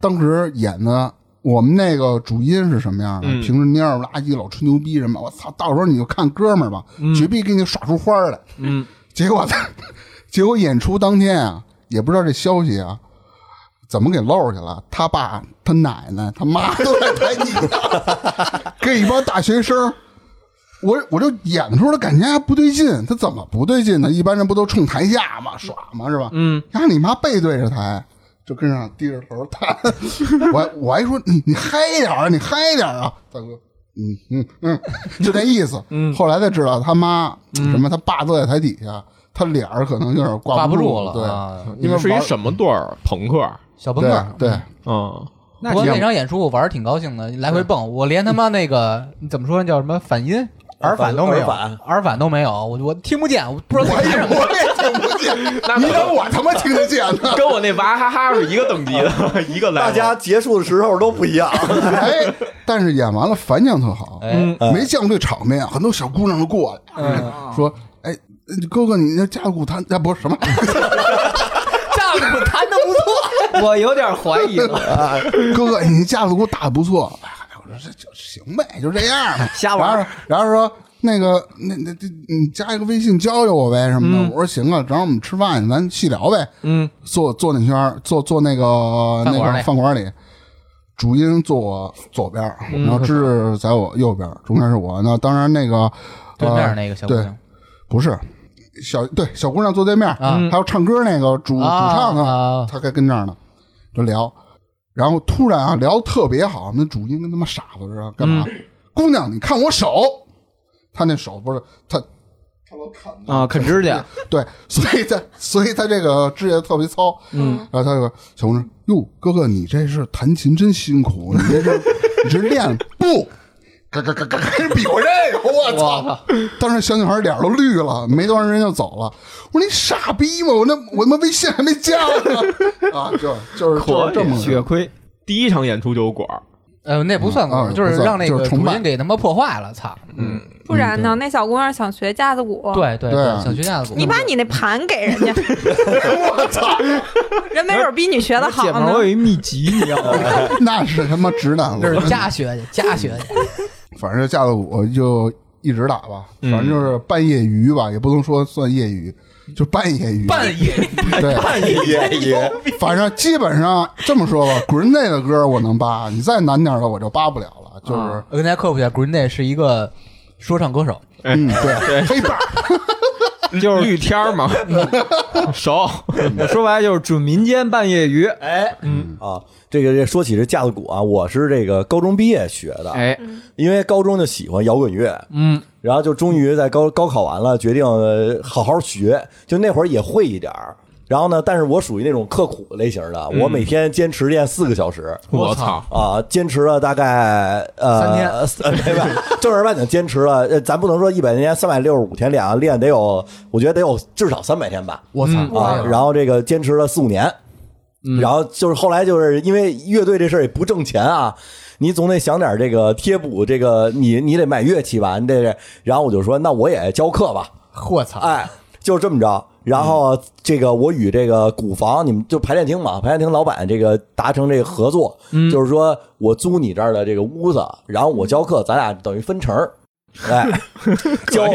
[SPEAKER 5] 当时演的。我们那个主音是什么样的？
[SPEAKER 2] 嗯
[SPEAKER 5] 平时蔫儿不拉几，老吹牛逼什么？我操！到时候你就看哥们儿吧，绝逼给你耍出花儿来。
[SPEAKER 1] 嗯，
[SPEAKER 5] 结果他， 结果演出当天啊，也不知道这消息啊，怎么给漏去了？他爸、他奶奶、他妈都在台底下，跟一帮大学生。我我就演的时候，他感觉还不对劲，他怎么不对劲呢？一般人不都冲台下嘛，耍嘛是吧？嗯，然后你妈背对着台，就跟上低着头弹。 我还我还说你你嗨点儿啊，你嗨点儿啊，大哥，嗯嗯嗯，就那意思。后来才知道他妈什么，他爸都在台底下，他脸儿可能有点挂
[SPEAKER 9] 挂不
[SPEAKER 5] 住
[SPEAKER 9] 住了啊
[SPEAKER 5] 对，
[SPEAKER 2] 你
[SPEAKER 5] 因为
[SPEAKER 2] 们是一
[SPEAKER 5] 玩
[SPEAKER 2] 什么队儿？朋克？
[SPEAKER 9] 小朋
[SPEAKER 5] 对
[SPEAKER 9] 克。
[SPEAKER 5] 对，
[SPEAKER 2] 嗯，
[SPEAKER 9] 不过那场演出我玩儿挺高兴的，来回蹦，我连他妈那个你怎么说叫什么反音
[SPEAKER 5] 哦
[SPEAKER 9] 耳返都没有，
[SPEAKER 8] 耳返
[SPEAKER 9] 耳返都没有，我我听不见，我不知道
[SPEAKER 5] 我
[SPEAKER 9] 在
[SPEAKER 5] 也
[SPEAKER 9] 台上。
[SPEAKER 5] 我也听不见，你让我他妈听得见 呢？
[SPEAKER 2] 跟我那娃哈哈是一个等级的， 一个来
[SPEAKER 8] 大家结束的时候都不一 样。
[SPEAKER 5] 哎，但是演完了反响特好，没见过这场面，很多小姑娘就过来、说：“哎，哥哥，你那架子鼓弹啊，不是什么？
[SPEAKER 9] 丈夫弹的不错，
[SPEAKER 1] 我有点怀疑了，
[SPEAKER 5] 哥哥，哎你架子鼓打的不错。”哎，我说这就行呗，就这样吧，
[SPEAKER 9] 啊
[SPEAKER 1] 瞎玩儿。
[SPEAKER 5] 然后然后说。那个，那那这，你加一个微信教教我呗，什么
[SPEAKER 9] 嗯
[SPEAKER 5] 的。我说行啊，然后我们吃饭去，咱细聊呗。
[SPEAKER 1] 嗯，
[SPEAKER 5] 坐坐那圈儿，坐坐那个
[SPEAKER 9] 饭
[SPEAKER 5] 那
[SPEAKER 9] 馆
[SPEAKER 5] 个
[SPEAKER 9] 里
[SPEAKER 5] 饭馆里，主音坐我左边儿，
[SPEAKER 9] 嗯
[SPEAKER 5] 然后芝芝在我右边儿，中间是我。那当然那个
[SPEAKER 9] 对面
[SPEAKER 5] 呃
[SPEAKER 9] 那个小姑娘
[SPEAKER 5] 对不是小对小姑娘坐对面，
[SPEAKER 9] 啊
[SPEAKER 5] 还有唱歌那个主、
[SPEAKER 9] 啊
[SPEAKER 5] 主唱呢，
[SPEAKER 9] 啊，
[SPEAKER 5] 他该跟这儿呢，就聊。然后突然啊，聊得特别好，那主音跟他妈傻子似的，干嘛？姑娘，你看我手，他那手不是他，他老砍的
[SPEAKER 1] 啊，啃指甲，
[SPEAKER 5] 对，所以他所以他这个指甲特别糙。嗯，然后他就说：“小红说，哟，哥哥，你这是弹琴真辛苦，你这是你这是练不？嘎嘎嘎嘎嘎，比划这个，我操！ 当时小女孩脸都绿了，没多长时间就走了。我说你傻逼吗？我那我他妈微信还没加呢啊！就就是就是这么个
[SPEAKER 1] 血亏。
[SPEAKER 2] 第一场演出就有管儿，
[SPEAKER 9] 呃，那不算
[SPEAKER 5] 嗯啊
[SPEAKER 9] 过，就
[SPEAKER 5] 不
[SPEAKER 9] 是
[SPEAKER 5] 算
[SPEAKER 9] 让那
[SPEAKER 5] 就
[SPEAKER 9] 个
[SPEAKER 5] 是
[SPEAKER 9] 主
[SPEAKER 5] 崇拜
[SPEAKER 9] 音给他妈破坏了，操！
[SPEAKER 7] 不然呢？那小姑娘想学架子鼓，
[SPEAKER 9] 对对
[SPEAKER 5] 对啊
[SPEAKER 9] 想学架子鼓，
[SPEAKER 7] 你把你那盘给人 家，我操，人没准比你学的好
[SPEAKER 1] 姐们儿，我
[SPEAKER 7] 呢。
[SPEAKER 1] 有一秘籍，你知道吗？
[SPEAKER 5] 那是他妈直男
[SPEAKER 9] 这
[SPEAKER 5] 了
[SPEAKER 9] 是。家学去，家学 去，
[SPEAKER 5] 反正架子鼓就一直打吧，反正就是半业余吧，也不能说算业余，就半业余。
[SPEAKER 9] 半夜
[SPEAKER 5] 对，
[SPEAKER 1] 哎
[SPEAKER 8] 也也
[SPEAKER 5] 反正基本上这么说吧，滚内的歌我能扒，你再难点的我就扒不了了。就是，
[SPEAKER 4] 啊
[SPEAKER 9] 我跟大家科普一下，Green Day 是一个说唱歌手，
[SPEAKER 5] 嗯，对，黑 板儿，
[SPEAKER 2] 就是绿天儿嘛， 熟。
[SPEAKER 1] 我说白了就是准民间半业余。
[SPEAKER 8] 哎，嗯啊，这个这说起这架子鼓啊，我是这个高中毕业学的，
[SPEAKER 1] 哎，
[SPEAKER 7] 嗯
[SPEAKER 8] 因为高中就喜欢摇滚乐，
[SPEAKER 1] 嗯，
[SPEAKER 8] 然后就终于在高高考完了，决定呃好好学，就那会儿也会一点儿。然后呢，但是我属于那种刻苦类型的，我每天坚持练四个小时。
[SPEAKER 2] 我操！
[SPEAKER 8] 啊，坚持了大概呃
[SPEAKER 9] 三天
[SPEAKER 8] 呃，没有没有正儿八经坚持了，呃，咱不能说一百天、三百六十五天练啊，练得有，我觉得得有至少三百天吧。
[SPEAKER 9] 我操！
[SPEAKER 4] 嗯
[SPEAKER 8] 啊，然后这个坚持了四五年，然后就是后来就是因为乐队这事儿也不挣钱啊，你总得想点这个贴补，这个你你得买乐器吧，你得，然后我就说那我也教课吧，
[SPEAKER 9] 我操！
[SPEAKER 8] 哎，就这么着。然后这个我与这个鼓房，你们就排练厅嘛，排练厅老板这个达成这个合作，
[SPEAKER 1] 嗯
[SPEAKER 8] 就是说我租你这儿的这个屋子，然后我教课，咱俩等于分成儿。 哎，教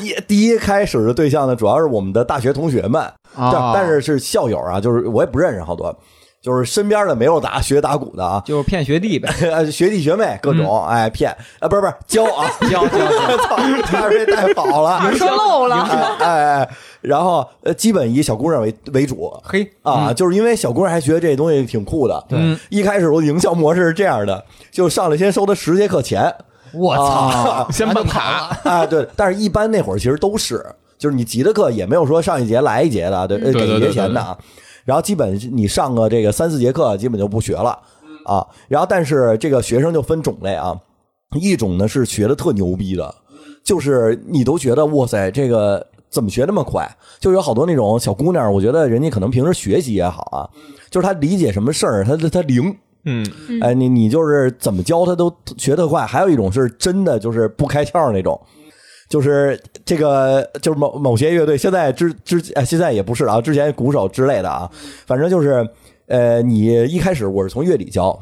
[SPEAKER 8] 一第一开始的对象呢，主要是我们的大学同学们，但、
[SPEAKER 1] 啊
[SPEAKER 8] 但是是校友啊，就是我也不认识好多，就是身边的没有打学打鼓的啊，呃
[SPEAKER 1] 就是骗学弟呗。
[SPEAKER 8] 学弟学妹各种、哎骗啊，不是不是教啊
[SPEAKER 1] 嗯教教教
[SPEAKER 8] 操，差点被带跑了，
[SPEAKER 7] 说漏
[SPEAKER 9] 啊
[SPEAKER 7] 了，
[SPEAKER 8] 哎哎，哎，然后呃，基本以小姑娘为为主
[SPEAKER 1] 嘿，
[SPEAKER 9] 嗯
[SPEAKER 8] 啊，就是因为小姑娘还觉得这东西挺酷的。对，一开始我的营销模式是这样的，就上来先收她十节课钱
[SPEAKER 9] 我
[SPEAKER 5] 啊
[SPEAKER 9] 操！
[SPEAKER 2] 先办卡，
[SPEAKER 8] 啊，对，但是一般那会儿其实都是，就是你急的课也没有说上一节来一节的，对，呃
[SPEAKER 2] 嗯对
[SPEAKER 8] 给
[SPEAKER 2] 对
[SPEAKER 8] 一节
[SPEAKER 2] 对
[SPEAKER 8] 钱的啊。然后基本你上个这个三四节课，基本就不学了
[SPEAKER 2] 嗯
[SPEAKER 8] 啊。然后但是这个学生就分种类啊，一种呢是学的特牛逼的，就是你都觉得哇塞，这个怎么学那么快？就有好多那种小姑娘，我觉得人家可能平时学习也好啊，就是她理解什么事儿，她她她灵，
[SPEAKER 2] 嗯
[SPEAKER 7] 嗯
[SPEAKER 8] 哎，你你就是怎么教他都学特快。还有一种是真的就是不开窍那种，就是这个就是某某些乐队现在之之哎现在也不是啊，之前鼓手之类的啊，反正就是呃，你一开始我是从乐理教。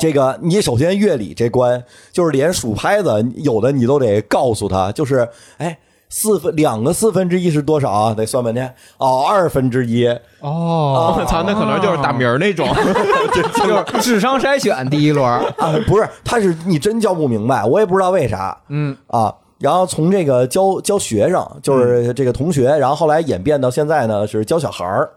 [SPEAKER 8] 这个你首先乐理这关，就是连数拍子有的你都得告诉他，就是哎四分两个四分之一是多少啊？得算半天哦，二分之一
[SPEAKER 1] 哦，
[SPEAKER 2] 我操，那可能就是打鸣儿那种，
[SPEAKER 1] 就是智商筛选第一轮，
[SPEAKER 8] 啊，不是，他是你真教不明白，我也不知道为啥
[SPEAKER 1] 嗯
[SPEAKER 8] 啊。然后从这个教教学生，就是这个同学，然后后来演变到现在呢，是教小孩儿。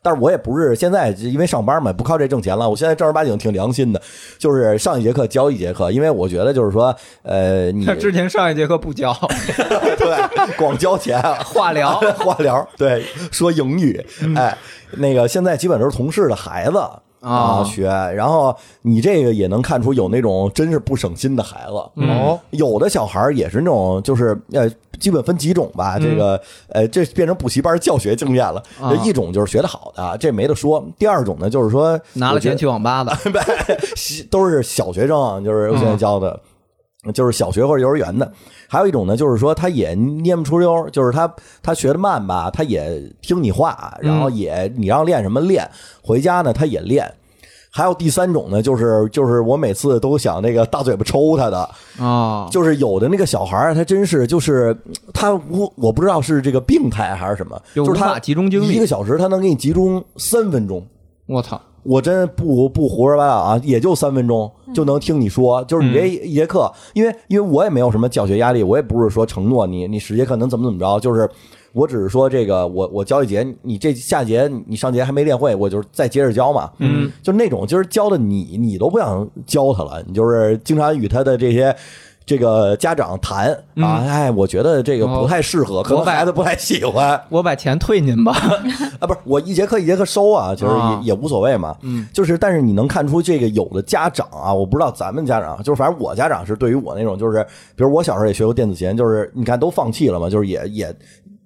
[SPEAKER 8] 但是我也不是现在因为上班嘛，不靠这挣钱了。我现在正儿八经挺良心的，就是上一节课教一节课，因为我觉得就是说，呃， 你
[SPEAKER 1] 他之前上一节课不教
[SPEAKER 8] 对 光交钱啊，
[SPEAKER 1] 化疗，
[SPEAKER 8] 化疗，对，说英语，哎，那个现在基本都是同事的孩子
[SPEAKER 1] 嗯啊
[SPEAKER 8] 啊学，然后你这个也能看出有那种真是不省心的孩子，
[SPEAKER 1] 哦，
[SPEAKER 8] 有的小孩儿也是那种就是呃，基本分几种吧，这个呃，这变成补习班教学经验了
[SPEAKER 1] 嗯啊，
[SPEAKER 8] 一种就是学的好的，这没得说；第二种呢，就是说
[SPEAKER 1] 拿了
[SPEAKER 8] 我觉得
[SPEAKER 1] 钱去网吧的，
[SPEAKER 8] 都是小学生，啊就是
[SPEAKER 1] 嗯
[SPEAKER 8] 现在教的，就是小学或者幼儿园的。还有一种呢，就是说他也念不出溜，就是他他学的慢吧，他也听你话，然
[SPEAKER 1] 嗯
[SPEAKER 8] 后也你让练什么练，回家呢他也练。还有第三种呢，就是就是我每次都想那个大嘴巴抽他的，
[SPEAKER 1] 哦，
[SPEAKER 8] 就是有的那个小孩儿，他真是就是他无我不知道是这个病态还是什么，
[SPEAKER 1] 就
[SPEAKER 8] 就
[SPEAKER 1] 无
[SPEAKER 8] 是
[SPEAKER 1] 法
[SPEAKER 8] 他
[SPEAKER 1] 集中精
[SPEAKER 8] 一个
[SPEAKER 1] 力。
[SPEAKER 8] 小时他能给你集中三分钟，
[SPEAKER 1] 我操，
[SPEAKER 8] 我真不不胡说八道啊，也就三分钟就能听你说，就是你这一节课，因为因为我也没有什么教学压力，我也不是说承诺你你十节课能怎么怎么着，就是我只是说这个我我教一节，你这下节你上节还没练会，我就是再接着教嘛，嗯，就那种就是教的你你都不想教他了，你就是经常与他的这些。这个家长谈啊，哎，我觉得这个不太适合，可能
[SPEAKER 1] 我把
[SPEAKER 8] 孩子不太喜欢。
[SPEAKER 1] 我把钱退您吧。
[SPEAKER 8] 啊，不是我一节课一节课收啊，就是也、
[SPEAKER 1] 啊
[SPEAKER 8] 也无所谓嘛。
[SPEAKER 1] 嗯，
[SPEAKER 8] 就是但是你能看出这个有的家长啊，我不知道咱们家长，就是反正我家长是对于我那种，就是比如我小时候也学过电子琴，就是你看都放弃了嘛，就是也也。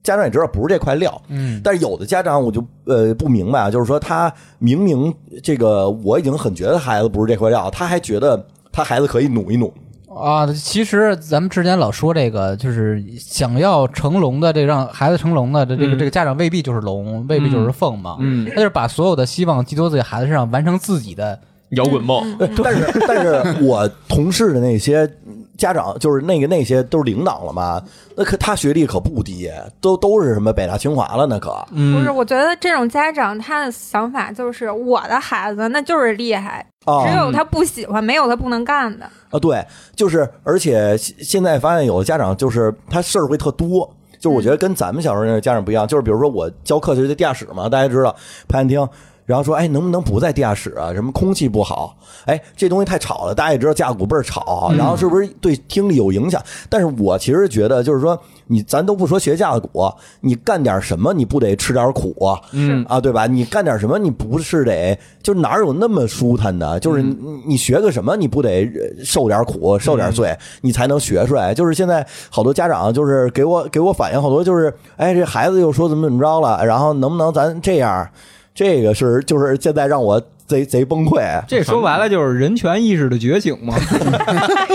[SPEAKER 8] 家长也知道不是这块料，嗯，但是有的家长我就呃不明白啊，就是说他明明这个我已经很觉得孩子不是这块料，他还觉得他孩子可以努一努，
[SPEAKER 9] 啊，其实咱们之前老说这个，就是想要成龙的，这让孩子成龙的，这这个、这个家长未必就是龙，未必就是凤嘛。嗯，他就是把所有的希望寄托在孩子身上，完成自己的。
[SPEAKER 2] 摇滚梦，
[SPEAKER 8] 但是，但是我同事的那些家长，就是那个那些都是领导了嘛，那可他学历可不低，都都是什么北大清华了，那可
[SPEAKER 7] 不
[SPEAKER 1] 嗯
[SPEAKER 7] 是，我觉得这种家长他的想法就是我的孩子那就是厉害，只
[SPEAKER 1] 嗯
[SPEAKER 8] 啊
[SPEAKER 7] 有他不喜欢，没有他不能干的。
[SPEAKER 8] 啊，对，就是，而且现现在发现有的家长就是他事儿会特多。就是我觉得跟咱们小时候那个家长不一样，就是比如说我教课就是在地下室嘛，大家知道排练厅，然后说哎能不能不在地下室啊？什么空气不好，哎这东西太吵了，大家也知道架鼓倍儿吵，啊然后是不是对听力有影响？但是我其实觉得就是说你咱都不说学架鼓，你干点什么你不得吃点苦啊？
[SPEAKER 1] 嗯
[SPEAKER 8] 啊，对吧？你干点什么，你不是得就哪有那么舒坦的？就是
[SPEAKER 2] 嗯
[SPEAKER 8] 你你学个什么，你不得呃受点苦、受点罪，你才能学出来。就是现在好多家长就是给我给我反映好多，就是哎，这孩子又说怎么怎么着了，然后能不能咱这样？这个是就是现在让我贼贼崩溃。
[SPEAKER 1] 这说白了就是人权意识的觉醒 嘛，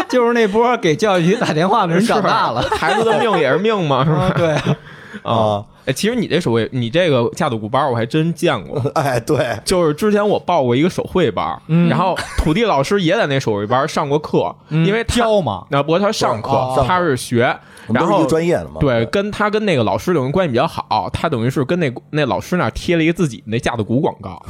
[SPEAKER 1] 就是那波给教育局打电话的人长大了。
[SPEAKER 2] 孩子的命也是命嘛，是
[SPEAKER 8] 嗯
[SPEAKER 2] 吧？
[SPEAKER 1] 对，
[SPEAKER 2] 啊，哎，其实你这手绘，你这个架子鼓班儿我还真见过，
[SPEAKER 8] 哎，对，
[SPEAKER 2] 就是之前我报过一个手绘班儿，
[SPEAKER 8] 嗯
[SPEAKER 2] 然后土地老师也在那手绘班儿上过课，因为教嘛，那不过他上课，他是学，
[SPEAKER 8] 哦我们
[SPEAKER 2] 然
[SPEAKER 8] 都是一
[SPEAKER 2] 后
[SPEAKER 8] 个专业的嘛。
[SPEAKER 2] 对，跟他跟那个老师等于关系比较好，他等于是跟那那老师那儿贴了一个自己那架子鼓广告，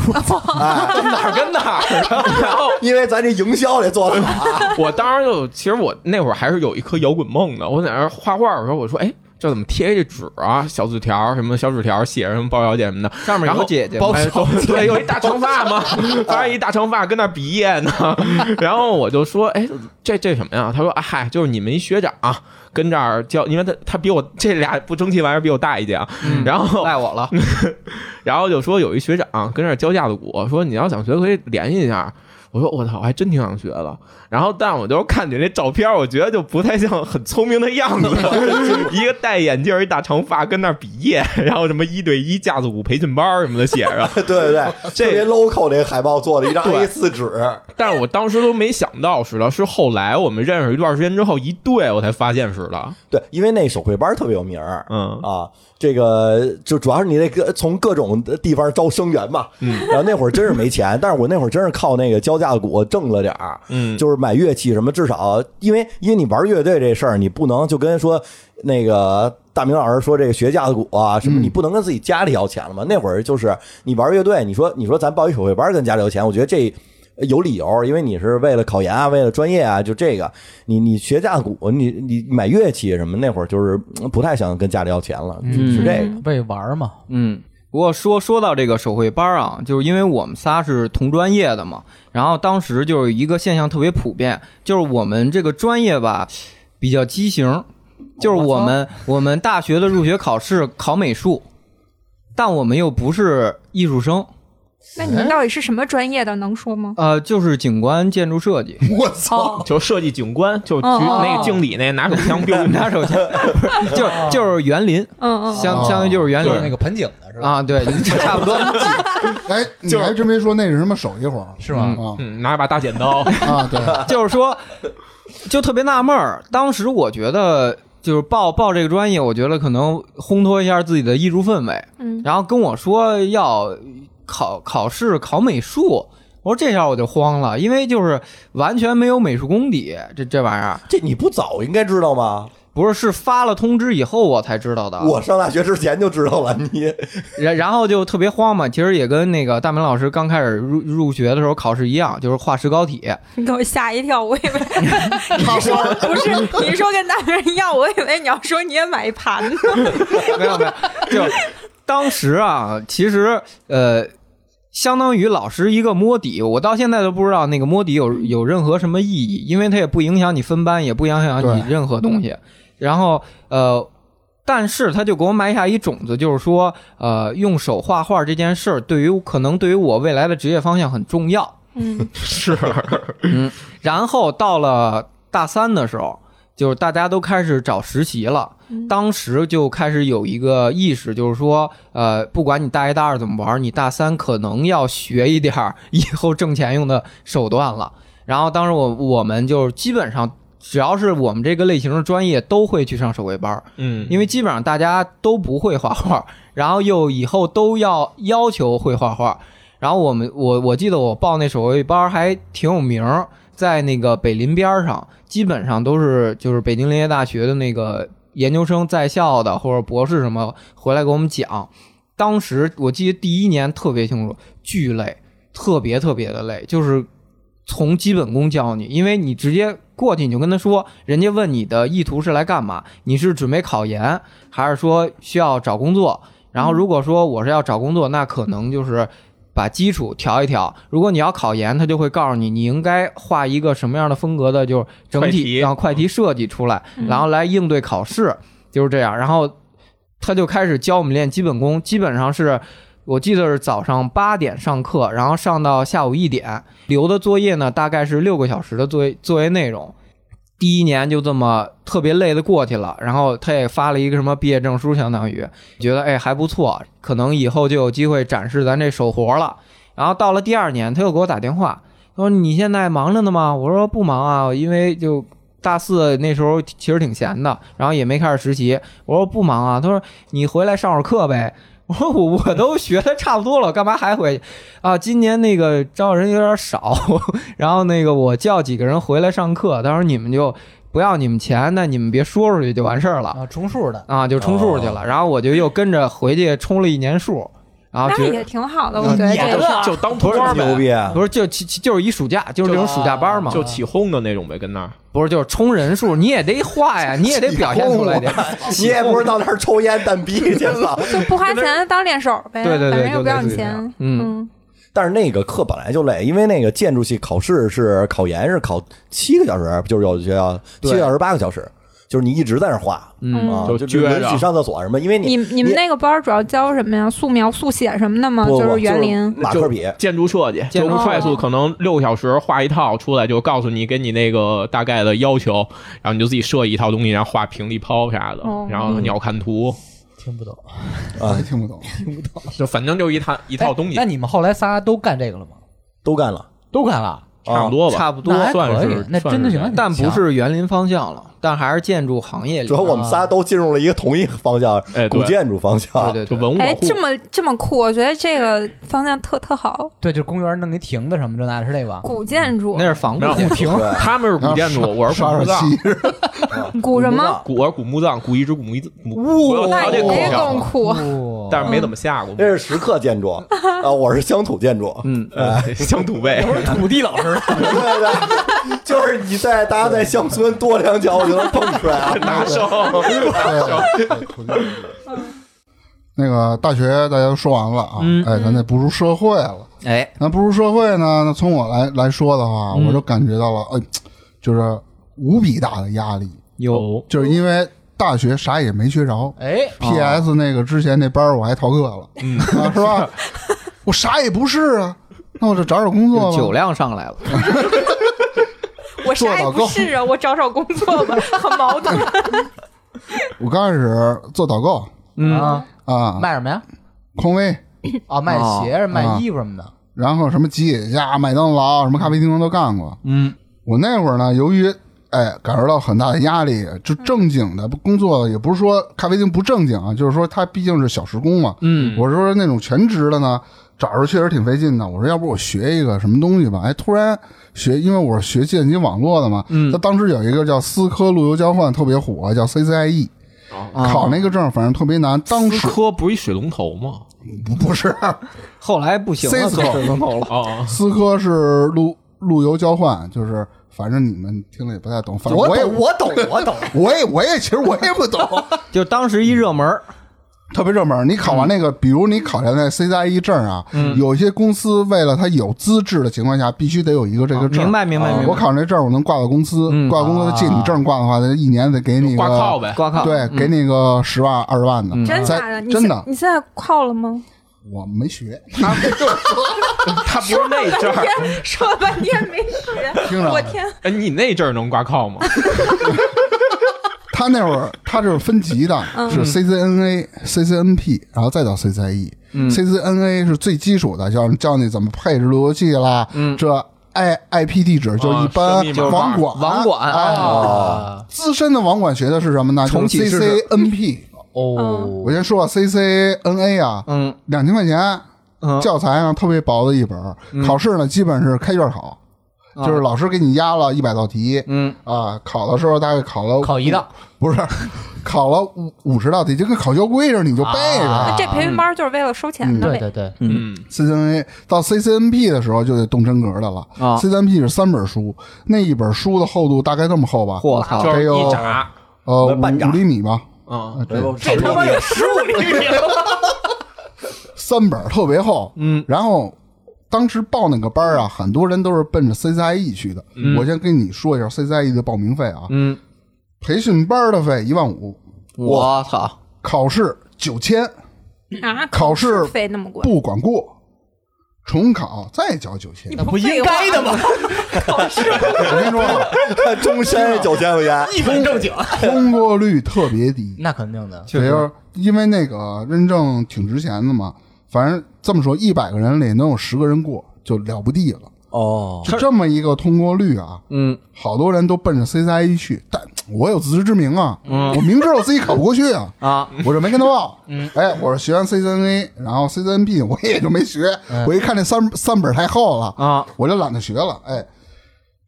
[SPEAKER 2] 哪儿跟哪儿，然后
[SPEAKER 8] 因为咱这营销得做 得好啊。
[SPEAKER 2] 我当时就，其实我那会儿还是有一颗摇滚梦的。我在那儿画画的时候，我说：“哎，这怎么贴这纸啊？小纸条儿什么小纸条儿写着什么包小姐什么的，
[SPEAKER 1] 上面
[SPEAKER 2] 然
[SPEAKER 1] 有
[SPEAKER 2] 后
[SPEAKER 1] 姐姐吗，
[SPEAKER 2] 包小姐对， 有一大长发嘛，当然一大 长发跟那儿比耶呢。 然后我就说：“哎，这这什么呀？”他说：“啊嗨、就是你们一学长、跟这儿教，因为他他比我这俩不争气玩意儿比我大一届啊。然后
[SPEAKER 1] 嗯赖我 了。
[SPEAKER 2] 然后就说有一学长跟这儿教架子鼓，说你要想学可以联系一下。我说我操，我还真挺想学的。然后，但我就是看你那照片，我觉得就不太像很聪明的样 子，一个戴眼镜儿，一大长发，跟那儿比耶， 然后什么一对一架子鼓培训班儿什么的写 着。
[SPEAKER 8] 对对对，
[SPEAKER 2] 这
[SPEAKER 8] 特别 local 这个海报做的一张 A 四纸，
[SPEAKER 2] 但是我当时都没想到是的，是后来我们认识一段时间之后一对，我才发现是的。
[SPEAKER 8] 对，因为那手绘班特别有名儿，
[SPEAKER 2] 嗯
[SPEAKER 8] 啊，这个就主要是你那个从各种地方招生源嘛，嗯，然后那会儿真是没钱，但是我那会儿真是靠那个教架子鼓挣了点儿，
[SPEAKER 2] 嗯
[SPEAKER 8] 就是买乐器什么，至少因为因为你玩乐队这事儿，你不能就跟说那个大明老师说这个学架子鼓啊什么，你不能跟自己家里要钱了嘛。那会儿就是你玩乐队，你说你说咱报一手绘班跟家里要钱，我觉得这。有理由，因为你是为了考研啊，为了专业啊，就这个，你你学架子鼓，你你买乐器什么，那会儿就是嗯不太想跟家里要钱了，是这个。
[SPEAKER 9] 为玩儿嘛，
[SPEAKER 1] 嗯，不过说说到这个手绘班儿啊，就是因为我们仨是同专业的嘛，然后当时就是一个现象特别普遍，就是我们这个专业吧比较畸形，就是哦我们我们大学的入学考试考美术，但我们又不是艺术生，
[SPEAKER 7] 那
[SPEAKER 5] 哎
[SPEAKER 7] 你们到底是什么专业的？能说吗？
[SPEAKER 1] 呃，就是景观建筑设计，
[SPEAKER 5] 我
[SPEAKER 9] 哦
[SPEAKER 5] 操！
[SPEAKER 2] 就设计景观，就
[SPEAKER 7] 哦
[SPEAKER 2] 举
[SPEAKER 7] 哦
[SPEAKER 2] 那个经理那拿手枪 biu
[SPEAKER 1] 拿手枪，就是就是园林，
[SPEAKER 7] 嗯嗯，
[SPEAKER 1] 相相当于就是园
[SPEAKER 9] 就是那
[SPEAKER 1] 林
[SPEAKER 9] 个盆景的是吧？
[SPEAKER 1] 啊，哦对，差不多。
[SPEAKER 5] 哎，你还真没说那是什么手艺活儿
[SPEAKER 9] 是吗？
[SPEAKER 5] 啊
[SPEAKER 2] 嗯，拿一把大剪 刀，
[SPEAKER 5] 啊！对，
[SPEAKER 1] 就是说，就特别纳闷儿。当时我觉得，就是报报这个专业，我觉得可能烘托一下自己的艺术氛围。
[SPEAKER 7] 嗯
[SPEAKER 1] 然后跟我说要考考试考美术，我说这下我就慌了，因为就是完全没有美术功底，这这玩意儿
[SPEAKER 8] 这你不早应该知道吗？
[SPEAKER 1] 不是是发了通知以后我才知道的。
[SPEAKER 8] 我上大学之前就知道了，你
[SPEAKER 1] 然然后就特别慌嘛，其实也跟那个大明老师刚开始入入学的时候考试一样，就是画石膏体。
[SPEAKER 7] 你给我吓一跳，我以为你说不是，你说跟大人一样，我以为你要说你也买一盘呢。
[SPEAKER 1] 没有没有，就当时啊，其实呃，相当于老师一个摸底，我到现在都不知道那个摸底有有任何什么意义，因为它也不影响你分班，也不影响你
[SPEAKER 5] 对
[SPEAKER 1] 任何东西。然后呃，但是他就给我埋下一种子，就是说呃，用手画画这件事儿，对于可能对于我未来的职业方向很重要。
[SPEAKER 7] 嗯，
[SPEAKER 2] 是
[SPEAKER 1] 然后到了大三的时候，就是大家都开始找实习了。
[SPEAKER 7] 嗯
[SPEAKER 1] 当时就开始有一个意识，就是说，呃，不管你大一、大二怎么玩，你大三可能要学一点儿以后挣钱用的手段了。然后当时我我们就基本上，只要是我们这个类型的专业，都会去上手绘班儿，
[SPEAKER 2] 嗯，
[SPEAKER 1] 因为基本上大家都不会画画， 然后又以后都要要求会画画。然后我们我我记得我报那手绘班儿还挺有名儿，在那个北林边儿上，基本上都是就是北京林业大学的那个研究生在校的或者博士什么回来给我们讲。当时我记得第一年特别清楚，巨累，特别特别的累，就是从基本功教你，因为你直接过去你就跟他说，人家问你的意图是来干嘛？你是准备考研，还是说需要找工作？
[SPEAKER 2] 嗯
[SPEAKER 1] 然后如果说我是要找工作，那可能就是把基础调一调。如果你要考研，他就会告诉你，你应该画一个什么样的风格的，就是整
[SPEAKER 2] 快题
[SPEAKER 1] 体让快题设计出来，
[SPEAKER 7] 嗯
[SPEAKER 1] 然后来应对考试，就是这样。然后他就开始教我们练基本功，基本上是我记得是早上八点上课，然后上到下午一点，留的作业呢大概是六个小时的作业作业内容。第一年就这么特别累的过去了，然后他也发了一个什么毕业证书，相当于觉得哎还不错，可能以后就有机会展示咱这手活了。然后到了第二年，他又给我打电话，他说你现在忙着呢吗？我说不忙啊，因为就大四那时候其实挺闲的，然后也没开始实习。我说不忙啊，他说你回来上会儿课呗。我说我我都学的差不多了，干嘛还回去啊？今年那个招人有点少， 然后那个我叫几个人回来上课，到时候你们就不要你们钱，那你们别说出去就完事儿
[SPEAKER 4] 哦
[SPEAKER 1] 了
[SPEAKER 9] 啊，重数的，
[SPEAKER 1] 啊，就充数去了。然后我就又跟着回去充了一年数，然后
[SPEAKER 7] 那
[SPEAKER 1] 觉得
[SPEAKER 7] 也挺好的，我觉得
[SPEAKER 2] 就
[SPEAKER 7] 这个
[SPEAKER 2] 就当托
[SPEAKER 8] 多
[SPEAKER 2] 儿
[SPEAKER 8] 少牛
[SPEAKER 2] 呗，
[SPEAKER 8] 逼啊！
[SPEAKER 1] 不是就其其就是一暑假，就是这种暑假班嘛，啊
[SPEAKER 2] 就起哄的那种呗，跟那儿。
[SPEAKER 1] 不是就是充人数，你也得画呀，你也得表现出来点。
[SPEAKER 8] 你也不是到那儿抽烟蛋逼去了。
[SPEAKER 7] 就不花钱当练手呗，
[SPEAKER 1] 对对对
[SPEAKER 7] 反正又不要你
[SPEAKER 1] 就类似于这
[SPEAKER 7] 钱
[SPEAKER 1] 样。
[SPEAKER 7] 嗯
[SPEAKER 1] 嗯，
[SPEAKER 8] 但是那个课本来就累，因为那个建筑系考试是考研是考七个小时，就是有的学校七个小时八个小时，就是你一直在那儿画
[SPEAKER 7] 嗯
[SPEAKER 8] 啊，
[SPEAKER 2] 就
[SPEAKER 8] 就是
[SPEAKER 2] 撅着
[SPEAKER 8] 允许上厕所什么，因为
[SPEAKER 7] 你
[SPEAKER 8] 你
[SPEAKER 7] 你们那个班儿主要教什么呀？素描、速写什么的吗？
[SPEAKER 8] 不不
[SPEAKER 7] 就
[SPEAKER 8] 不
[SPEAKER 7] 是园林。
[SPEAKER 8] 马克笔，
[SPEAKER 2] 建筑设计，
[SPEAKER 1] 建
[SPEAKER 2] 就
[SPEAKER 1] 筑设计
[SPEAKER 2] 快速，可能六个小时画一套出来，就告诉你给你那个大概的要求，然后你就自己设计一套东西，然后画平地抛啥的
[SPEAKER 7] 哦，
[SPEAKER 2] 然后鸟瞰图，
[SPEAKER 9] 听不懂。
[SPEAKER 8] 啊
[SPEAKER 5] 听不懂，
[SPEAKER 2] 就反正就一套一套东
[SPEAKER 9] 哎
[SPEAKER 2] 西
[SPEAKER 9] 那，你们后来仨都干这个了吗？
[SPEAKER 8] 都干了。
[SPEAKER 9] 都干了，
[SPEAKER 2] 差不多吧，
[SPEAKER 1] 差不多
[SPEAKER 9] 那还
[SPEAKER 2] 算
[SPEAKER 9] 可以
[SPEAKER 1] 哎
[SPEAKER 2] 是，
[SPEAKER 9] 那真的
[SPEAKER 2] 算是
[SPEAKER 9] 行
[SPEAKER 2] 这样，
[SPEAKER 1] 但不是园林方向了，但还是建筑行业里
[SPEAKER 8] 主要我们仨都进入了一个同一个方向，
[SPEAKER 2] 哎对
[SPEAKER 8] 古建筑方向。
[SPEAKER 1] 对对
[SPEAKER 2] 就
[SPEAKER 1] 对，
[SPEAKER 2] 文物保
[SPEAKER 7] 哎，
[SPEAKER 2] 护。
[SPEAKER 7] 这么这么酷，我觉得这个方向特特好。
[SPEAKER 9] 对，就是公园弄一亭子什么这那的，是这个吧？
[SPEAKER 7] 古建筑
[SPEAKER 1] 那，是仿古
[SPEAKER 2] 没
[SPEAKER 1] 建
[SPEAKER 2] 有
[SPEAKER 1] 筑。
[SPEAKER 9] 亭
[SPEAKER 8] 对
[SPEAKER 2] 他们是
[SPEAKER 5] 啊
[SPEAKER 2] 古建筑，我是古
[SPEAKER 5] 刷
[SPEAKER 2] 墓
[SPEAKER 5] 刷
[SPEAKER 2] 葬，
[SPEAKER 5] 漆，
[SPEAKER 7] 古什
[SPEAKER 8] 嗯
[SPEAKER 7] 么？
[SPEAKER 2] 古我是古墓葬，古遗址、古墓遗址，古我
[SPEAKER 7] 那
[SPEAKER 2] 操这
[SPEAKER 7] 也
[SPEAKER 2] 口
[SPEAKER 7] 得
[SPEAKER 2] 条
[SPEAKER 7] 更酷。
[SPEAKER 4] 嗯
[SPEAKER 9] 哦
[SPEAKER 2] 但是没怎么下过墓
[SPEAKER 8] 这，是石刻建 筑啊，我是乡土建筑。
[SPEAKER 1] 嗯，
[SPEAKER 2] 呃 乡土味。
[SPEAKER 9] 土地老师，
[SPEAKER 8] 对对，就是你在大家在乡村跺两脚，我就能蹦出来啊。
[SPEAKER 2] 难受，
[SPEAKER 5] 对对土地公主那个大学大家都说完了啊，哎，咱得步入社会了。
[SPEAKER 1] 嗯哎，嗯
[SPEAKER 5] 那步入社会呢？那从我来来说的话，我就感觉到了，哎，就是无比大的压力，
[SPEAKER 1] 有
[SPEAKER 5] 就是因为大学啥也没学着。
[SPEAKER 9] 哎，
[SPEAKER 1] 啊
[SPEAKER 5] P.S. 那个之前那班儿我还逃课了，嗯，啊、是 吧？我啥也不是啊，那我就找找工作
[SPEAKER 1] 酒
[SPEAKER 5] 吧。
[SPEAKER 1] 量上来了，
[SPEAKER 7] 我啥也不是啊，我找找工作吧，很矛盾。
[SPEAKER 5] 我刚开始做导购
[SPEAKER 1] 嗯
[SPEAKER 9] 啊，
[SPEAKER 5] 啊，
[SPEAKER 9] 卖什么呀？
[SPEAKER 5] 匡威，
[SPEAKER 9] 啊，卖
[SPEAKER 1] 哦
[SPEAKER 9] 鞋、卖
[SPEAKER 5] 啊
[SPEAKER 9] 衣服什么的。
[SPEAKER 5] 然后什么吉野家、麦当劳、什么咖啡厅都干过。
[SPEAKER 1] 嗯，
[SPEAKER 5] 我那会儿呢，由于哎感受到很大的压力，就正经的工作也不是说咖啡厅不正经啊，就是说它毕竟是小时工嘛。
[SPEAKER 1] 嗯，
[SPEAKER 5] 我说那种全职的呢，找着确实挺费劲的。我说要不我学一个什么东西吧？哎，突然学，因为我是学计算机网络的嘛。嗯，他当时有一个叫思科路由交换特别火，叫 CCIE。考
[SPEAKER 1] 啊
[SPEAKER 5] 那个证反正特别难，当 时
[SPEAKER 2] 科不是一水龙头吗？
[SPEAKER 5] 不不是
[SPEAKER 1] 后来不行了，
[SPEAKER 5] Cisco
[SPEAKER 1] 做水龙头了。
[SPEAKER 2] 哦，
[SPEAKER 5] 思科是路路由交换，就是反正你们听了也不太懂，反正
[SPEAKER 8] 我
[SPEAKER 5] 也
[SPEAKER 8] 懂，我懂，我懂。
[SPEAKER 5] 我也我也其实我也不 懂，
[SPEAKER 1] 就当时一热门儿，
[SPEAKER 5] 特别热门儿。你考完那
[SPEAKER 1] 嗯
[SPEAKER 5] 个，比如你考下那 C 加一证啊，有些公司为了它有资质的情况下，必须得有一个这个证。
[SPEAKER 1] 哦明白明白
[SPEAKER 5] 啊
[SPEAKER 1] 明白。
[SPEAKER 5] 我考那证，我能挂到公司，
[SPEAKER 1] 嗯
[SPEAKER 5] 挂到公司借你证挂的话，他一年得给你个
[SPEAKER 2] 挂靠呗，
[SPEAKER 1] 挂靠，嗯
[SPEAKER 5] 对，给你个十万二十万的。
[SPEAKER 7] 真
[SPEAKER 5] 在
[SPEAKER 7] 假的？啊你
[SPEAKER 5] 真
[SPEAKER 7] 现
[SPEAKER 5] 的，
[SPEAKER 7] 你现在靠了吗？
[SPEAKER 5] 我没 学，
[SPEAKER 1] 啊
[SPEAKER 5] 他没跟我说，
[SPEAKER 2] 他不是那证儿，
[SPEAKER 7] 说了半天没学，
[SPEAKER 5] 听着啊
[SPEAKER 7] 我天，
[SPEAKER 2] 哎，你那证儿能挂靠吗？
[SPEAKER 5] 他那会儿他这是分级的，是 CCNA、CCNP，然后再到 E CCIE。CCNA
[SPEAKER 1] 嗯
[SPEAKER 5] 是最基础的，教教你怎么配置路由器啦，
[SPEAKER 1] 嗯
[SPEAKER 5] 这 I IP 地址就是一
[SPEAKER 2] 啊
[SPEAKER 5] 般
[SPEAKER 2] 是密码
[SPEAKER 5] 网管
[SPEAKER 1] 网管
[SPEAKER 5] 啊。资深的网管学的是什么呢？就
[SPEAKER 1] 重
[SPEAKER 5] 是
[SPEAKER 1] 启试试
[SPEAKER 5] CCNP。
[SPEAKER 9] 哦，
[SPEAKER 5] 我先说啊 CCNA 啊，
[SPEAKER 1] 嗯
[SPEAKER 5] 两千块钱，
[SPEAKER 1] 嗯，
[SPEAKER 5] 教材啊特别薄的一本儿，考试呢基本是开卷考，就是老师给你压了一百道题
[SPEAKER 1] 啊嗯
[SPEAKER 5] 啊，考的时候大概考了
[SPEAKER 9] 考一道，
[SPEAKER 5] 不是，考了五五十道题，就跟考交规似的，你就背
[SPEAKER 9] 啊
[SPEAKER 5] 呗。
[SPEAKER 7] 这培训班就是为了收钱的
[SPEAKER 9] 对
[SPEAKER 7] 呗。
[SPEAKER 9] 对对，
[SPEAKER 2] 嗯，
[SPEAKER 5] CCNA 到 CCNP 的时候就得动真格的了。
[SPEAKER 1] 啊
[SPEAKER 5] CCNP 是三本书，那一本书的厚度大概这么厚吧？
[SPEAKER 1] 我操，
[SPEAKER 2] 就是
[SPEAKER 5] 这
[SPEAKER 2] 一
[SPEAKER 5] 有
[SPEAKER 2] 扎，
[SPEAKER 5] 呃五
[SPEAKER 8] 半掌
[SPEAKER 5] 五厘米吧，
[SPEAKER 2] 嗯，
[SPEAKER 5] 啊这
[SPEAKER 8] 这他
[SPEAKER 1] 妈有十五厘米，
[SPEAKER 5] 三本特别厚。
[SPEAKER 1] 嗯，
[SPEAKER 5] 然后当时报那个班儿啊，很多人都是奔着 CCIE E 去的。我先跟你说一下 CCIE 的报名费啊，
[SPEAKER 1] 嗯，
[SPEAKER 5] 培训班儿的费一万五，
[SPEAKER 1] 我操，
[SPEAKER 5] 考试九千，
[SPEAKER 7] 啊，
[SPEAKER 5] 考试
[SPEAKER 7] 费那么贵，
[SPEAKER 5] 不管过，重考再交九千。
[SPEAKER 7] 不应该的吗？
[SPEAKER 5] 我跟你说啊，
[SPEAKER 8] 中山九千块钱，
[SPEAKER 9] 一本正经，
[SPEAKER 5] 通过率特别
[SPEAKER 4] 嗯
[SPEAKER 5] 低，
[SPEAKER 9] 那肯定的。
[SPEAKER 5] 也就是因为那个认证挺值钱的嘛。反正这么说，一百个人里能有十个人过就了不地了。
[SPEAKER 8] 哦，
[SPEAKER 5] 就这么一个通过率啊，
[SPEAKER 1] 嗯，
[SPEAKER 5] 好多人都奔着 CCIE 去，但我有自知之明啊，我明知道自己考不过去啊，
[SPEAKER 1] 啊，
[SPEAKER 5] 我就没跟他报。哎，我是学完 CCNA，然后 CCNP 我也就没学。我一看这三三本太厚了
[SPEAKER 1] 啊，
[SPEAKER 5] 我就懒得学了。哎，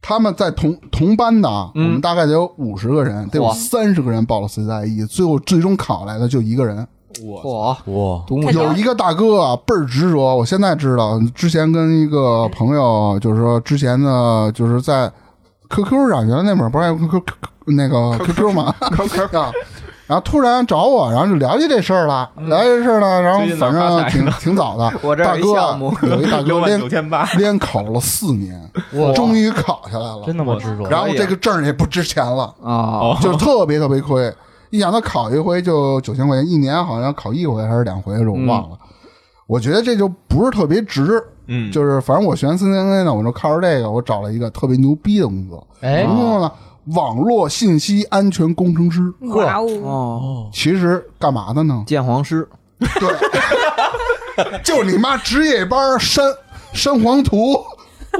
[SPEAKER 5] 他们在同同班的啊，我们大概得有五十个人，得有
[SPEAKER 1] 嚯
[SPEAKER 5] 三十个人报了 CCIE，最后最终考来的就一个人。
[SPEAKER 2] 我
[SPEAKER 1] 我
[SPEAKER 8] 哇，
[SPEAKER 1] 独木
[SPEAKER 5] 有
[SPEAKER 1] 桥，
[SPEAKER 5] 一个大哥啊，倍儿执着。我现在知道，之前跟一个朋友，就是说之前呢，就是 在 QQ 上，原来那会儿不是还有 QQ 那个 QQ 吗？QQ 啊，然后突然找我，然后就聊起这事儿了，聊起这事儿呢，然后
[SPEAKER 2] 最近
[SPEAKER 5] 反
[SPEAKER 2] 哪发
[SPEAKER 5] 正
[SPEAKER 2] 财
[SPEAKER 5] 挺
[SPEAKER 2] 呢
[SPEAKER 5] 挺早的，
[SPEAKER 1] 我这
[SPEAKER 5] 大
[SPEAKER 1] 儿有一项目
[SPEAKER 5] 哥 有一大
[SPEAKER 2] 六
[SPEAKER 5] 哥
[SPEAKER 2] 万九
[SPEAKER 5] 连
[SPEAKER 2] 千八，
[SPEAKER 5] 连考了四年，终于考下来了，
[SPEAKER 9] 真他妈执着。
[SPEAKER 5] 然后这个证儿也不值钱了，
[SPEAKER 1] 啊，
[SPEAKER 5] 就特别特别亏。一想他考一回就九千块钱，一年好像考一回还是两回，我忘了。我觉得这就不是特别值，
[SPEAKER 2] 嗯，
[SPEAKER 5] 就是反正我学完 CCNA 呢，我就靠着这个，我找了一个特别牛逼的工作，
[SPEAKER 4] 啊
[SPEAKER 9] 哎
[SPEAKER 5] 什么，工作呢？网络信息安全工程师。
[SPEAKER 7] 哇哦，
[SPEAKER 1] 哦，？
[SPEAKER 5] 其实干嘛的呢
[SPEAKER 1] 鉴黄师，
[SPEAKER 5] 对，就是你妈值夜班删删黄图，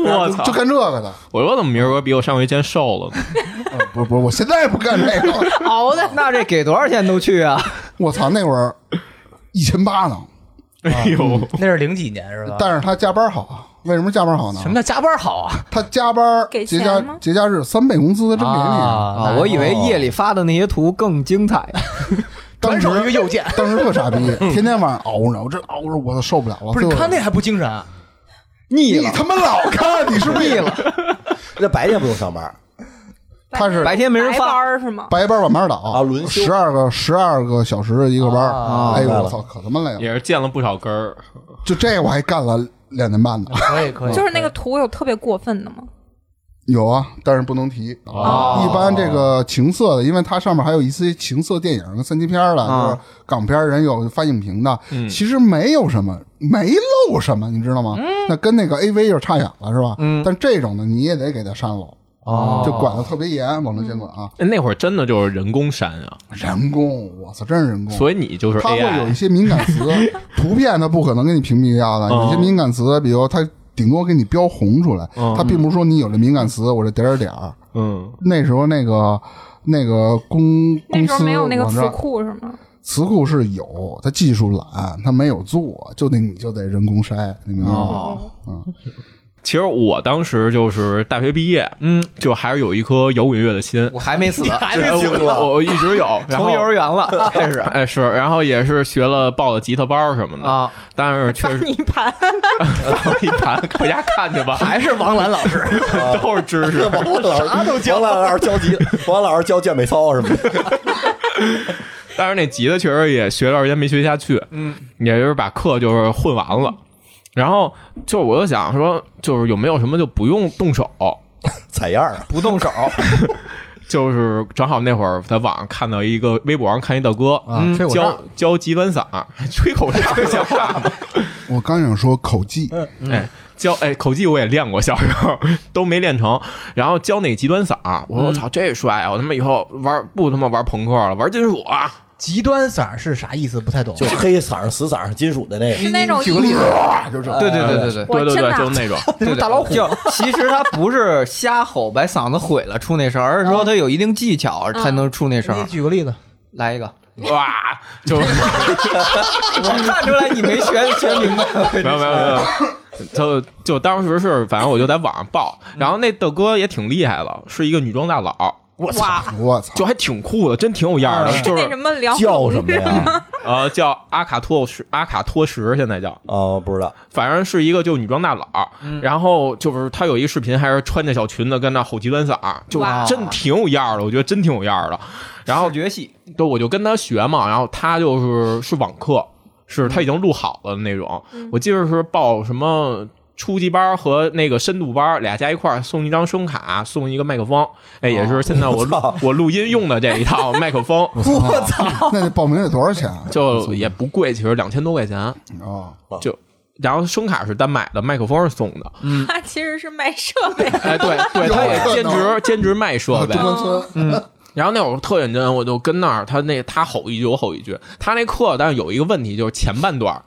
[SPEAKER 2] 我操
[SPEAKER 5] 就！干这个的。
[SPEAKER 2] 我说怎么明儿哥比我上回见瘦了呢？
[SPEAKER 5] 呃不是不是，我现在不干这个了。
[SPEAKER 1] 熬的， 那这给多少钱都去啊？
[SPEAKER 5] 我操，那会儿一千八呢，
[SPEAKER 2] 哎呦，
[SPEAKER 9] 那是零几年是吧？
[SPEAKER 5] 但是他加班好啊。为什么加班好呢
[SPEAKER 9] 什？么叫加班好 啊？
[SPEAKER 5] 他加班
[SPEAKER 7] 给
[SPEAKER 5] 节
[SPEAKER 7] 钱
[SPEAKER 5] 假
[SPEAKER 7] 吗
[SPEAKER 5] 节假日三倍工资，真给你。
[SPEAKER 9] 啊
[SPEAKER 1] 啊，我以为夜里发的那些图更精彩。
[SPEAKER 5] 当
[SPEAKER 9] 转手一个
[SPEAKER 5] 时
[SPEAKER 9] 右键，
[SPEAKER 5] 当时特傻逼，天天晚上熬着，我这熬着我都受不了了。
[SPEAKER 9] 不是
[SPEAKER 5] 最后
[SPEAKER 9] 他那还不精神啊？
[SPEAKER 1] 腻
[SPEAKER 5] 你
[SPEAKER 1] 了，
[SPEAKER 5] 他妈老看，你是不是也？
[SPEAKER 8] 那白天不用上班
[SPEAKER 5] 他是
[SPEAKER 1] 白天没人
[SPEAKER 7] 白班
[SPEAKER 1] 发，
[SPEAKER 7] 儿是吗？
[SPEAKER 5] 白班晚班倒
[SPEAKER 8] 啊轮休
[SPEAKER 5] 十二个十二个小时一个班
[SPEAKER 9] 啊
[SPEAKER 5] 儿，哎
[SPEAKER 8] 明
[SPEAKER 5] 呦
[SPEAKER 8] 白了
[SPEAKER 5] 我操，可他妈累了！
[SPEAKER 2] 嗯也是见了不少根儿。
[SPEAKER 5] 就这我还干了两年半呢，
[SPEAKER 9] 可以可以，
[SPEAKER 7] 就是那个图有特别过分的吗？
[SPEAKER 5] 有啊，但是不能提。
[SPEAKER 2] 哦
[SPEAKER 5] 一般这个情色的，因为它上面还有一些情色电影跟三级片儿了，
[SPEAKER 1] 啊
[SPEAKER 5] 就是港片儿人有发影评的，
[SPEAKER 2] 嗯
[SPEAKER 5] 其实没有什么，没漏什么，你知道吗？那跟那个 AV 就差远了，是吧？但这种的你也得给他删了，
[SPEAKER 9] 哦
[SPEAKER 5] 就管的特别严，网络监管啊，
[SPEAKER 2] 那会儿真的就是人工删啊，
[SPEAKER 5] 人工，我操，真是人工。
[SPEAKER 2] 所以你就是
[SPEAKER 5] 它嗯会有一
[SPEAKER 2] AI
[SPEAKER 5] 些敏感 词，图片它不可能给你屏蔽掉的。
[SPEAKER 2] 嗯
[SPEAKER 5] 有些敏感词，比如它顶多给你标红出来，它并不是说你有了敏感词，我这点儿点儿点儿。
[SPEAKER 2] 嗯，
[SPEAKER 5] 那时候那个那个公
[SPEAKER 7] 那
[SPEAKER 5] 公
[SPEAKER 7] 时候
[SPEAKER 5] 司
[SPEAKER 7] 没有那个
[SPEAKER 5] 网
[SPEAKER 7] 词
[SPEAKER 5] 站
[SPEAKER 7] 库是吗？
[SPEAKER 5] 词库是有，它技术懒，它没有做，就得你就得人工筛，你明白
[SPEAKER 2] 哦
[SPEAKER 5] 吗？
[SPEAKER 2] 其实我当时就是大学毕业，嗯，就还是有一颗摇滚乐的心，
[SPEAKER 1] 我还没死，
[SPEAKER 2] 哎我我我一直有，然
[SPEAKER 1] 从
[SPEAKER 2] 后
[SPEAKER 1] 幼儿园 了开始
[SPEAKER 2] 哎是，然后也是学了报了吉他班儿什么的，
[SPEAKER 1] 啊，
[SPEAKER 2] 但是确实
[SPEAKER 7] 你 盘
[SPEAKER 2] 一盘回家看去吧，还是王兰老师，都是知识。
[SPEAKER 8] 王老师啥都教，王老师教吉，王老师教健美操什么的。
[SPEAKER 2] 但是那吉他确实也学段时间没学下去，嗯，也就是把课就是混完了。然后就我就想说，就是有没有什么就不用动手，
[SPEAKER 8] 采样啊，
[SPEAKER 1] 不动手，
[SPEAKER 2] 就是正好那会儿在网上看到一个微博上看一大哥嗯
[SPEAKER 9] 啊吹口
[SPEAKER 2] 教
[SPEAKER 9] 哨
[SPEAKER 2] 教基本嗓，吹口哨叫啥呢？
[SPEAKER 5] 我刚想说口技，
[SPEAKER 2] 哎，教哎口技我也练过，小时候都没练成。然后教那极端嗓，我说我操这帅啊！我他妈以后玩不他妈玩朋克了，玩金属啊！
[SPEAKER 9] 极端嗓是啥意思？不太懂。
[SPEAKER 8] 就黑嗓、死嗓、金属的那个。
[SPEAKER 7] 是那种
[SPEAKER 5] 举个例子，就这。
[SPEAKER 1] 对对对对对。
[SPEAKER 7] 我
[SPEAKER 2] 对对
[SPEAKER 7] 天
[SPEAKER 2] 对，
[SPEAKER 7] 哪
[SPEAKER 2] 就那种。
[SPEAKER 1] 对对，大老虎就其实他不是瞎吼把嗓子毁了出那声儿，而是说他有一定技巧才能出那声
[SPEAKER 9] 你
[SPEAKER 1] 儿。
[SPEAKER 9] 举个例子，
[SPEAKER 1] 来一个，
[SPEAKER 2] 哇，就
[SPEAKER 1] 我看出来你没学学明白。
[SPEAKER 2] 没有没有没有，就就当时是，反正我就在网上报，然后那豆哥也挺厉害的，是一个女装大佬，啊
[SPEAKER 7] 我哇，
[SPEAKER 5] 我操！
[SPEAKER 2] 就还挺酷的，真挺有样儿
[SPEAKER 5] 啊
[SPEAKER 2] 的，就
[SPEAKER 7] 那什
[SPEAKER 2] 是
[SPEAKER 7] 么聊
[SPEAKER 8] 叫什么呀？
[SPEAKER 2] 呃叫阿卡托什阿卡托什，现在叫，
[SPEAKER 8] 哦，不知道。
[SPEAKER 2] 反正是一个就女装大佬，然后就是她有一视频，还是穿着小裙子跟那吼极端嗓，就
[SPEAKER 1] 哇
[SPEAKER 2] 真挺有样儿的，我觉得真挺有样儿的。然后
[SPEAKER 1] 视觉系，
[SPEAKER 2] 对，我就跟他学嘛，然后他就是是网课，是他已经录好了那种。我记得是报什么初级班和那个深度班俩加一块儿送一张声卡，送一个麦克风。哎，也是现在我录、
[SPEAKER 8] 操
[SPEAKER 2] 我录音用的这一套麦克风，
[SPEAKER 8] 我操！
[SPEAKER 5] 那得报名得多少钱啊？
[SPEAKER 2] 就也不贵，其实两千多块钱。
[SPEAKER 5] 啊，
[SPEAKER 2] 就然后声卡是单买的，麦克风是送的。
[SPEAKER 7] 他其实是卖设备。
[SPEAKER 2] 哎，对对，
[SPEAKER 5] 有
[SPEAKER 2] 他也
[SPEAKER 5] 可
[SPEAKER 2] 兼职
[SPEAKER 5] 能哦
[SPEAKER 2] 兼职卖设备
[SPEAKER 5] 啊中。关村
[SPEAKER 2] 然后那会儿特认真，我就跟那儿，他那他吼一句，我吼一句。他那课，但是有一个问题，就是前半段儿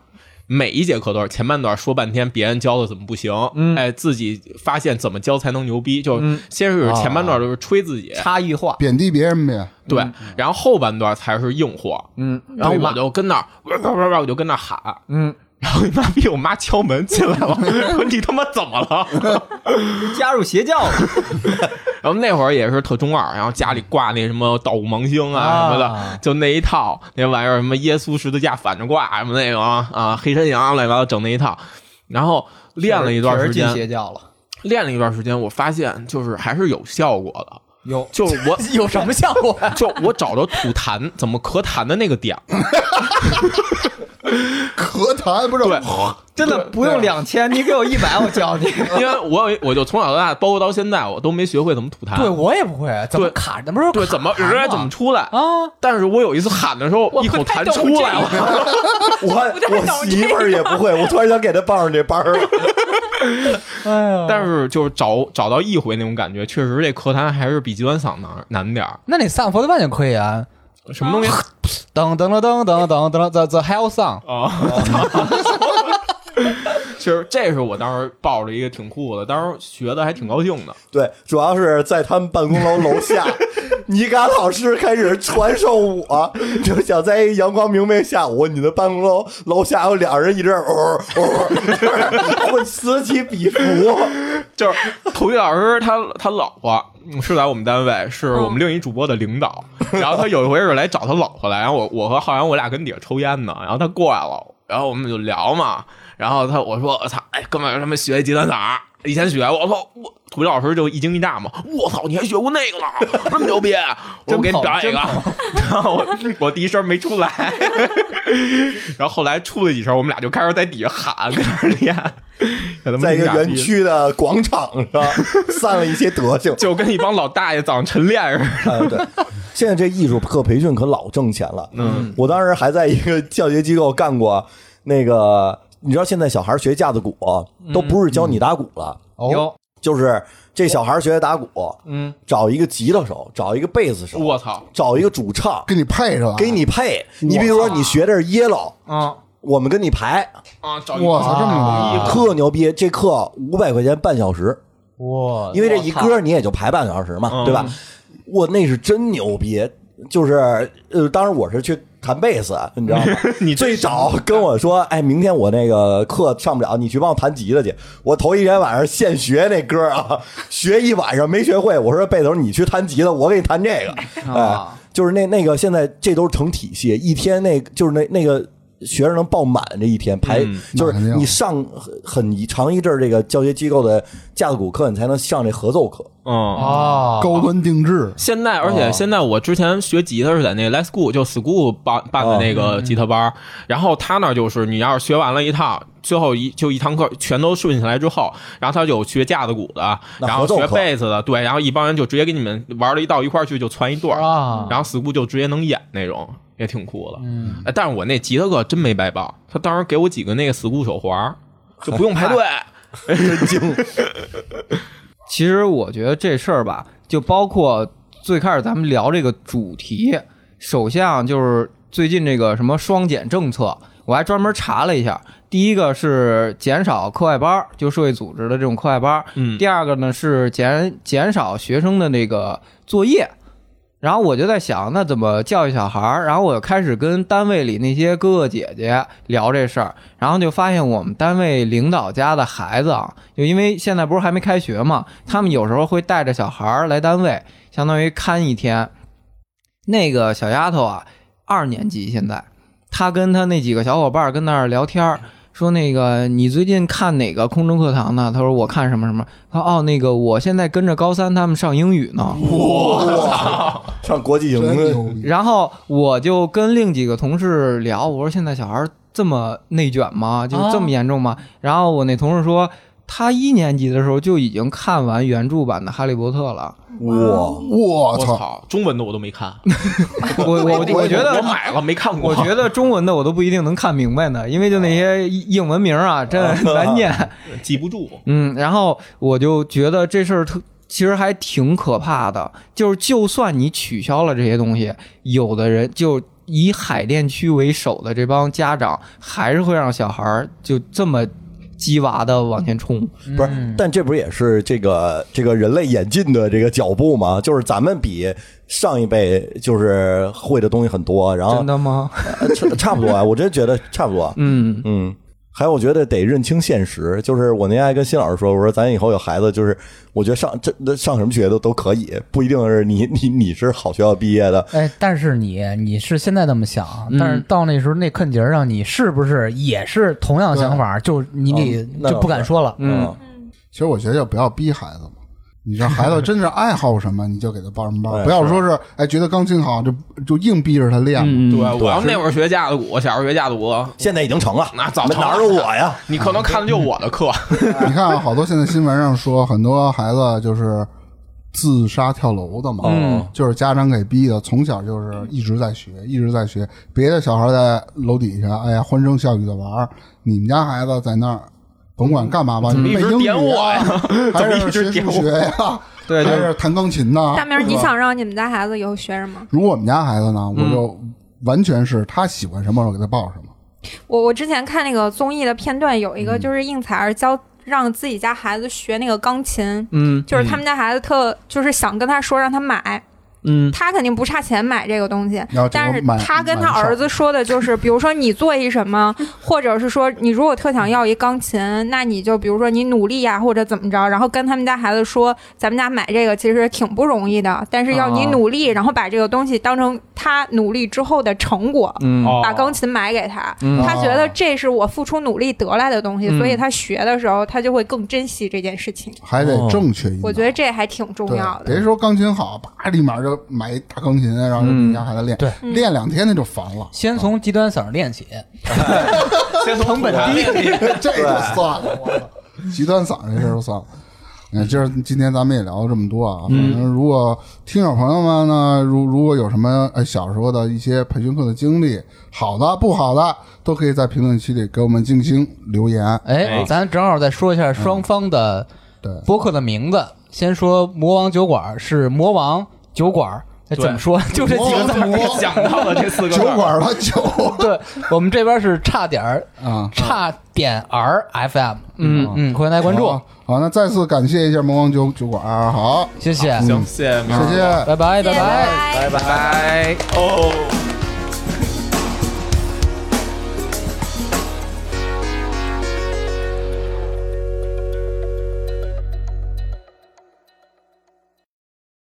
[SPEAKER 2] 每一节课都是前半段儿说半天别人教的怎么不行，哎，自己发现怎么教才能牛逼。就是先是前半段儿就是吹自己，
[SPEAKER 1] 差异化，
[SPEAKER 5] 贬低别人呗，
[SPEAKER 2] 对，然后后半段儿才是硬货。
[SPEAKER 1] 嗯，
[SPEAKER 2] 然后我就跟那儿，哇哇哇哇我就跟那儿喊，
[SPEAKER 1] 嗯，
[SPEAKER 2] 然后你妈逼我妈敲门进来了，说你他妈怎么了？
[SPEAKER 1] 加入邪教了，
[SPEAKER 2] 然后那会儿也是特中二，然后家里挂那什么盗五芒星啊
[SPEAKER 9] 啊
[SPEAKER 2] 什么的，就那一套那玩意儿，什么耶稣十字架反着挂什么那个啊啊，黑山羊乱七八糟整那一套，然后 练了一段时
[SPEAKER 1] 确实进
[SPEAKER 2] 间，
[SPEAKER 1] 邪教了。
[SPEAKER 2] 练了一段时间，我发现就是还是有效果的。
[SPEAKER 1] 有
[SPEAKER 2] 就是我
[SPEAKER 9] 有什么效果？
[SPEAKER 2] 就我找着吐痰怎么咳痰的那个 点儿，
[SPEAKER 5] 咳痰 不是？
[SPEAKER 2] 对，
[SPEAKER 1] 真的不用两千，你给我一百，我教你。
[SPEAKER 2] 因为我有一我就从小到大，包括到现在，我都没学会怎么吐 痰。
[SPEAKER 9] 对我也不会，怎么卡？那不是
[SPEAKER 2] 对，怎么呃
[SPEAKER 9] 卡吗
[SPEAKER 2] 人怎么出来？
[SPEAKER 9] 啊？
[SPEAKER 2] 但是我有一次喊的时候，一口痰出来了，
[SPEAKER 8] 我我媳妇儿也不会，我突然想给她报上这班儿了。
[SPEAKER 9] 哎呦，
[SPEAKER 2] 但是就是找找到一回那种感觉，确实这咳痰还是比极端嗓难难点儿。
[SPEAKER 9] 那你萨姆佛德曼就可以啊。
[SPEAKER 2] 什么东西
[SPEAKER 9] 噔噔了噔噔噔噔了，the the hell song，
[SPEAKER 2] 啊？其实这是我当时抱着一个挺酷的，当时学的还挺高兴的。
[SPEAKER 8] 对，主要是在他们办公楼楼 下，尼嘎老师开始传授我，就想在一个阳光明媚下午，你的办公楼楼下有俩人一直哦哦， 就是会此起彼 伏。
[SPEAKER 2] 就是土地老师他他老婆嗯是在我们单位，是我们另一主播的领导。然后他有一回是来找他老婆来，然后我我和浩洋我俩跟底下抽烟呢，然后他过来了，然后我们就聊嘛。然后他我说我操，哎哥们儿他们学极端嗓儿，以前学我操我。土地老师就一惊一乍嘛，我操，你还学过那个呢？这么牛逼！我说我给你表演一个，然后我我第一声没出来，然后后来出了几声，我们俩就开始在底下喊，跟那儿练，给他们
[SPEAKER 8] 在一个啊
[SPEAKER 2] 傻逼
[SPEAKER 8] 园区的广场上散了一些德行。
[SPEAKER 2] 就跟一帮老大爷早上晨练似 的。
[SPEAKER 8] 哎，对，现在这艺术课培训可老挣钱了。嗯，我当时还在一个教学机构干过那个，你知道现在小孩学架子鼓都不是教你打鼓了，
[SPEAKER 1] 嗯有
[SPEAKER 8] 就是这小孩学打鼓，
[SPEAKER 1] 嗯，
[SPEAKER 8] 找一个吉他手，找一个贝斯手，
[SPEAKER 2] 我操！
[SPEAKER 8] 找一个主唱，
[SPEAKER 5] 给你配上了，
[SPEAKER 8] 给你配。你比如说，你学的是 Yellow，
[SPEAKER 1] 嗯，
[SPEAKER 8] 我们跟你排，
[SPEAKER 2] 啊，找一
[SPEAKER 5] 我操，这么
[SPEAKER 1] 啊
[SPEAKER 8] 特牛逼。这课五百块钱半小时，
[SPEAKER 9] 哇，
[SPEAKER 8] 因为这一歌你也就排半小时
[SPEAKER 1] 嗯
[SPEAKER 8] 嘛，对吧？我那是真牛逼，就是呃，当然我是去弹贝斯，啊你知道吗？
[SPEAKER 2] 你
[SPEAKER 8] 最早跟我说，哎，明天我那个课上不了，你去帮我弹吉他去。我头一天晚上现学那歌啊，学一晚上没学会。我说贝总，你去弹吉他，我给你弹这个。哎，就是那那个现在这都是成体系，一天那就是那那个。学生能报满这一天排，就是
[SPEAKER 5] 那肯定
[SPEAKER 8] 你上很很长一阵儿这个教学机构的架子鼓课，你才能上这合奏课。
[SPEAKER 2] 嗯，
[SPEAKER 9] 哦，
[SPEAKER 5] 高端定制，
[SPEAKER 2] 现在而且现在我之前学吉他是在那 Let's Go 就 School 办办的那个吉他班儿，然后他那儿就是你要是学完了一套，最后一就一堂课全都顺下来之后，然后他就有学架子鼓的，
[SPEAKER 8] 那
[SPEAKER 2] 然后
[SPEAKER 8] 合奏
[SPEAKER 2] 学
[SPEAKER 8] 课
[SPEAKER 2] 贝斯的，对，然后一帮人就直接给你们玩了一到一块儿去，就攒一对儿，
[SPEAKER 9] 啊
[SPEAKER 2] 然后 School 就直接能演那种，也挺酷的。
[SPEAKER 8] 嗯
[SPEAKER 2] 哎，但是我那吉他课真没白报，他当时给我几个那个 School 手环儿，就不用排队。
[SPEAKER 1] 其实我觉得这事儿吧，就包括最开始咱们聊这个主题，首相就是最近这个什么双减政策，我还专门查了一下。第一个是减少课外班儿，就社会组织的这种课外班儿；
[SPEAKER 2] 嗯
[SPEAKER 1] 第二个呢是减减少学生的那个作业。然后我就在想，那怎么教育小孩儿？然后我就开始跟单位里那些哥哥姐姐聊这事儿，然后就发现我们单位领导家的孩子啊，就因为现在不是还没开学嘛，他们有时候会带着小孩儿来单位，相当于看一天。那个小丫头啊，二年级现在，她跟她那几个小伙伴儿跟那儿聊天儿，说那个你最近看哪个空中课堂呢？她说我看什么什么。她说哦，那个我现在跟着高三他们上英语呢。
[SPEAKER 8] 嗯上国际营
[SPEAKER 5] 真
[SPEAKER 8] 的
[SPEAKER 5] 牛逼！
[SPEAKER 1] 然后我就跟另几个同事聊，我说现在小孩儿这么内卷吗？就这么严重吗？然后我那同事说，他一年级的时候就已经看完原著版的《哈利波特》了。
[SPEAKER 8] 哇，
[SPEAKER 2] 嗯
[SPEAKER 5] 我
[SPEAKER 2] 我
[SPEAKER 5] 操，
[SPEAKER 2] 操，中文的我都没看，
[SPEAKER 1] 我我我觉
[SPEAKER 2] 我
[SPEAKER 1] 得。
[SPEAKER 2] 买了没看过。
[SPEAKER 1] 我觉得中文的我都不一定能看明白呢，因为就那
[SPEAKER 2] 哦
[SPEAKER 1] 些英文名啊， 真难念。
[SPEAKER 2] 记不住，
[SPEAKER 1] 嗯，然后我就觉得这事儿特，其实还挺可怕的。就是就算你取消了这些东西，有的人就以海淀区为首的这帮家长，还是会让小孩儿就这么鸡娃的往前冲。
[SPEAKER 8] 不是，但这不也是这个这个人类演进的这个脚步吗？就是咱们比上一辈就是会的东西很多，
[SPEAKER 2] 哦
[SPEAKER 8] 然后
[SPEAKER 1] 真的吗？
[SPEAKER 8] 呃差差不多啊，我真觉得差不多。
[SPEAKER 1] 嗯，
[SPEAKER 8] 嗯，还有我觉得得认清现实，就是我那天还跟辛老师说，我说咱以后有孩子，就是我觉得上这这上什么学都都可以，不一定是你你你是好学校毕业的，
[SPEAKER 9] 哎，但是你你是现在这么想，
[SPEAKER 1] 嗯
[SPEAKER 9] 但是到那时候那坎节上，你是不是也是同样想法？就你得
[SPEAKER 8] 嗯那
[SPEAKER 9] 就不敢说了。
[SPEAKER 8] 啊
[SPEAKER 1] 嗯，
[SPEAKER 5] 其实我觉得要不要逼孩子嘛，你让孩子真是爱好什么，你就给他报什么班，
[SPEAKER 8] 对
[SPEAKER 5] 不要说是哎觉得钢琴好就就硬逼着他练嘛。
[SPEAKER 2] 对，
[SPEAKER 8] 嗯
[SPEAKER 2] 我要那会儿学架子鼓，小时候学架子鼓，
[SPEAKER 8] 现在已经成了，
[SPEAKER 2] 那早成了
[SPEAKER 8] 哪有我呀？
[SPEAKER 2] 你可能看的就我的课，
[SPEAKER 5] 你看啊，好多现在新闻上说，很多孩子就是自杀跳楼的嘛，
[SPEAKER 8] 嗯
[SPEAKER 5] 就是家长给逼的，从小就是一直在学，一直在学。别的小孩在楼底下，哎呀欢声笑语的玩儿，你们家孩子在那儿。甭管干嘛吧，
[SPEAKER 2] 怎么
[SPEAKER 5] 背
[SPEAKER 2] 嗯一直
[SPEAKER 5] 英语
[SPEAKER 2] 点我
[SPEAKER 5] 啊
[SPEAKER 2] 呀，
[SPEAKER 5] 还
[SPEAKER 2] 怎么一
[SPEAKER 5] 是
[SPEAKER 2] 直
[SPEAKER 5] 学
[SPEAKER 2] 点
[SPEAKER 5] 数
[SPEAKER 2] 我
[SPEAKER 5] 学呀，
[SPEAKER 1] 对，就
[SPEAKER 5] 还
[SPEAKER 1] 是
[SPEAKER 5] 是弹钢琴呐。
[SPEAKER 7] 大明儿，
[SPEAKER 5] 啊是吧
[SPEAKER 7] 你想让你们家孩子以后学什么？
[SPEAKER 5] 如果我们家孩子呢，我就完全是他喜欢什么，我给他报什么。
[SPEAKER 7] 我我之前看那个综艺的片段，有
[SPEAKER 5] 嗯
[SPEAKER 7] 一个就是应采儿教让自己家孩子学那个钢琴，
[SPEAKER 1] 嗯
[SPEAKER 7] 就是他们家孩子特就是想跟他说让他买，
[SPEAKER 1] 嗯
[SPEAKER 7] 他肯定不差钱买这个东西，
[SPEAKER 5] 然后结果
[SPEAKER 7] 但是
[SPEAKER 5] 买
[SPEAKER 7] 他跟他
[SPEAKER 5] 买不上
[SPEAKER 7] 儿子说的就是，比如说你做一什么，或者是说你如果特想要一钢琴，那你就比如说你努力呀、或者怎么着，然后跟他们家孩子说，咱们家买这个其实挺不容易的，但是要你
[SPEAKER 5] 啊
[SPEAKER 1] 哦
[SPEAKER 7] 努力，然后把这个东西当成他努力之后的成果，
[SPEAKER 1] 嗯
[SPEAKER 2] 哦
[SPEAKER 7] 把钢琴买给他。
[SPEAKER 5] 哦啊
[SPEAKER 1] 嗯
[SPEAKER 7] 他觉得这是我付出努力得来的东西，
[SPEAKER 1] 嗯
[SPEAKER 7] 所以他学的时候他就会更珍惜这件事情。
[SPEAKER 5] 还得正确一点。
[SPEAKER 7] 哦我觉得这还挺重
[SPEAKER 5] 对
[SPEAKER 7] 要，
[SPEAKER 5] 别
[SPEAKER 7] 的。
[SPEAKER 5] 说钢琴好，啪，立马就买一大钢琴，然后就给你家孩子练，
[SPEAKER 9] 对，
[SPEAKER 7] 嗯
[SPEAKER 5] 练两天那就烦 了
[SPEAKER 9] 先从极端嗓儿练起，
[SPEAKER 2] 先从成本低，
[SPEAKER 5] 这就算了，我操，极端嗓这事儿就算了。嗯，今儿今天咱们也聊了这么多啊，反正如果听友朋友们呢，如如果有什么呃小时候的一些培训课的经历，好的不好的，都可以在评论区里给我们进行留言。
[SPEAKER 9] 哎，咱正好再说一下双方的
[SPEAKER 5] 对，
[SPEAKER 9] 播客的名字。先说魔王酒馆是魔王酒馆，哎
[SPEAKER 2] 对
[SPEAKER 9] 怎么说？ 就这几
[SPEAKER 5] 魔
[SPEAKER 9] 个
[SPEAKER 5] 王
[SPEAKER 9] 字儿。
[SPEAKER 2] 你想到了这四个字
[SPEAKER 5] 酒
[SPEAKER 2] 儿，
[SPEAKER 5] 馆的酒
[SPEAKER 9] 对我们这边是差点儿
[SPEAKER 5] 啊，
[SPEAKER 9] 差点儿 FM，
[SPEAKER 1] 嗯
[SPEAKER 9] 嗯，欢迎大家关
[SPEAKER 5] 好
[SPEAKER 9] 注
[SPEAKER 5] 啊，好，那再次感谢一下魔王酒酒馆啊，好，
[SPEAKER 9] 谢谢，嗯
[SPEAKER 5] 嗯
[SPEAKER 2] 行，谢谢明儿，
[SPEAKER 5] 谢谢。
[SPEAKER 9] 拜拜，拜
[SPEAKER 7] 谢谢
[SPEAKER 9] 拜。
[SPEAKER 2] 拜拜哦。